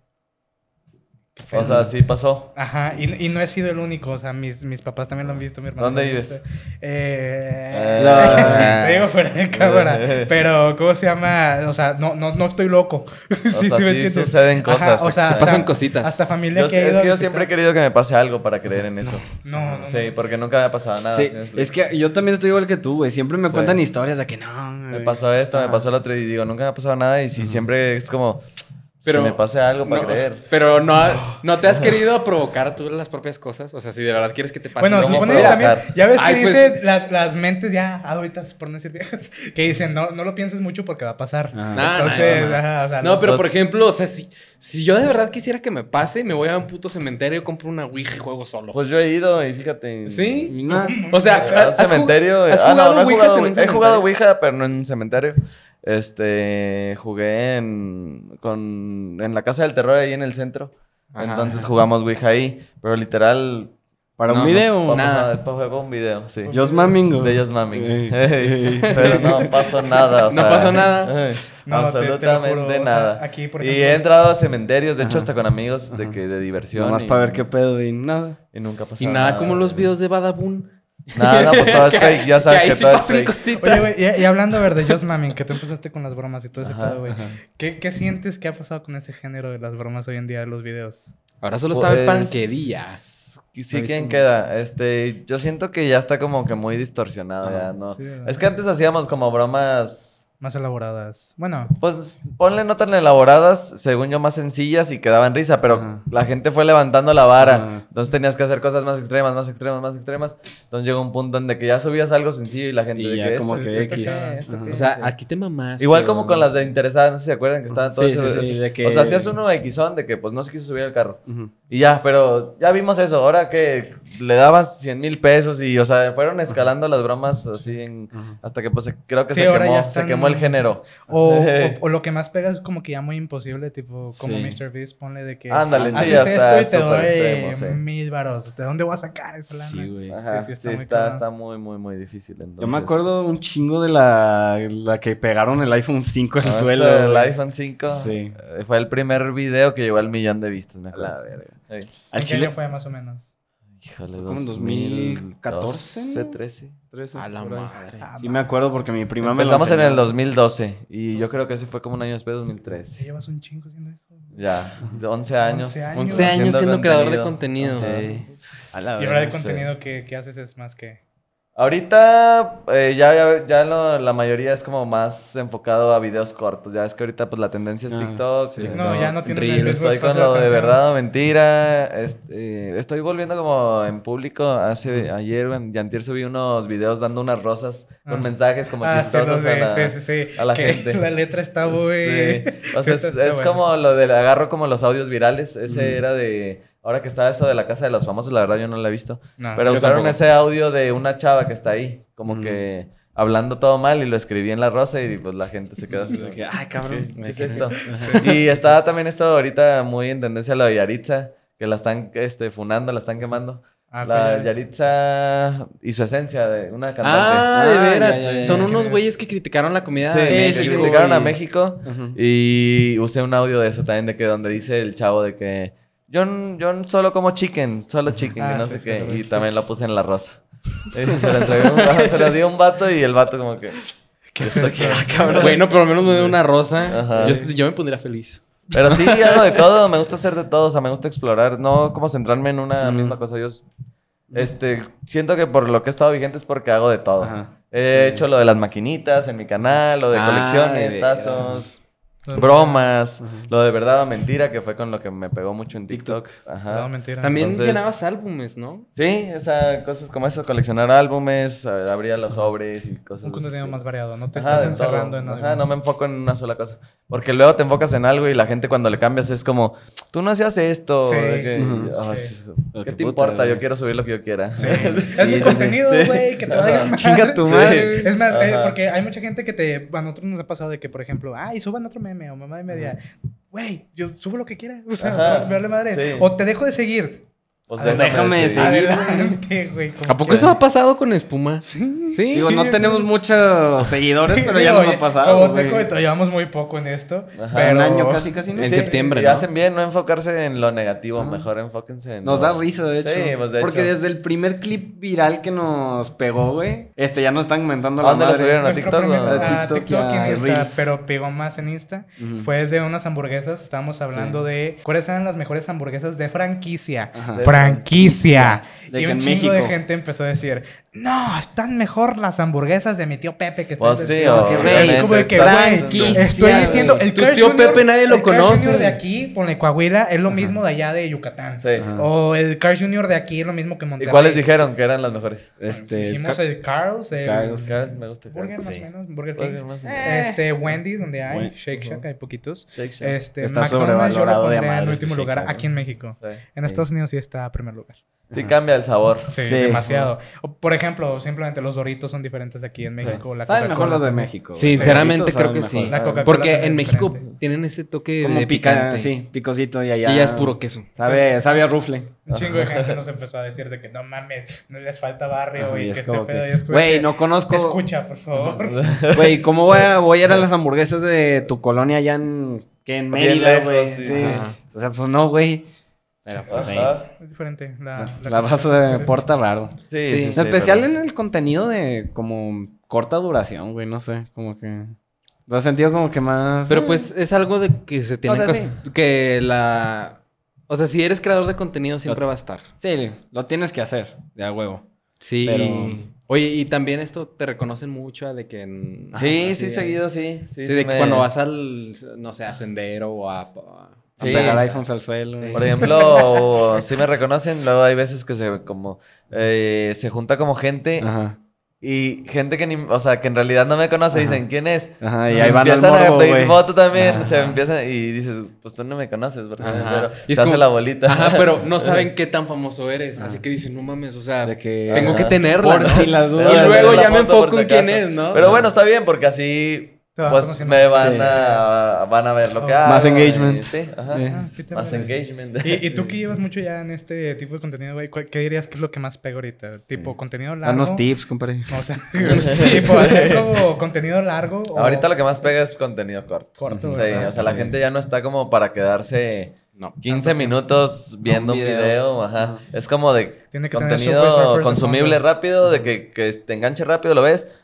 S1: Qué feo.
S2: O sea, sí pasó.
S1: Ajá, y, y no he sido el único, o sea, mis, mis papás también lo han visto, mi hermano.
S2: ¿Dónde
S1: también lo
S2: vives?
S1: ha visto. Eh,
S2: Ah.
S1: Te digo fuera de cámara, pero ¿cómo se llama? O sea, no, no, no estoy loco.
S2: O
S1: sí,
S2: sea,
S1: sí, me
S2: sí
S1: entiendes.
S2: suceden
S1: Ajá,
S2: cosas.
S1: o sea,
S2: exacto.
S1: hasta-
S3: Pasan cositas.
S1: Hasta familia
S2: Yo
S1: que
S2: sé-
S1: he
S2: es
S1: ido a
S2: que yo
S1: visitar.
S2: siempre he querido que me pase algo para creer en eso.
S1: No, no, no.
S2: Sí, porque nunca me ha pasado nada.
S4: Sí,
S2: ¿sí me explico?
S4: es que yo también estoy igual que tú, güey. Siempre me
S2: Sí.
S4: cuentan historias de que no.
S2: Me
S4: güey.
S2: pasó esto, me
S4: Ajá.
S2: pasó lo otro y digo, nunca me ha pasado nada y si siempre es como, pues,
S3: Pero-
S2: que me pase algo para
S3: No,
S2: creer.
S3: Pero no, no te has querido provocar tú las propias cosas. O sea, si de verdad quieres que te pase.
S1: Bueno,
S2: ¿cómo
S3: algo,
S1: supone que
S2: puedo
S3: pero-
S1: también,
S2: bajar?
S1: ya ves que
S3: Ay, pues-
S1: dicen las, las mentes ya adultas, por no decir viejas, que dicen, no, no lo pienses mucho porque va a pasar.
S4: Ajá.
S3: Nah, nah,
S1: Entonces,
S3: eso Ah, no.
S1: ajá, o sea,
S3: No, pero por
S2: Entonces-
S3: ejemplo, o sea, si, si yo de verdad quisiera que me pase, me voy a un puto cementerio, compro una Ouija y juego solo.
S2: Pues yo he ido y fíjate.
S3: ¿Sí?
S4: Nah.
S3: O sea,
S2: A un
S3: ¿has jug-
S2: cementerio.
S3: ¿has
S2: ah, no,
S3: jugado
S2: no he
S3: Ouijas
S2: jugado,
S3: en un
S2: Ouija, he jugado
S3: cementerio?
S2: Ouija, pero no en un cementerio. Este, jugué en, con, en la Casa del Terror ahí en el centro.
S3: Ajá.
S2: Entonces jugamos Ouija ahí, pero literal...
S4: Para
S3: No,
S4: un
S3: no.
S4: video.
S2: vamos
S3: nada.
S2: a- Fue fue un video, sí.
S4: Yo es mamingo.
S2: De ellos mami.
S4: Ey.
S2: Pero no pasó nada. o
S3: No
S2: sea,
S3: pasó nada.
S1: No,
S2: ey,
S1: te- te lo
S2: absolutamente
S1: juro, o sea,
S2: nada.
S1: aquí, por
S2: y he
S1: ejemplo-
S2: entrado a cementerios, de hecho,
S4: Ajá.
S2: hasta con amigos de
S4: Ajá.
S2: que de diversión.
S4: Nomás
S2: y-
S4: para ver qué pedo y nada.
S2: Y nunca pasó
S3: Y nada, como los videos de Badabun.
S2: Nada, no, pues todo es fake. Ya sabes que,
S3: ahí sí
S2: todo es
S3: pasan
S2: fake.
S1: Oye,
S3: cositas.
S1: güey, y, y hablando a ver de Just Mami, que tú empezaste con las bromas y todo ese
S2: Ajá,
S1: pedo, güey. ¿Qué, ¿Qué sientes que ha pasado con ese género de las bromas hoy en día de los videos?
S3: Ahora solo estaba en
S2: Pues,
S3: panquería.
S2: y
S3: No he
S2: Sí,
S3: visto
S2: ¿quién
S3: mucho.
S2: queda? Este, yo siento que ya está como que muy distorsionado.
S3: Ajá,
S2: ya, ¿no?
S1: sí, ¿verdad?
S2: es que antes hacíamos como bromas.
S1: Más elaboradas. Bueno,
S2: Pues ponle no tan elaboradas, según yo, más sencillas y que daban risa, pero
S4: Ajá.
S2: la gente fue levantando la vara.
S4: Ajá.
S2: Entonces tenías que hacer cosas más extremas, más extremas, más extremas. Entonces llegó un punto donde que ya subías algo sencillo y la gente
S4: Y
S2: de
S4: ya
S2: que
S4: como
S2: esto,
S4: que
S2: esto,
S4: X.
S2: qué, esto
S4: Ajá.
S2: qué,
S3: O sea,
S2: sí.
S3: Ah, aquí te mamás.
S2: Igual como con las de interesadas, no sé si se acuerdan que estaban todos
S4: este. Sí, sí,
S2: esos-
S4: sí, de que-
S2: O sea, hacías uno Xón de que pues no se quiso subir al carro.
S4: Ujú.
S2: Y ya, pero ya vimos eso. Ahora que le dabas 100 mil pesos y, o sea, fueron escalando las bromas así en-
S4: Ajá.
S2: hasta que pues se- creo que
S1: Sí,
S2: se,
S1: ahora
S2: quemó,
S1: ya
S2: se
S1: están-
S2: quemó el género.
S1: O, o- o lo que más pega es como que ya muy imposible, tipo como
S4: Sí.
S1: Mr. Beast, ponle de que
S2: Ándale, sí,
S1: haces
S2: ya
S1: esto
S2: está
S1: y te doy
S2: súper extremo, sí.
S1: mil varos. ¿De dónde voy a sacar esa lana?
S4: Sí, güey.
S2: Ajá,
S1: Sí, sí,
S2: sí,
S1: está muy
S2: está,
S1: cabrón.
S2: está muy, muy, muy difícil. Entonces.
S4: Yo me acuerdo un chingo de la, la que pegaron el iPhone 5 al
S2: Ah, ese,
S4: suelo.
S2: el
S4: güey.
S2: iPhone 5
S4: Sí.
S2: eh, fue el primer video que llegó al millón de vistas, me acuerdo.
S4: La verga.
S2: Sí.
S1: ¿En
S4: Al
S1: qué
S4: chile.
S1: año fue más o menos?
S2: Híjole,
S4: Como en
S2: 2014,
S4: 2014,
S2: 13.
S3: A la madre.
S1: Ah,
S4: Sí me acuerdo porque mi prima me lo
S2: Empezamos en el
S4: enseñó.
S2: 2012 y yo creo que ese fue como un año después,
S1: ¿te
S2: 2013.
S1: llevas un chingo haciendo eso?
S2: Ya, de 11 años.
S1: 11 años.
S3: 11 años
S2: haciendo
S3: siendo creador de
S2: contenido.
S3: contenido.
S2: Ajá. A la
S1: Y ahora el
S2: verga, sí.
S1: contenido que, que haces es más que...
S2: Ahorita eh, ya, ya, ya lo- la mayoría es como más enfocado a videos cortos. Ya es que ahorita pues la tendencia es
S4: Ah,
S2: TikTok.
S4: sí.
S2: eh,
S1: No, ya no tienen el
S3: Reels.
S1: mismo
S2: Estoy con
S1: espacio
S2: lo de
S1: atención.
S2: verdad o mentira. Este, eh, estoy volviendo como en público. Hace ayer o en Yantir subí unos videos dando unas rosas con
S1: Ah.
S2: mensajes como
S1: Ah, sí, lo
S2: chistosos a
S1: sé,
S2: la,
S1: sí, sí, sí.
S2: a la
S1: que
S2: gente.
S1: La letra está muy...
S2: Sí. O sea, es,
S1: Está- está
S2: es
S1: bueno.
S2: como lo del agarro como los audios virales. Ese era de Ahora que estaba eso de la casa de los famosos, la verdad yo no la he visto.
S1: No,
S2: Pero
S3: yo
S2: usaron
S3: tampoco.
S2: ese audio de una chava que está ahí, como
S4: Ujú.
S2: que hablando todo mal y lo escribí en la rosa y pues la gente se quedó así. como,
S4: Que, Ay, cabrón.
S2: ¿Qué es este. esto? Y estaba también esto ahorita muy en tendencia lo de Yaritza, que la están este, funando, la están quemando.
S1: ah,
S2: la
S1: pues,
S2: Yaritza y su esencia de una cantante.
S3: Ah, de
S4: Ah,
S3: veras.
S4: ya, ya, ya,
S3: Son
S1: ya.
S3: unos güeyes que criticaron la comida
S2: sí,
S3: de
S2: que
S3: México.
S2: criticaron a
S3: y-
S2: México
S4: Ujú.
S2: y usé un audio de eso también, de que donde dice el chavo de que yo, n- yo n- solo como chicken, solo chicken,
S1: Ah,
S2: que no
S1: sí,
S2: sé
S1: sí,
S2: qué.
S1: lo vi,
S2: y
S1: sí.
S2: también lo puse en la rosa. Y se lo entregué a un vato, se lo di a un vato y el vato como que...
S1: ¿qué es
S2: "Esto
S1: esto?
S2: qué, ah, cabrón".
S3: Bueno, por lo menos me dio una rosa.
S2: Ajá.
S3: Yo, yo me pondría feliz.
S2: Pero sí, hago de todo, me gusta hacer de todo, o sea, me gusta explorar, no como centrarme en una
S4: Mm.
S2: misma cosa. Yo s- este, siento que por lo que he estado vigente es porque hago de todo.
S4: Ajá.
S2: He hecho lo de las maquinitas en mi canal, lo de
S3: Ah,
S2: colecciones,
S3: de
S2: tazos, bromas, lo de verdad o mentira, que fue con lo que me pegó mucho en TikTok. Ajá.
S1: No, mentira.
S3: También
S2: Entonces-
S3: llenabas álbumes, ¿no?
S2: Sí, o sea, cosas como eso, coleccionar álbumes, a- abría los sobres y cosas
S1: Un
S2: de ese
S1: contenido
S2: estilo.
S1: más variado, no te
S2: Ajá,
S1: estás
S2: de todo.
S1: encerrando en algo.
S2: Ajá, no me enfoco en una sola cosa. Porque luego te enfocas en algo y la gente cuando le cambias es como, tú no hacías esto.
S1: Sí.
S2: ¿de qué?
S4: Ujú.
S2: Ah,
S1: Sí.
S2: sí, sí. ¿Qué
S4: Ah, qué
S2: te
S4: puta,
S2: importa?
S4: güey.
S2: Yo quiero subir lo que yo quiera.
S1: Sí.
S4: sí,
S1: Es mi
S4: sí,
S1: contenido,
S2: sí.
S1: güey, que te
S2: Ajá.
S1: vaya mal.
S2: Chinga tu
S1: Sí.
S2: madre.
S1: Es más, eh,
S2: Ajá.
S1: porque hay mucha gente que te. A nosotros nos ha pasado de que, por ejemplo, ay, suban otro meme o mamá de media. Güey, yo subo lo que quiera. O sea,
S2: Ajá.
S1: no, me vale madre.
S2: Sí.
S1: O te dejo de seguir.
S2: Pues
S1: A ver,
S4: déjame
S2: decidir.
S4: Sí. decir.
S1: Adelante, güey. como
S3: ¿A poco
S1: quieras.
S3: eso ha pasado con espuma?
S1: Sí.
S3: Sí.
S4: Digo, no
S1: Sí.
S4: tenemos muchos seguidores, pero ya
S1: Digo,
S4: nos ha pasado.
S1: Como
S4: güey.
S1: te comento, llevamos muy poco en esto.
S2: Ajá.
S1: Pero...
S4: Un año casi, casi no
S3: En
S4: sé.
S2: Sí,
S3: septiembre,
S2: Y
S3: ¿no?
S2: hacen bien no enfocarse en lo negativo,
S4: Ajá.
S2: mejor enfóquense en.
S4: Nos
S2: lo-
S4: da risa, de hecho.
S2: Sí, pues, de
S4: Porque
S2: hecho.
S4: desde el primer clip viral que nos pegó, güey, este ya nos están comentando
S2: ¿A
S4: la
S2: dónde lo
S4: madre.
S2: subieron? ¿A
S1: Nuestro
S2: TikTok o
S1: primer-
S2: a
S1: a
S4: TikTok y
S1: TikTok y
S4: a
S1: a Insta,
S4: Reels?
S1: pero pegó más en Insta.
S4: Ujú.
S1: Fue de unas hamburguesas. Estábamos hablando de cuáles eran las mejores hamburguesas de franquicia.
S4: Ajá.
S2: Ah, De
S1: franquicia.
S4: De
S1: y
S4: que
S1: un
S4: en
S1: chingo de
S4: México.
S1: gente empezó a decir: No, están mejor las hamburguesas de este mi tío Pepe que
S2: Pues
S1: están
S2: sí,
S1: vestidas".
S4: que,
S2: obviamente,
S1: Es como de que,
S2: estás-
S1: güey,
S4: franquicia,
S1: Estoy diciendo,
S4: güey.
S1: el
S3: Tu
S1: Carl
S3: tío
S1: Junior-
S3: Pepe nadie lo
S1: el Carl Junior
S3: conoce.
S1: de aquí, ponle Coahuila, es lo mismo de allá de Yucatán.
S2: Sí.
S4: Ajá.
S1: O el Carl Junior de aquí es lo mismo que
S2: ¿Y
S1: Monterrey.
S2: cuáles dijeron que eran las mejores?
S4: Este,
S1: Dijimos
S4: ca-
S1: el Carl's, el
S4: Carl's.
S2: Karen, Me gusta. Karen.
S1: Burger más o
S2: Sí. Eh.
S1: menos, Burger King.
S2: Burger más o menos.
S1: Este, Wendy's, donde hay,
S4: Buen-
S1: Shake Shack,
S2: Ujú.
S1: hay poquitos.
S2: Shake Shack.
S1: Este,
S4: Está
S1: McDonald's yo lo
S4: sobrevalorado
S1: pondré
S4: de
S1: en
S4: madres
S1: último
S4: el Shake
S1: lugar
S4: Shack,
S1: aquí en México.
S2: Sí.
S1: En Estados Unidos sí está a primer lugar.
S2: Sí, cambia el sabor.
S1: Sí,
S4: Sí.
S1: demasiado. O, por ejemplo, simplemente los Doritos son diferentes aquí en México. La
S4: Saben
S1: Coca-Cola
S4: mejor los de
S1: también.
S4: México. güey.
S3: Sinceramente,
S4: Los
S3: creo que
S4: saben
S3: sí.
S4: mejor.
S1: La Coca-Cola
S3: Porque
S1: también
S3: en
S1: es
S3: México
S1: diferente.
S3: tienen ese toque
S4: Como
S3: de
S4: pica,
S3: picante.
S4: sí, picosito y
S3: Y
S4: allá.
S3: ya es puro queso.
S4: Sabe, sabe a rufle.
S1: Un chingo de gente nos empezó a decir de que no mames, no les falta barrio
S4: Ajá,
S1: y
S4: y
S1: que
S4: es
S1: este
S4: como
S1: pedo.
S4: que,
S1: y es como
S4: Güey,
S1: que,
S4: no conozco.
S1: Escucha, por favor.
S4: Güey, ¿cómo voy a, voy a ir a las hamburguesas de tu colonia allá en, que en
S2: Bien
S4: Mérida,
S2: lejos,
S4: güey?
S2: sí,
S4: Sí,
S3: sí.
S4: O sea, pues no, güey. Pero pues ahí.
S2: Ajá.
S1: Es diferente. La,
S4: La vas
S1: Coca-Cola es
S4: de
S1: diferente.
S4: porta raro.
S2: Sí,
S3: Sí.
S2: sí,
S4: En
S2: sí,
S4: especial
S2: pero-
S4: en el contenido de como corta duración, güey, no sé, como que... Lo he sentido como que más...
S3: Pero pues es algo de que se tiene
S4: Ah. sea,
S3: que,
S4: sí.
S3: que la... O sea, si eres creador de contenido siempre va a estar.
S4: Sí, lo tienes que hacer, de a huevo.
S3: Sí.
S4: Pero-
S3: y- Oye, y también esto te reconocen mucho a de que... en-
S2: Sí,
S3: Ajá,
S2: sí,
S3: de-
S2: seguido, sí. Sí,
S3: Sí,
S2: sí
S3: de
S2: me-
S3: que cuando vas al, no sé, a Sendero o a... a-
S4: A
S2: Sí.
S4: pegar iPhones al suelo.
S3: Sí.
S2: Por ejemplo, si me reconocen, luego hay veces que se como eh, se junta como gente
S4: Ajá,
S2: y gente que ni, o sea, que en realidad no me conoce,
S4: Ajá.
S2: dicen quién es.
S4: ajá, y
S2: Me
S4: ahí van al
S2: empiezan
S4: morbo,
S2: a pedir
S4: güey.
S2: foto también, se
S4: Ajá.
S2: empiezan y dices, pues tú no me conoces, porque
S3: Ajá.
S2: pero
S3: Y
S2: se
S3: es
S2: hace
S3: como-
S2: la bolita.
S3: Ajá, pero no saben qué tan famoso eres. Así
S4: Ah.
S3: que dicen, no mames, o sea,
S4: De que...
S3: tengo
S2: Ajá.
S3: que tenerla,
S4: Por
S3: ¿no?
S4: si las dudas.
S3: Y luego
S2: La
S3: ya me
S2: foto por
S3: enfoco
S2: si
S3: en quién
S2: acaso.
S3: es, ¿no?
S2: Pero bueno, está bien porque así
S1: Te vas
S2: pues
S1: conociendo. Oh.
S2: me van
S4: Sí.
S2: a van a ver lo que
S1: Más
S2: hago.
S4: engagement.
S2: y- Sí, ajá.
S4: Sí.
S1: Ah, Peter
S2: Más
S1: Pan.
S2: engagement.
S1: ¿Y, y tú que llevas mucho ya en este tipo de contenido, güey, ¿cuál- ¿qué dirías que es lo que más pega ahorita? ¿Tipo contenido largo?
S4: Danos tips, compadre.
S1: O sea, tipo, hacer como contenido largo. o
S2: Ahorita lo que más pega es contenido corto.
S1: Oh. Corto,
S2: Sí,
S1: ¿verdad?
S2: o sea, la
S4: Sí.
S2: gente ya no está como para quedarse
S3: No.
S2: 15 minutos viendo
S4: Un
S2: un
S4: video.
S2: video. ajá.
S4: Ajá.
S2: Es como de
S1: Tiene que tener Subway Surfers
S2: contenido
S1: de
S2: consumible
S1: fondo.
S2: rápido, de que, que te enganche rápido, lo ves.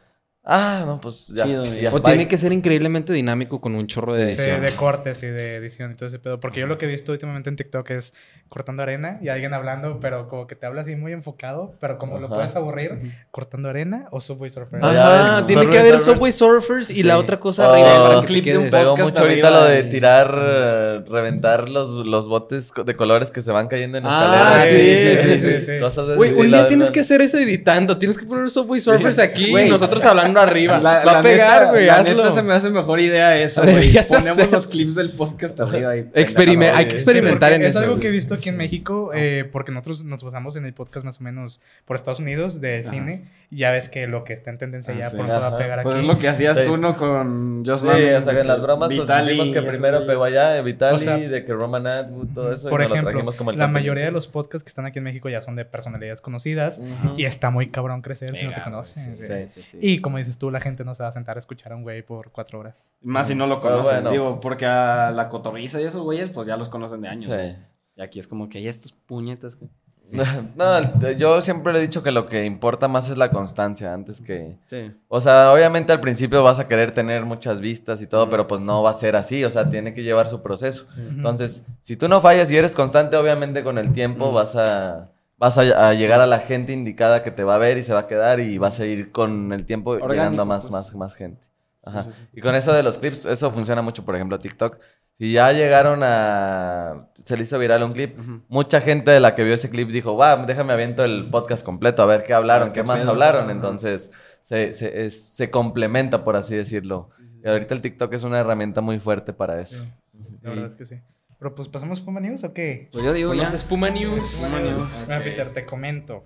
S2: Ah, no, pues ya.
S4: Chido, güey.
S2: ya,
S3: O
S2: bye.
S3: tiene que ser increíblemente dinámico con un chorro de
S1: Sí,
S3: edición.
S1: de cortes y de edición y todo ese pedo. Porque yo lo que he visto últimamente en TikTok es cortando arena y alguien hablando, pero como que te habla así muy enfocado, pero como lo
S2: Ajá.
S1: puedes aburrir, cortando arena o Subway Surfer.
S2: Ah, ya
S3: Ajá,
S2: ves,
S3: tiene que
S2: Subway
S3: haber
S2: Surfers.
S3: Subway Surfers Oh, y
S4: Sí.
S3: la otra cosa
S2: O
S3: arriba para que
S4: clip
S3: te
S4: de un
S3: quedes.
S2: Pegó
S4: podcast
S2: mucho ahorita
S4: arriba
S2: lo de
S4: y-
S2: tirar, eh, reventar los, los botes co- de colores que se van cayendo en
S3: Ah,
S2: escaleras.
S3: sí, sí, sí, sí.
S2: Cosas de ese
S3: Güey, un
S2: estilo,
S3: día tienes
S2: ¿no?
S3: que hacer eso editando. Tienes que poner Subway Surfers aquí y
S4: Güey.
S3: nosotros hablando mano arriba.
S4: La-
S3: Va
S4: la
S3: a pegar,
S4: neta-
S3: güey.
S4: La
S3: hazlo.
S4: neta se me hace mejor idea eso, güey.
S3: Deberías
S4: Ponemos
S3: hacer-
S4: los clips del podcast arriba ahí.
S3: Experime- hay que
S2: Sí,
S3: experimentar
S1: porque
S3: en
S1: es
S3: eso.
S1: algo
S3: güey.
S1: que he visto aquí en México, eh, porque nosotros nos basamos en el podcast más o menos por Estados Unidos de
S4: Ajá.
S1: cine. Y ya ves que lo que está en tendencia
S4: Ah,
S1: ya
S4: sí.
S1: pronto va a
S2: Ajá.
S1: pegar
S4: Pues
S1: aquí.
S4: es lo que hacías
S2: Sí.
S4: tú, ¿no? Con Just
S2: Sí,
S4: Mames,
S2: o sea, que en las bromas, pues
S4: Vitali
S2: dijimos que
S4: y esos
S2: primero
S4: güeyes.
S2: pegó allá de Vitali,
S1: O sea,
S2: de que Roman Atwood, todo eso. y
S1: por
S2: nos lo
S1: ejemplo,
S2: trajimos como el
S1: la
S2: contenido.
S1: mayoría de los podcasts que están aquí en México ya son de personalidades conocidas.
S2: Ujú.
S1: Y está muy cabrón crecer si no te
S3: Pega,
S1: conocen.
S3: güey,
S1: güey.
S2: Sí, sí, sí.
S1: Y como dices tú, la gente no se va a sentar a escuchar a un güey por cuatro horas.
S4: Más si no lo
S2: Pero
S4: conocen,
S2: bueno.
S4: digo, porque a la cotorriza y esos güeyes, pues ya los conocen de años. güey.
S2: Sí.
S4: Y aquí es como que hay estos puñetas. güey.
S2: No, eh, yo siempre le he dicho que lo que importa más es la constancia antes que...
S4: Sí.
S2: O sea, obviamente al principio vas a querer tener muchas vistas y todo,
S4: Mm.
S2: pero pues no va a ser así, o sea, tiene que llevar su proceso. Entonces, si tú no fallas y eres constante, obviamente con el tiempo
S4: Mm.
S2: vas a... Vas a, a llegar a la gente indicada que te va a ver y se va a quedar y vas a ir con el tiempo llegando
S4: Orgánico,
S2: a más,
S4: pues.
S2: más, más gente. Ajá.
S4: Sí, sí, sí.
S2: Y con eso de los clips, eso funciona mucho, por ejemplo, TikTok. Si ya llegaron a... Se le hizo viral un clip,
S4: Ujú.
S2: mucha gente de la que vio ese clip dijo, va, déjame aviento el podcast completo, a ver qué hablaron,
S4: Ah,
S2: qué
S4: qué
S2: más
S4: pedo.
S2: hablaron.
S4: Ajá.
S2: Entonces, se, se, es- se complementa, por así decirlo. Y ahorita el TikTok es una herramienta muy fuerte para eso.
S1: Sí, La verdad es que sí. Pero pues pasamos Puma News o qué?
S4: Pues yo digo, ya.
S3: Los Espuma News.
S4: Espuma News.
S1: Bueno,
S3: Ah, Ok.
S1: Ah, Peter, te comento.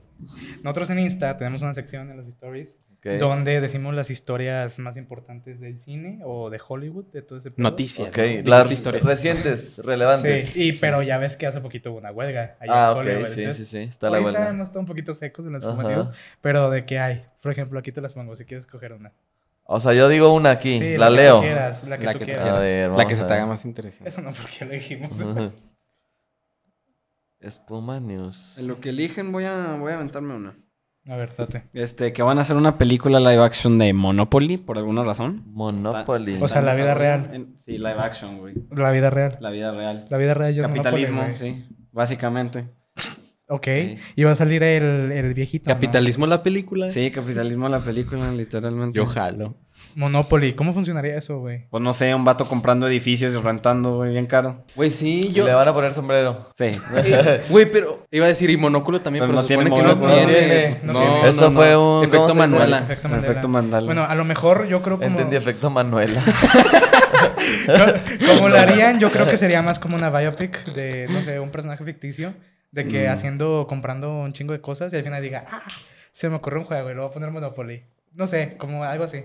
S1: Nosotros en Insta tenemos una sección en las stories
S2: ¿ok?
S1: donde decimos las historias más importantes del cine o de Hollywood, de todo ese pedo.
S3: Noticias.
S2: Ok,
S3: ¿no?
S2: las
S3: Dices historias.
S2: recientes, relevantes.
S1: Sí, y, pero ya ves que hace poquito hubo una huelga. allá
S2: ah,
S1: en
S2: ok,
S1: Hollywood,
S2: sí,
S1: entonces,
S2: sí, sí, está la
S1: ahorita
S2: huelga.
S1: nos está un poquito secos en los
S2: Ajá.
S1: informativos, pero de qué hay. Por ejemplo, aquí te las pongo si quieres coger una.
S2: O sea, yo digo una aquí,
S1: Sí,
S2: la,
S1: que tú
S2: leo.
S1: quieras, la que
S3: La
S1: tú
S3: que te
S1: quieras.
S2: A ver,
S3: La
S2: vamos
S3: que se
S2: a
S3: te
S2: ver.
S3: haga más interesante.
S1: Eso no porque lo dijimos.
S2: Espuma News.
S4: En lo que eligen voy a, voy a aventarme una.
S1: A ver, date.
S4: Este, que van a hacer una película live action de Monopoly, por alguna razón.
S2: Monopoly.
S1: O sea, la vida real.
S4: En- sí, live action, güey.
S1: La vida real.
S4: La vida real.
S1: La vida real ya es
S4: Capitalismo,
S1: Monopoly, güey.
S4: sí. Básicamente.
S1: Ok.
S4: Sí.
S1: Y va a salir el, el viejito. ¿no?
S3: Capitalismo la película.
S4: Sí, capitalismo la película, literalmente.
S3: Yo jalo.
S1: Monopoly. ¿Cómo funcionaría eso, güey?
S4: Pues no sé, un vato comprando edificios y rentando, güey, bien caro.
S3: Güey, sí,
S2: Y
S3: yo.
S2: Le van a poner sombrero.
S4: Sí.
S3: Eh, Güey, pero iba a decir y monóculo también,
S4: Pero
S3: pero,
S4: no
S3: se
S4: tiene
S3: supone que no
S4: monóculo.
S3: tiene.
S4: No
S2: tiene,
S1: no
S3: No,
S1: tiene.
S3: no,
S2: Eso
S3: no.
S2: fue un-
S3: Efecto
S2: ¿cómo se dice?
S3: Manuela.
S1: Mandela.
S4: Efecto Mandela.
S1: Bueno, a lo mejor yo creo como...
S2: Entendí efecto Manuela.
S1: como lo harían, yo creo que sería más como una biopic de, no sé, un personaje ficticio. De que
S4: Mm.
S1: haciendo, comprando un chingo de cosas y al final diga, ah, se me ocurrió un juego y lo voy a poner Monopoly. No sé, como algo así.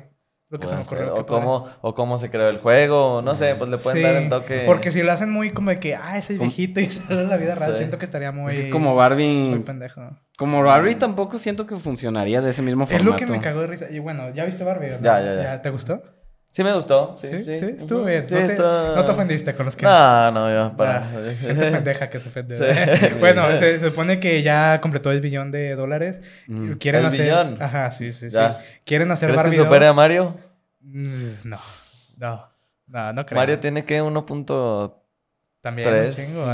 S1: Lo que se me
S2: Puede ser,
S1: ocurrió. que
S2: o,
S1: podría-
S2: cómo, o cómo se creó el juego, no sé, pues le pueden
S1: Sí,
S2: dar el toque.
S1: Porque si lo hacen muy como de que, ah, ese viejito y sale en la vida real,
S2: Sí.
S1: siento que estaría muy.
S4: Es que como
S1: Muy
S4: Barbie.
S1: pendejo. ¿no?
S4: Como Barbie tampoco siento que funcionaría de ese mismo
S1: Es
S4: formato.
S1: lo que me cagó de risa. Y bueno, ¿ya viste Barbie? o no?
S2: Ya, ya, ya.
S1: ¿Te gustó?
S2: Sí me gustó. Sí,
S1: Sí, sí.
S2: sí.
S1: estuvo
S2: Ujú.
S1: bien.
S2: Sí,
S1: no, te,
S2: está-
S1: no te ofendiste con los que.
S2: No, no, yo para.
S1: Ah, gente pendeja que se ofende.
S2: Sí.
S1: ¿verdad? bueno, se, se supone que ya completó el billón de dólares.
S4: Mm.
S1: Quieren
S2: ¿El
S1: hacer.
S2: billón?
S1: Ajá, sí, sí, sí.
S2: Ya.
S1: Quieren hacer
S2: ¿Crees que
S1: Barbie.
S2: supere
S1: 2.
S2: a Mario?
S1: Mm, No, no, no, no creo.
S2: Mario tiene que 1.3,
S1: también. un chingo, ¿verdad?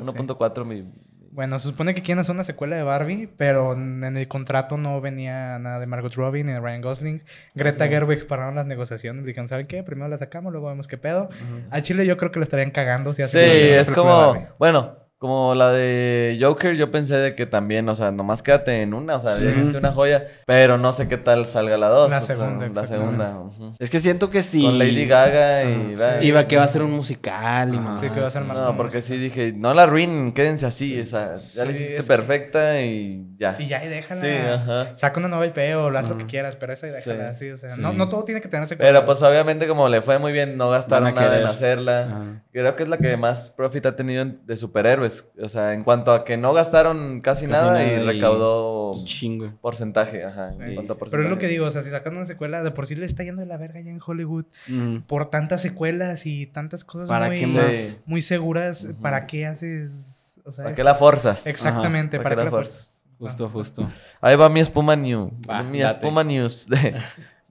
S1: Un
S2: 50,
S1: chingo, sí.
S2: 1.4 mi-
S1: Bueno, se supone que quieren hacer una secuela de Barbie, pero en en el contrato no venía nada de Margot Robbie ni de Ryan Gosling. Greta Gerwig pararon las negociaciones. Dijeron, ¿saben qué? Primero la sacamos, luego vemos qué pedo. A Chile yo creo que lo estarían cagando si
S2: Sí,
S1: hacen una película
S2: es
S1: de
S2: como,
S1: Barbie.
S2: bueno, como la de Joker, yo pensé de que también, o sea, nomás quédate en una, o sea, ya hiciste una joya, pero no sé qué tal salga la dos.
S1: La
S2: o sea,
S1: segunda,
S2: la
S1: exactamente.
S2: segunda. ujú.
S4: Es que siento que si.
S2: Con Lady Gaga y...
S4: Ajá,
S3: Iba que va a ser un musical y
S4: Ah,
S3: más.
S1: Sí, que va a ser más
S2: No,
S1: como
S2: porque
S1: musical.
S2: sí dije, no la ruinen, quédense así, o sea, ya la
S1: Sí,
S2: hiciste
S1: es que-
S2: perfecta y ya.
S1: Y ya, y déjala.
S2: Sí, ajá.
S1: Saca una nueva IP o haz lo que
S4: Ajá.
S1: quieras, pero esa y déjala.
S2: Sí.
S1: Sí, o sea,
S4: Sí.
S1: No, no todo tiene que tener secuela.
S2: Pero pues obviamente como le fue muy bien, no gastaron
S4: Van a
S2: nada en
S4: querer.
S2: hacerla.
S4: Ajá.
S2: Creo que es la que más profit ha tenido en- de superhéroes. O sea, en cuanto a que no gastaron casi,
S4: Casi
S2: nada, y
S4: nada y-
S2: recaudó
S4: Un Chingo.
S2: porcentaje, ajá.
S1: Sí.
S2: en cuanto a
S1: Pero es lo que
S2: porcentaje.
S1: digo, o sea, si sacan una secuela, de por sí le está yendo de la verga ya en Hollywood
S4: Mm.
S1: por tantas secuelas y tantas cosas
S4: ¿Para
S1: muy, Ah.
S4: qué
S2: Sí.
S4: más?
S1: muy seguras.
S2: Ujú.
S1: ¿Para qué haces? O sea,
S2: ¿Para
S1: es-
S2: qué la forzas?
S1: Exactamente,
S2: Ajá,
S1: para que la
S2: fuerzas.
S1: fuerzas.
S4: Justo, justo.
S2: Ahí va mi espuma new.
S3: Va,
S2: mi
S3: date.
S2: espuma news. de-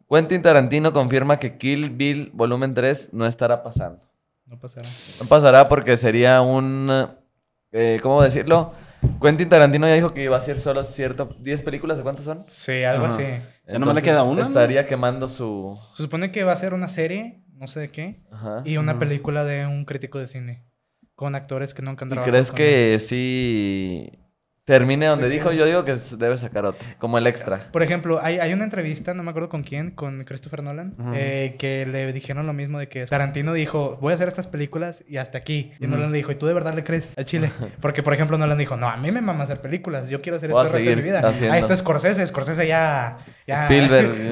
S2: Quentin Tarantino confirma que Kill Bill Volumen 3 no estará pasando.
S1: No pasará.
S2: No pasará porque sería un... eh, ¿Cómo decirlo? Quentin Tarantino ya dijo que iba a hacer solo cierto... ¿10 películas de cuántas son?
S1: Sí, algo
S4: Ajá.
S1: así.
S4: Ya nomás le queda una, ¿no?
S2: Estaría quemando su...
S1: Se supone que va a ser una serie, no sé de qué,
S2: Ajá. ¿Y,
S1: y una
S4: Ujú.
S1: película de un crítico de cine con actores que nunca han trabajado.
S2: crees
S1: con
S2: que sí... termine donde dijo, yo digo que s- debe sacar otro, como el extra.
S1: Por ejemplo, hay, hay una entrevista, no me acuerdo con quién, con Christopher Nolan,
S4: Ajá.
S1: eh, que le dijeron lo mismo de que Tarantino dijo, voy a hacer estas películas y hasta aquí. Y
S4: Ujú.
S1: Nolan le dijo, ¿y tú de verdad le crees a Chile? Porque, por ejemplo, Nolan dijo, no, a mí me mama hacer películas, yo quiero hacer
S2: Voy
S1: esto
S2: a
S1: el resto de mi
S2: seguir
S1: vida.
S2: haciendo.
S1: Ahí está Scorsese, Scorsese ya... ya
S2: Spielberg.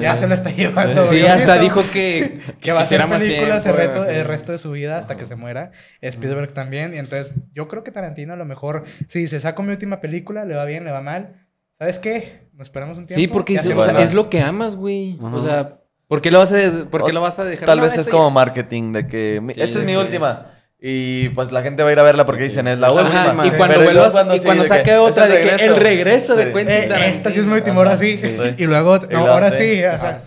S1: ya se lo está llevando.
S3: Sí,
S1: Yo
S3: hasta
S1: siento
S3: dijo que,
S1: Que va a hacer
S3: quisiera más
S1: películas
S3: tiempo,
S1: el, reto-
S3: así.
S1: el resto de su vida hasta que se muera. Spielberg también. Y entonces, yo creo que Tarantino a lo mejor, si se saco mi última película, le va bien, le va mal. ¿Sabes qué? Nos esperamos un tiempo.
S3: Sí, porque
S1: y
S3: es,
S2: se
S1: hacemos
S3: o sea,
S2: vuelve.
S1: algo.
S3: es lo que amas, güey.
S4: Ajá.
S3: O sea, ¿por qué lo vas a, por qué
S2: O-
S3: lo vas a dejar?
S2: Tal
S3: No,
S2: vez es
S3: esto
S2: como marketing, de que mi-
S3: Sí,
S2: esta es
S3: de
S2: mi
S3: que-
S2: última. Y pues la gente va a ir a verla porque dicen, es la
S4: Ajá,
S2: última.
S3: y
S2: Pero
S3: cuando
S2: luego
S3: vuelvas- y
S2: sí,
S3: cuando
S2: de que,
S3: saque
S2: "Es
S3: otra de que el regreso de Quentin
S1: Eh,
S3: Tarantino.
S1: esta sí es muy timor
S2: Ajá,
S1: así.
S2: sí.
S1: Y luego, ot-
S2: Y
S1: no,
S2: luego,
S1: ahora
S2: sí.
S1: sí.
S3: ya-
S1: ajá.
S3: Ajá.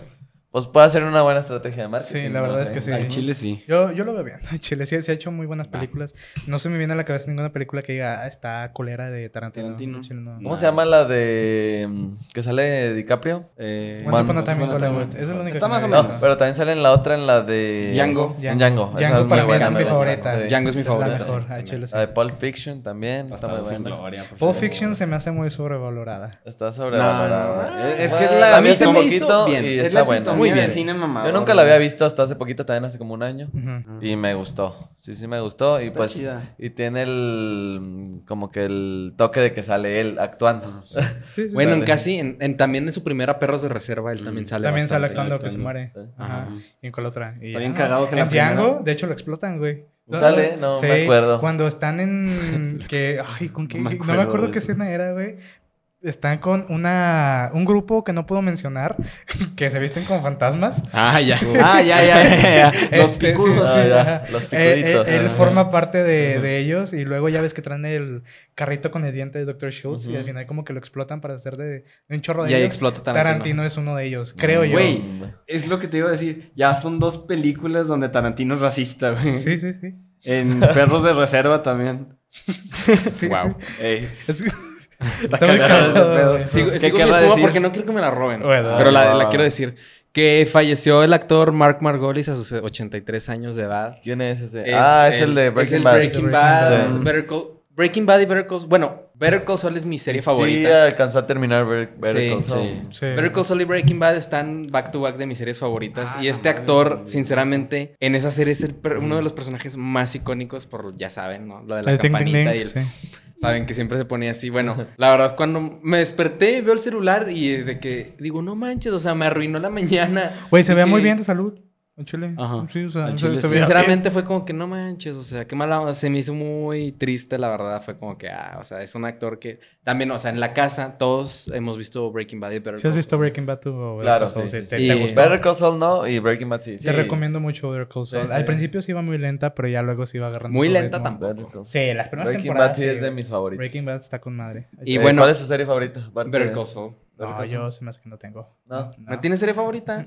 S2: Pues puede ser una buena estrategia de marketing.
S1: Sí, la verdad
S2: no
S1: es
S2: sé.
S1: que sí.
S4: Al chile sí.
S1: Yo, yo lo veo bien. Ay, Chile sí, se ha hecho muy buenas películas. No se me viene a la cabeza ninguna película que diga, ah, está colera de Tarantino.
S4: Tarantino.
S1: Chile, no.
S2: ¿Cómo se llama la de. mm, que sale DiCaprio?
S4: Eh,
S1: Once Upon a
S2: Once
S1: Time in
S4: Upon a Time.
S1: Hollywood. Esa es la única
S4: Está
S1: que
S4: más
S1: me
S4: o
S1: viene.
S2: No,
S4: menos.
S2: pero también sale en la otra, en la de.
S3: Django.
S2: En Django. Esa
S1: Django para mí
S2: muy buena,
S1: es mi
S2: me gusta.
S1: favorita.
S2: Sí.
S3: Django es mi
S1: Es la
S3: favorita.
S1: mejor.
S3: sí,
S1: Ay, Chile, sí.
S2: La de Pulp Fiction también. Está muy
S4: Bastardos sin
S2: buena.
S4: gloria, por
S1: Pulp
S4: favor.
S1: Fiction se me hace muy sobrevalorada.
S2: Está sobrevalorada.
S4: No, no, no. Es que es la-
S2: A mí se
S3: me
S2: un
S3: hizo
S2: poquito
S3: bien.
S2: y
S3: Es
S2: está
S3: la
S2: buena.
S3: epítome
S4: Muy
S3: Muy
S4: bien.
S3: bien.
S4: Cine mamá.
S2: Yo nunca la había visto hasta hace poquito, también hace como un año.
S1: Ujú.
S4: Ah,
S2: Y me gustó. Sí, sí me gustó. Y
S4: Está
S2: pues.
S4: chida.
S2: Y tiene el. mm, Como que el toque de que sale él actuando.
S1: Sí, sí, sí.
S3: Bueno, en
S2: Sale.
S3: casi, en, en- también en su primera Perros de Reserva, él también
S4: Mm.
S3: sale.
S1: También sale
S3: bastante.
S1: actuando que
S4: actuando.
S1: se muere.
S2: Sí.
S1: Ajá.
S4: Ajá.
S1: Y con la otra. Y
S4: Está
S1: ya.
S4: bien cagado que la
S1: En Django,
S4: primera-
S1: de hecho, lo explotan, güey.
S2: ¿Sale? No me acuerdo.
S1: Cuando están en. que, ay, ¿con qué?
S4: No
S1: No
S4: me
S1: me
S4: acuerdo
S1: acuerdo,
S4: de
S1: qué
S4: eso.
S1: escena era, güey. Están con una un grupo que no puedo mencionar, que se visten con fantasmas.
S3: Ah, ya.
S4: Ah, ya, ya. ya. Los
S1: Este, sí,
S4: picudos.
S2: Ah,
S1: sí,
S2: ya,
S1: ajá.
S2: los
S1: Eh, eh,
S2: picuditos.
S1: él
S2: Ajá.
S1: forma parte de, de ellos y luego ya ves que traen el carrito con el diente de Dr. Schultz y
S2: Ujú.
S1: al final como que lo explotan para hacer de, de un chorro de
S3: Y ahí
S1: ellos.
S3: explota Tarantino.
S1: Tarantino es uno de ellos,
S2: Mm,
S1: creo yo.
S4: Güey. Es lo que te iba a decir. Ya son dos películas donde Tarantino es racista, güey.
S1: Sí, sí, sí.
S4: En Perros de Reserva también.
S1: Sí,
S3: Wow.
S1: sí.
S4: Ey,
S1: Es que-
S4: está
S1: muy
S4: cagado ese
S1: cagado,
S4: pedo.
S1: güey.
S3: Sigo,
S4: ¿Qué
S3: sigo mi
S4: querrá
S3: espuma
S4: decir?
S3: porque no quiero que me la roben.
S1: Bueno.
S3: pero la, la
S2: Ah.
S3: quiero decir. Que falleció el actor Mark Margolis a sus eh, 83 años de edad.
S2: ¿Quién es ese? ah, es el, de Breaking
S3: es el
S2: Bad.
S3: Breaking
S2: Bad.
S3: Bad,
S2: Sí.
S3: Better Call- Breaking Bad y Better Call Bueno, Better Call Saul es mi serie
S2: Sí, ah,
S3: favorita.
S2: alcanzó a terminar Ver- Better
S3: Sí,
S2: Call Saul.
S4: sí.
S1: Sí.
S3: Better Call Saul y Breaking Bad están back to back de mis series favoritas.
S4: Ah,
S3: y
S4: la
S3: este
S4: madre,
S3: actor,
S4: sí.
S3: sinceramente, en esa serie es el per- uno de los personajes más icónicos por, ya saben, ¿no? Lo de la
S1: Mm. El ting, ting,
S3: campanita
S1: ting,
S3: y el-
S1: sí.
S3: Saben que siempre se ponía así. Bueno, la verdad, cuando me desperté, veo el celular y de que digo, no manches, o sea, me arruinó la mañana.
S1: Güey, se ve
S3: Dije,
S1: muy bien de salud. En Chile.
S4: Ajá.
S1: Sí, o sea,
S4: Al
S1: se-
S4: chile
S1: se
S4: sí.
S1: veía
S3: Sinceramente fue como que no manches, o sea, qué mala, onda, se me hizo muy triste, la verdad, fue como que, ah, o sea, es un actor que también, o sea, en la casa todos hemos visto Breaking Bad y Better
S1: bien. Si has
S3: Call
S1: visto
S3: Saul.
S1: Breaking Bad, tú. o Better
S2: Claro,
S1: Call Saul,
S2: sí, sí,
S1: te-
S3: sí.
S1: te
S3: Y-
S1: gustó.
S2: Better Call Saul no y Breaking Bad sí.
S1: Te
S2: sí.
S1: recomiendo mucho Better Call Saul.
S2: Sí,
S1: Al
S2: sí.
S1: principio sí iba muy lenta, pero ya luego se iba agarrando.
S3: Muy
S1: su
S3: lenta
S1: ritmo.
S3: tampoco.
S2: Better Call Saul.
S1: Sí, las primeras
S2: Breaking
S1: temporadas.
S2: Bad sí
S1: sí,
S2: es de
S1: güey.
S2: mis favoritos.
S1: Breaking Bad está con madre.
S3: Y
S2: Eh,
S3: bueno-
S2: ¿Cuál es su serie favorita? Aparte
S3: Better
S2: de-
S3: Call Saul.
S2: Better
S1: No,
S2: Call
S1: yo
S2: Saul.
S1: se me hace que no tengo.
S2: No.
S3: ¿No tienes serie favorita?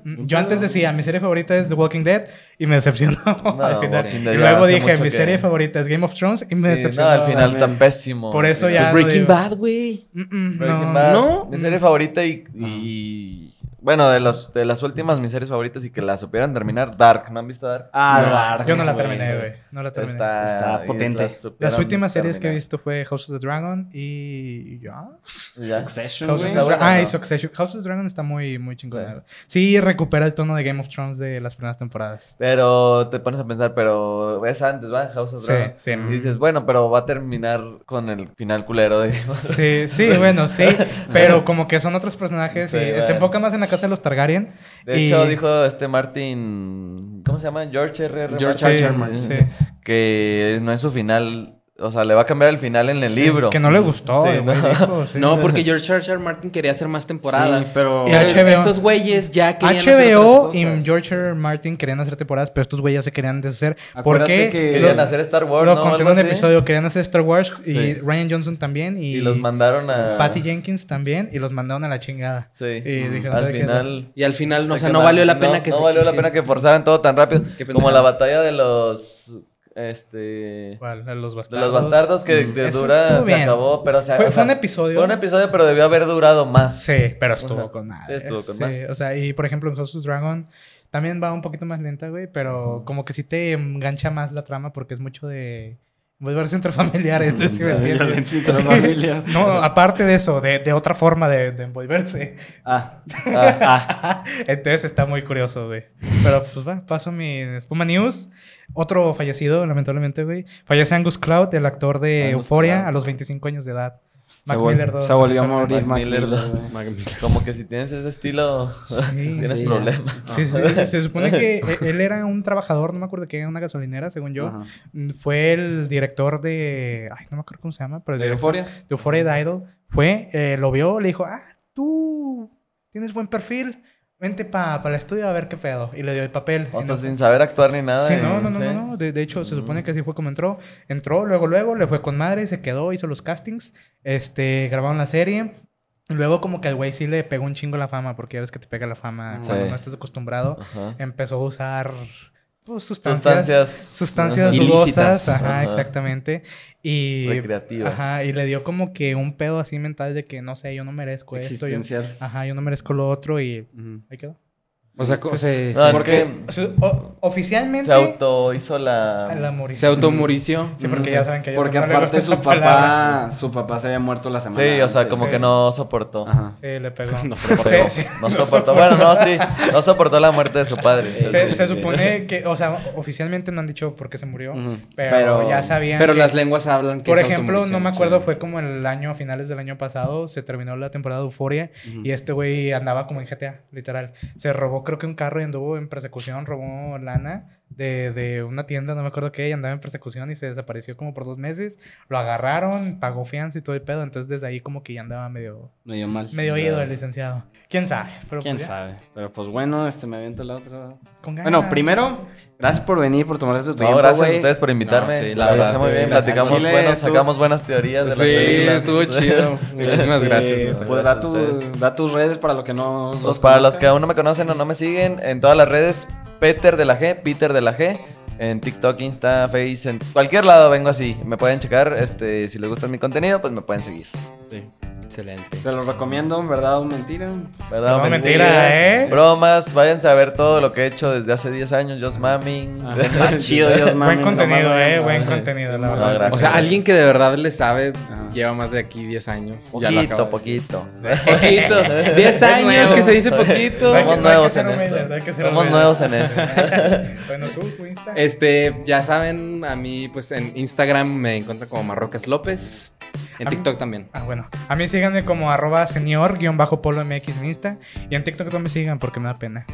S1: Ah. Mm, mm, Yo antes decía, mi serie favorita es The Walking Dead y me decepcionó. al final.
S2: Walking Dead
S1: Y
S2: ya
S1: luego
S2: hace
S1: dije,
S2: mucho
S1: mi
S2: que-
S1: serie favorita es Game of Thrones y me
S2: Sí,
S1: decepcionó.
S2: no, al final
S4: también.
S2: está pésimo.
S1: Por eso
S2: Al
S1: ya
S2: final.
S3: Pues
S1: no
S3: Breaking
S1: digo.
S3: Bad, güey.
S1: Mm, mm,
S2: Breaking
S1: no.
S2: Bad,
S3: No.
S2: Mi serie favorita y, y- bueno, de los de las últimas mis series favoritas y que la supieran terminar, Dark. ¿No han visto Dark?
S4: Ah,
S1: No,
S4: Dark,
S1: Yo no la
S4: güey.
S1: terminé, güey. No la terminé.
S2: Está,
S4: Está
S2: y
S4: potente.
S2: las supieron
S1: Las últimas series que he
S2: terminar.
S1: visto fue House of the Dragon y... ¿Ya?
S2: Ya.
S4: Succession,
S1: House of
S4: güey.
S1: the Dragon.
S2: buena,
S1: Ah,
S2: ¿no?
S1: y Succession. House of the Dragon está muy, muy
S2: Sí.
S1: chingona. Sí. recupera el tono de Game of Thrones de las primeras temporadas.
S2: Pero te pones a pensar, pero es antes, ¿va? House of
S1: Sí,
S2: Dragons.
S1: sí.
S2: Y dices, bueno, pero va a terminar con el final culero de...
S1: Sí, sí, bueno, sí. Pero como que son otros personajes
S2: Sí,
S1: y
S2: bueno.
S1: se enfoca más en la casa de los Targaryen.
S2: De
S1: y-
S2: hecho, dijo este Martin... ¿Cómo se llama? George R.
S3: George
S1: Sí,
S3: R.
S1: sí, sí.
S2: Que es- no es su final... O sea, le va a cambiar el final en el libro.
S1: Que no le gustó.
S2: Sí,
S1: el güey
S2: no.
S1: dijo, sí.
S3: No, porque George R. R. Martin quería hacer más temporadas.
S4: Sí, pero...
S1: Y
S3: Pero
S1: HBO.
S3: estos güeyes ya querían hacer
S1: HBO
S3: otras
S1: y
S3: cosas.
S1: George R. R. Martin querían hacer temporadas, pero estos güeyes ya se querían deshacer. ¿Por
S4: Acuérdate
S1: qué?
S4: que-
S2: Querían
S1: Lo-
S2: hacer Star Wars,
S1: Lo
S2: ¿no?
S1: conté en
S2: Algo
S1: un
S2: así.
S1: episodio, querían hacer Star Wars y
S2: Sí.
S1: Ryan Johnson también y,
S2: Y los mandaron a...
S1: Patty Jenkins también y los mandaron a la chingada.
S2: Sí.
S1: Y dije, no
S2: Al
S1: sé qué-
S2: final...
S3: Y al final, no, o sea,
S2: que
S3: no
S2: la-
S3: valió la pena
S2: no-
S3: que
S2: No
S3: se
S2: valió la
S3: quisieran.
S2: pena que forzaran todo tan rápido.
S3: Qué
S2: Como
S3: pendejada.
S2: la batalla de los... Este...
S1: ¿Cuál? A los
S2: De
S1: bastardos.
S2: los bastardos que
S4: Mm.
S2: de
S1: Eso
S2: dura
S1: estuvo
S2: se
S1: bien.
S2: acabó, pero se
S1: Fue,
S2: o
S1: fue
S2: sea,
S1: un episodio.
S2: fue un episodio, pero debió haber durado más.
S1: Sí, pero estuvo
S2: Ajá.
S1: con madre.
S2: Sí, estuvo con
S1: Sí,
S2: madre.
S1: O sea, y por ejemplo en House of Dragon también va un poquito más lenta, güey, pero como que sí te engancha más la trama porque es mucho de pues, Violencia intrafamiliar, este sí me entiende.
S4: Violencia intrafamiliar.
S1: No, aparte de eso, de, de otra forma de, de envolverse.
S4: Ah,
S2: Ah,
S4: ah.
S1: Entonces está muy curioso, güey. Pero pues va, paso mi espuma news. Otro fallecido, lamentablemente, güey. Fallece Angus Cloud, el actor de
S4: Angus
S1: Euphoria,
S4: Cloud.
S1: a los 25 años de edad.
S4: Se,
S1: Mac
S4: vol-
S1: Miller dos,
S4: se volvió a
S1: lamentablemente.
S2: Mac
S4: morir Mac
S2: Miller
S4: Miller.
S2: dos.
S4: güey.
S2: como que si tienes ese estilo,
S1: Sí,
S2: tienes
S4: sí.
S2: problemas.
S1: Sí, sí, sí. Se supone que e- él era un trabajador, no me acuerdo que era una gasolinera, según yo.
S4: Ajá.
S1: Mm, Fue el director de. Ay, no me acuerdo cómo se llama, pero. el
S4: ¿De
S1: director
S4: Euphoria?
S1: De Euphoria de Idol. Fue, eh, lo vio, le dijo, ah, tú tienes buen perfil, vente para el estudio a ver qué pedo. Y le dio el papel.
S2: O
S1: Y
S2: sea,
S1: no-
S2: sin saber actuar ni nada.
S1: Sí,
S2: eh,
S1: no, no, no,
S2: sí.
S1: no, no. De, de hecho, se supone
S2: Mm.
S1: que así fue como entró. Entró, luego, luego, le fue con madre, se quedó, hizo los castings, este, grabaron la serie. Luego como que al güey sí le pegó un chingo la fama, porque ya ves que te pega la fama
S2: Sí.
S1: cuando no estás acostumbrado.
S2: Ajá.
S1: Empezó a usar pues, sustancias.
S2: Sustancias.
S1: Sustancias
S3: Ilícitas.
S1: dudosas, ajá,
S2: Ajá.
S1: exactamente. Y,
S2: Recreativas.
S1: ajá, y le dio como que un pedo así mental de que no sé, yo no merezco esto, yo,
S4: Existencial.
S1: ajá, yo no merezco lo otro y ahí quedó.
S3: O sea, co- se,
S2: No,
S3: se-
S2: es
S3: porque
S2: que
S1: O sea, o- oficialmente
S2: se auto hizo la.
S1: la morí.
S3: se automurició.
S1: Sí, porque ya saben que yo
S4: Porque
S1: no le
S4: aparte
S1: gusta
S4: su
S1: esa palabra.
S4: papá, su papá se había muerto la semana.
S2: Sí, o sea,
S4: antes.
S2: como
S1: Sí.
S2: que no soportó.
S4: Ajá.
S1: Sí, le pegó.
S3: No,
S1: Sí,
S2: Pero
S1: sí.
S2: No soportó. Bueno, no, sí. No soportó la muerte de su padre.
S4: Sí,
S1: Se,
S4: sí,
S1: se
S4: sí.
S1: supone que, o sea, oficialmente no han dicho por qué se murió,
S4: Ujú.
S1: pero,
S4: Pero-
S1: ya sabían.
S3: Pero
S1: que-
S3: las lenguas hablan que
S1: Por
S3: es
S1: ejemplo, no
S3: automurición.
S1: me acuerdo,
S3: Sí.
S1: fue como el año, a finales del año pasado, se terminó la temporada de Euforia
S4: Ujú.
S1: y este güey andaba como en GTA, literal. Se robó, creo que un carro y anduvo en persecución, robó lana de, de una tienda, no me acuerdo qué, y andaba en persecución y se desapareció como por dos meses. Lo agarraron, pagó fianza y todo el pedo, entonces desde ahí como que ya andaba medio,
S4: Medio mal.
S1: medio oído el licenciado. ¿Quién sabe? Pero
S4: ¿Quién
S1: pues ya, Ah,
S4: sabe? Pero pues bueno, este me aviento la otra.
S1: con
S4: Bueno,
S1: ganas.
S4: primero, gracias por venir, por tomarse tu
S2: No,
S4: tiempo.
S2: gracias a
S4: güey.
S2: ustedes por invitarme.
S3: No, sí, la
S2: la verdad,
S3: verdad,
S2: muy bien.
S4: gracias.
S2: Platicamos
S4: Chile,
S2: buenos,
S4: tú-
S2: sacamos buenas teorías de las
S3: Sí,
S2: películas.
S3: estuvo chido. Muchísimas
S4: Este,
S3: gracias. neta.
S4: Pues
S2: Gracias
S4: da,
S2: a
S4: tus-
S2: ustedes.
S4: da tus redes para los que no.
S2: Pues para los que
S4: conozcan.
S2: aún no me conocen o no me siguen, en todas las redes, Peter de la G, Peter de la G, en TikTok, Insta, Face, en cualquier lado vengo así. Me pueden checar, este, si les gusta mi contenido, pues me pueden seguir.
S3: Sí. Excelente.
S4: Te los recomiendo, en verdad o mentira.
S2: ¿Verdad?
S1: No, mentira,
S2: Mentiras,
S1: ¿eh?
S2: Bromas, váyanse a ver todo lo que he hecho desde hace 10 años, Just Mamming.
S4: Está chido, Dios mío.
S1: Ah, Buen contenido, eh, buen contenido, la verdad.
S2: gracias.
S3: O sea, alguien que de verdad le sabe
S4: Ajá.
S3: lleva más de aquí 10 años. Ya lo acabo
S2: Poquito,
S3: de
S2: poquito.
S3: decir. Poquito. 10 años que se dice poquito.
S1: Hay que- hay
S2: Somos
S1: que
S2: nuevos
S1: ser
S2: en
S1: humildes, hay que
S2: esto.
S1: ser
S2: Somos
S1: humildes.
S2: nuevos en esto.
S1: bueno, tú, tu Insta.
S3: Este, ya saben, a mí pues en Instagram me encuentran como Marrocas López. En
S1: A mí-
S3: TikTok también.
S1: Ah, bueno. A mí síganme como arroba señor-polo mx en Insta. Y en TikTok no me sigan porque me da pena.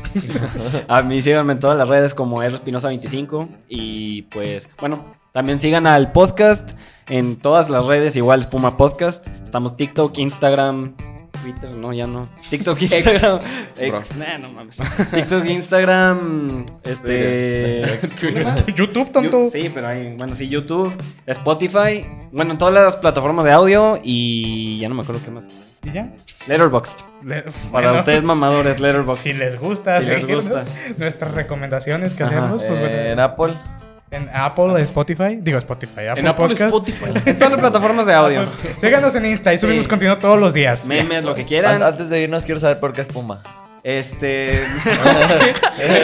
S4: A mí síganme en todas las redes como Espinosa25. Y pues, bueno, también sigan al podcast en todas las redes, igual Espuma Podcast. Estamos TikTok, Instagram, Twitter, no, ya no. TikTok, Instagram. Ex, nah, no mames. TikTok, Instagram, este. ¿qué más?
S1: YouTube, tonto.
S4: Yu- Sí, pero hay, bueno, sí, YouTube, Spotify, bueno, en todas las plataformas de audio y ya no me acuerdo qué más.
S1: Y ya.
S4: Letterboxd.
S1: Le-
S4: Para
S1: bueno,
S4: ustedes mamadores, Letterboxd.
S1: Si les gusta,
S4: Si les
S1: seguirnos,
S4: gusta.
S1: nuestras recomendaciones que
S4: Ajá.
S1: hacemos, pues bueno.
S2: En Apple.
S1: En Apple, Spotify. Digo Spotify, Apple
S3: en Apple
S1: Podcast.
S3: Spotify.
S4: En todas las plataformas de audio.
S1: Apple- Síganos en Insta y subimos
S4: Sí.
S1: contenido todos los días.
S4: Memes, lo que
S2: An-
S4: quieran.
S2: Antes de irnos, quiero saber por qué es Puma.
S4: Este.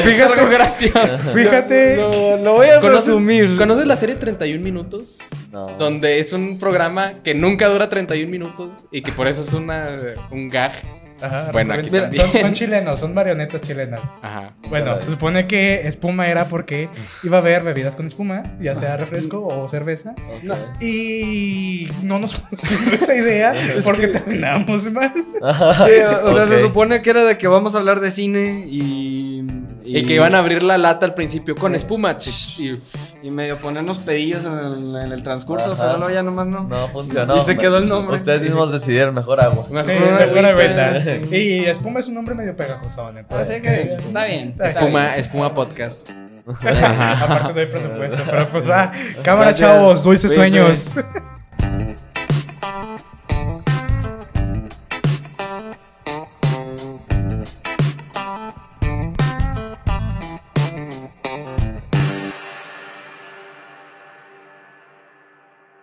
S3: Es algo gracioso.
S1: Fíjate.
S4: lo voy a
S3: ¿Conoces, ¿Conoces la serie 31 minutos?
S2: No.
S3: Donde es un programa que nunca dura 31 minutos y que por eso es una, un gag.
S1: Ajá,
S3: Bueno,
S1: recuerden-
S3: aquí
S1: Mira, son,
S3: también.
S1: son chilenos, son marionetas chilenas.
S3: Ajá.
S1: Bueno,
S2: Caray.
S1: se supone que espuma era porque iba a haber bebidas con espuma, ya sea refresco o cerveza.
S2: Ok.
S1: Y no nos funcionó esa idea porque terminamos mal.
S4: o sea, se
S2: Ok.
S4: supone que era de que vamos a hablar de cine y.
S3: Y que iban a abrir la lata al principio con espuma. ch- Y
S4: Y medio ponernos pedillos en el, en el transcurso,
S2: Ajá.
S4: pero luego ya nomás no.
S2: No funcionó.
S4: Y se quedó el nombre.
S2: Ustedes mismos decidieron mejor agua.
S3: me
S1: Sí,
S3: acuerdo
S1: fue una
S3: risa,
S1: vuelta.
S3: sí.
S1: Y espuma es un nombre medio pues. pegajoso, entonces.
S4: Así Ah, que está bien. está bien.
S3: Espuma, espuma podcast.
S1: Aparte no hay presupuesto, pero pues va. Cámara,
S4: Gracias.
S1: chavos, dulces
S4: Cuídense.
S1: sueños.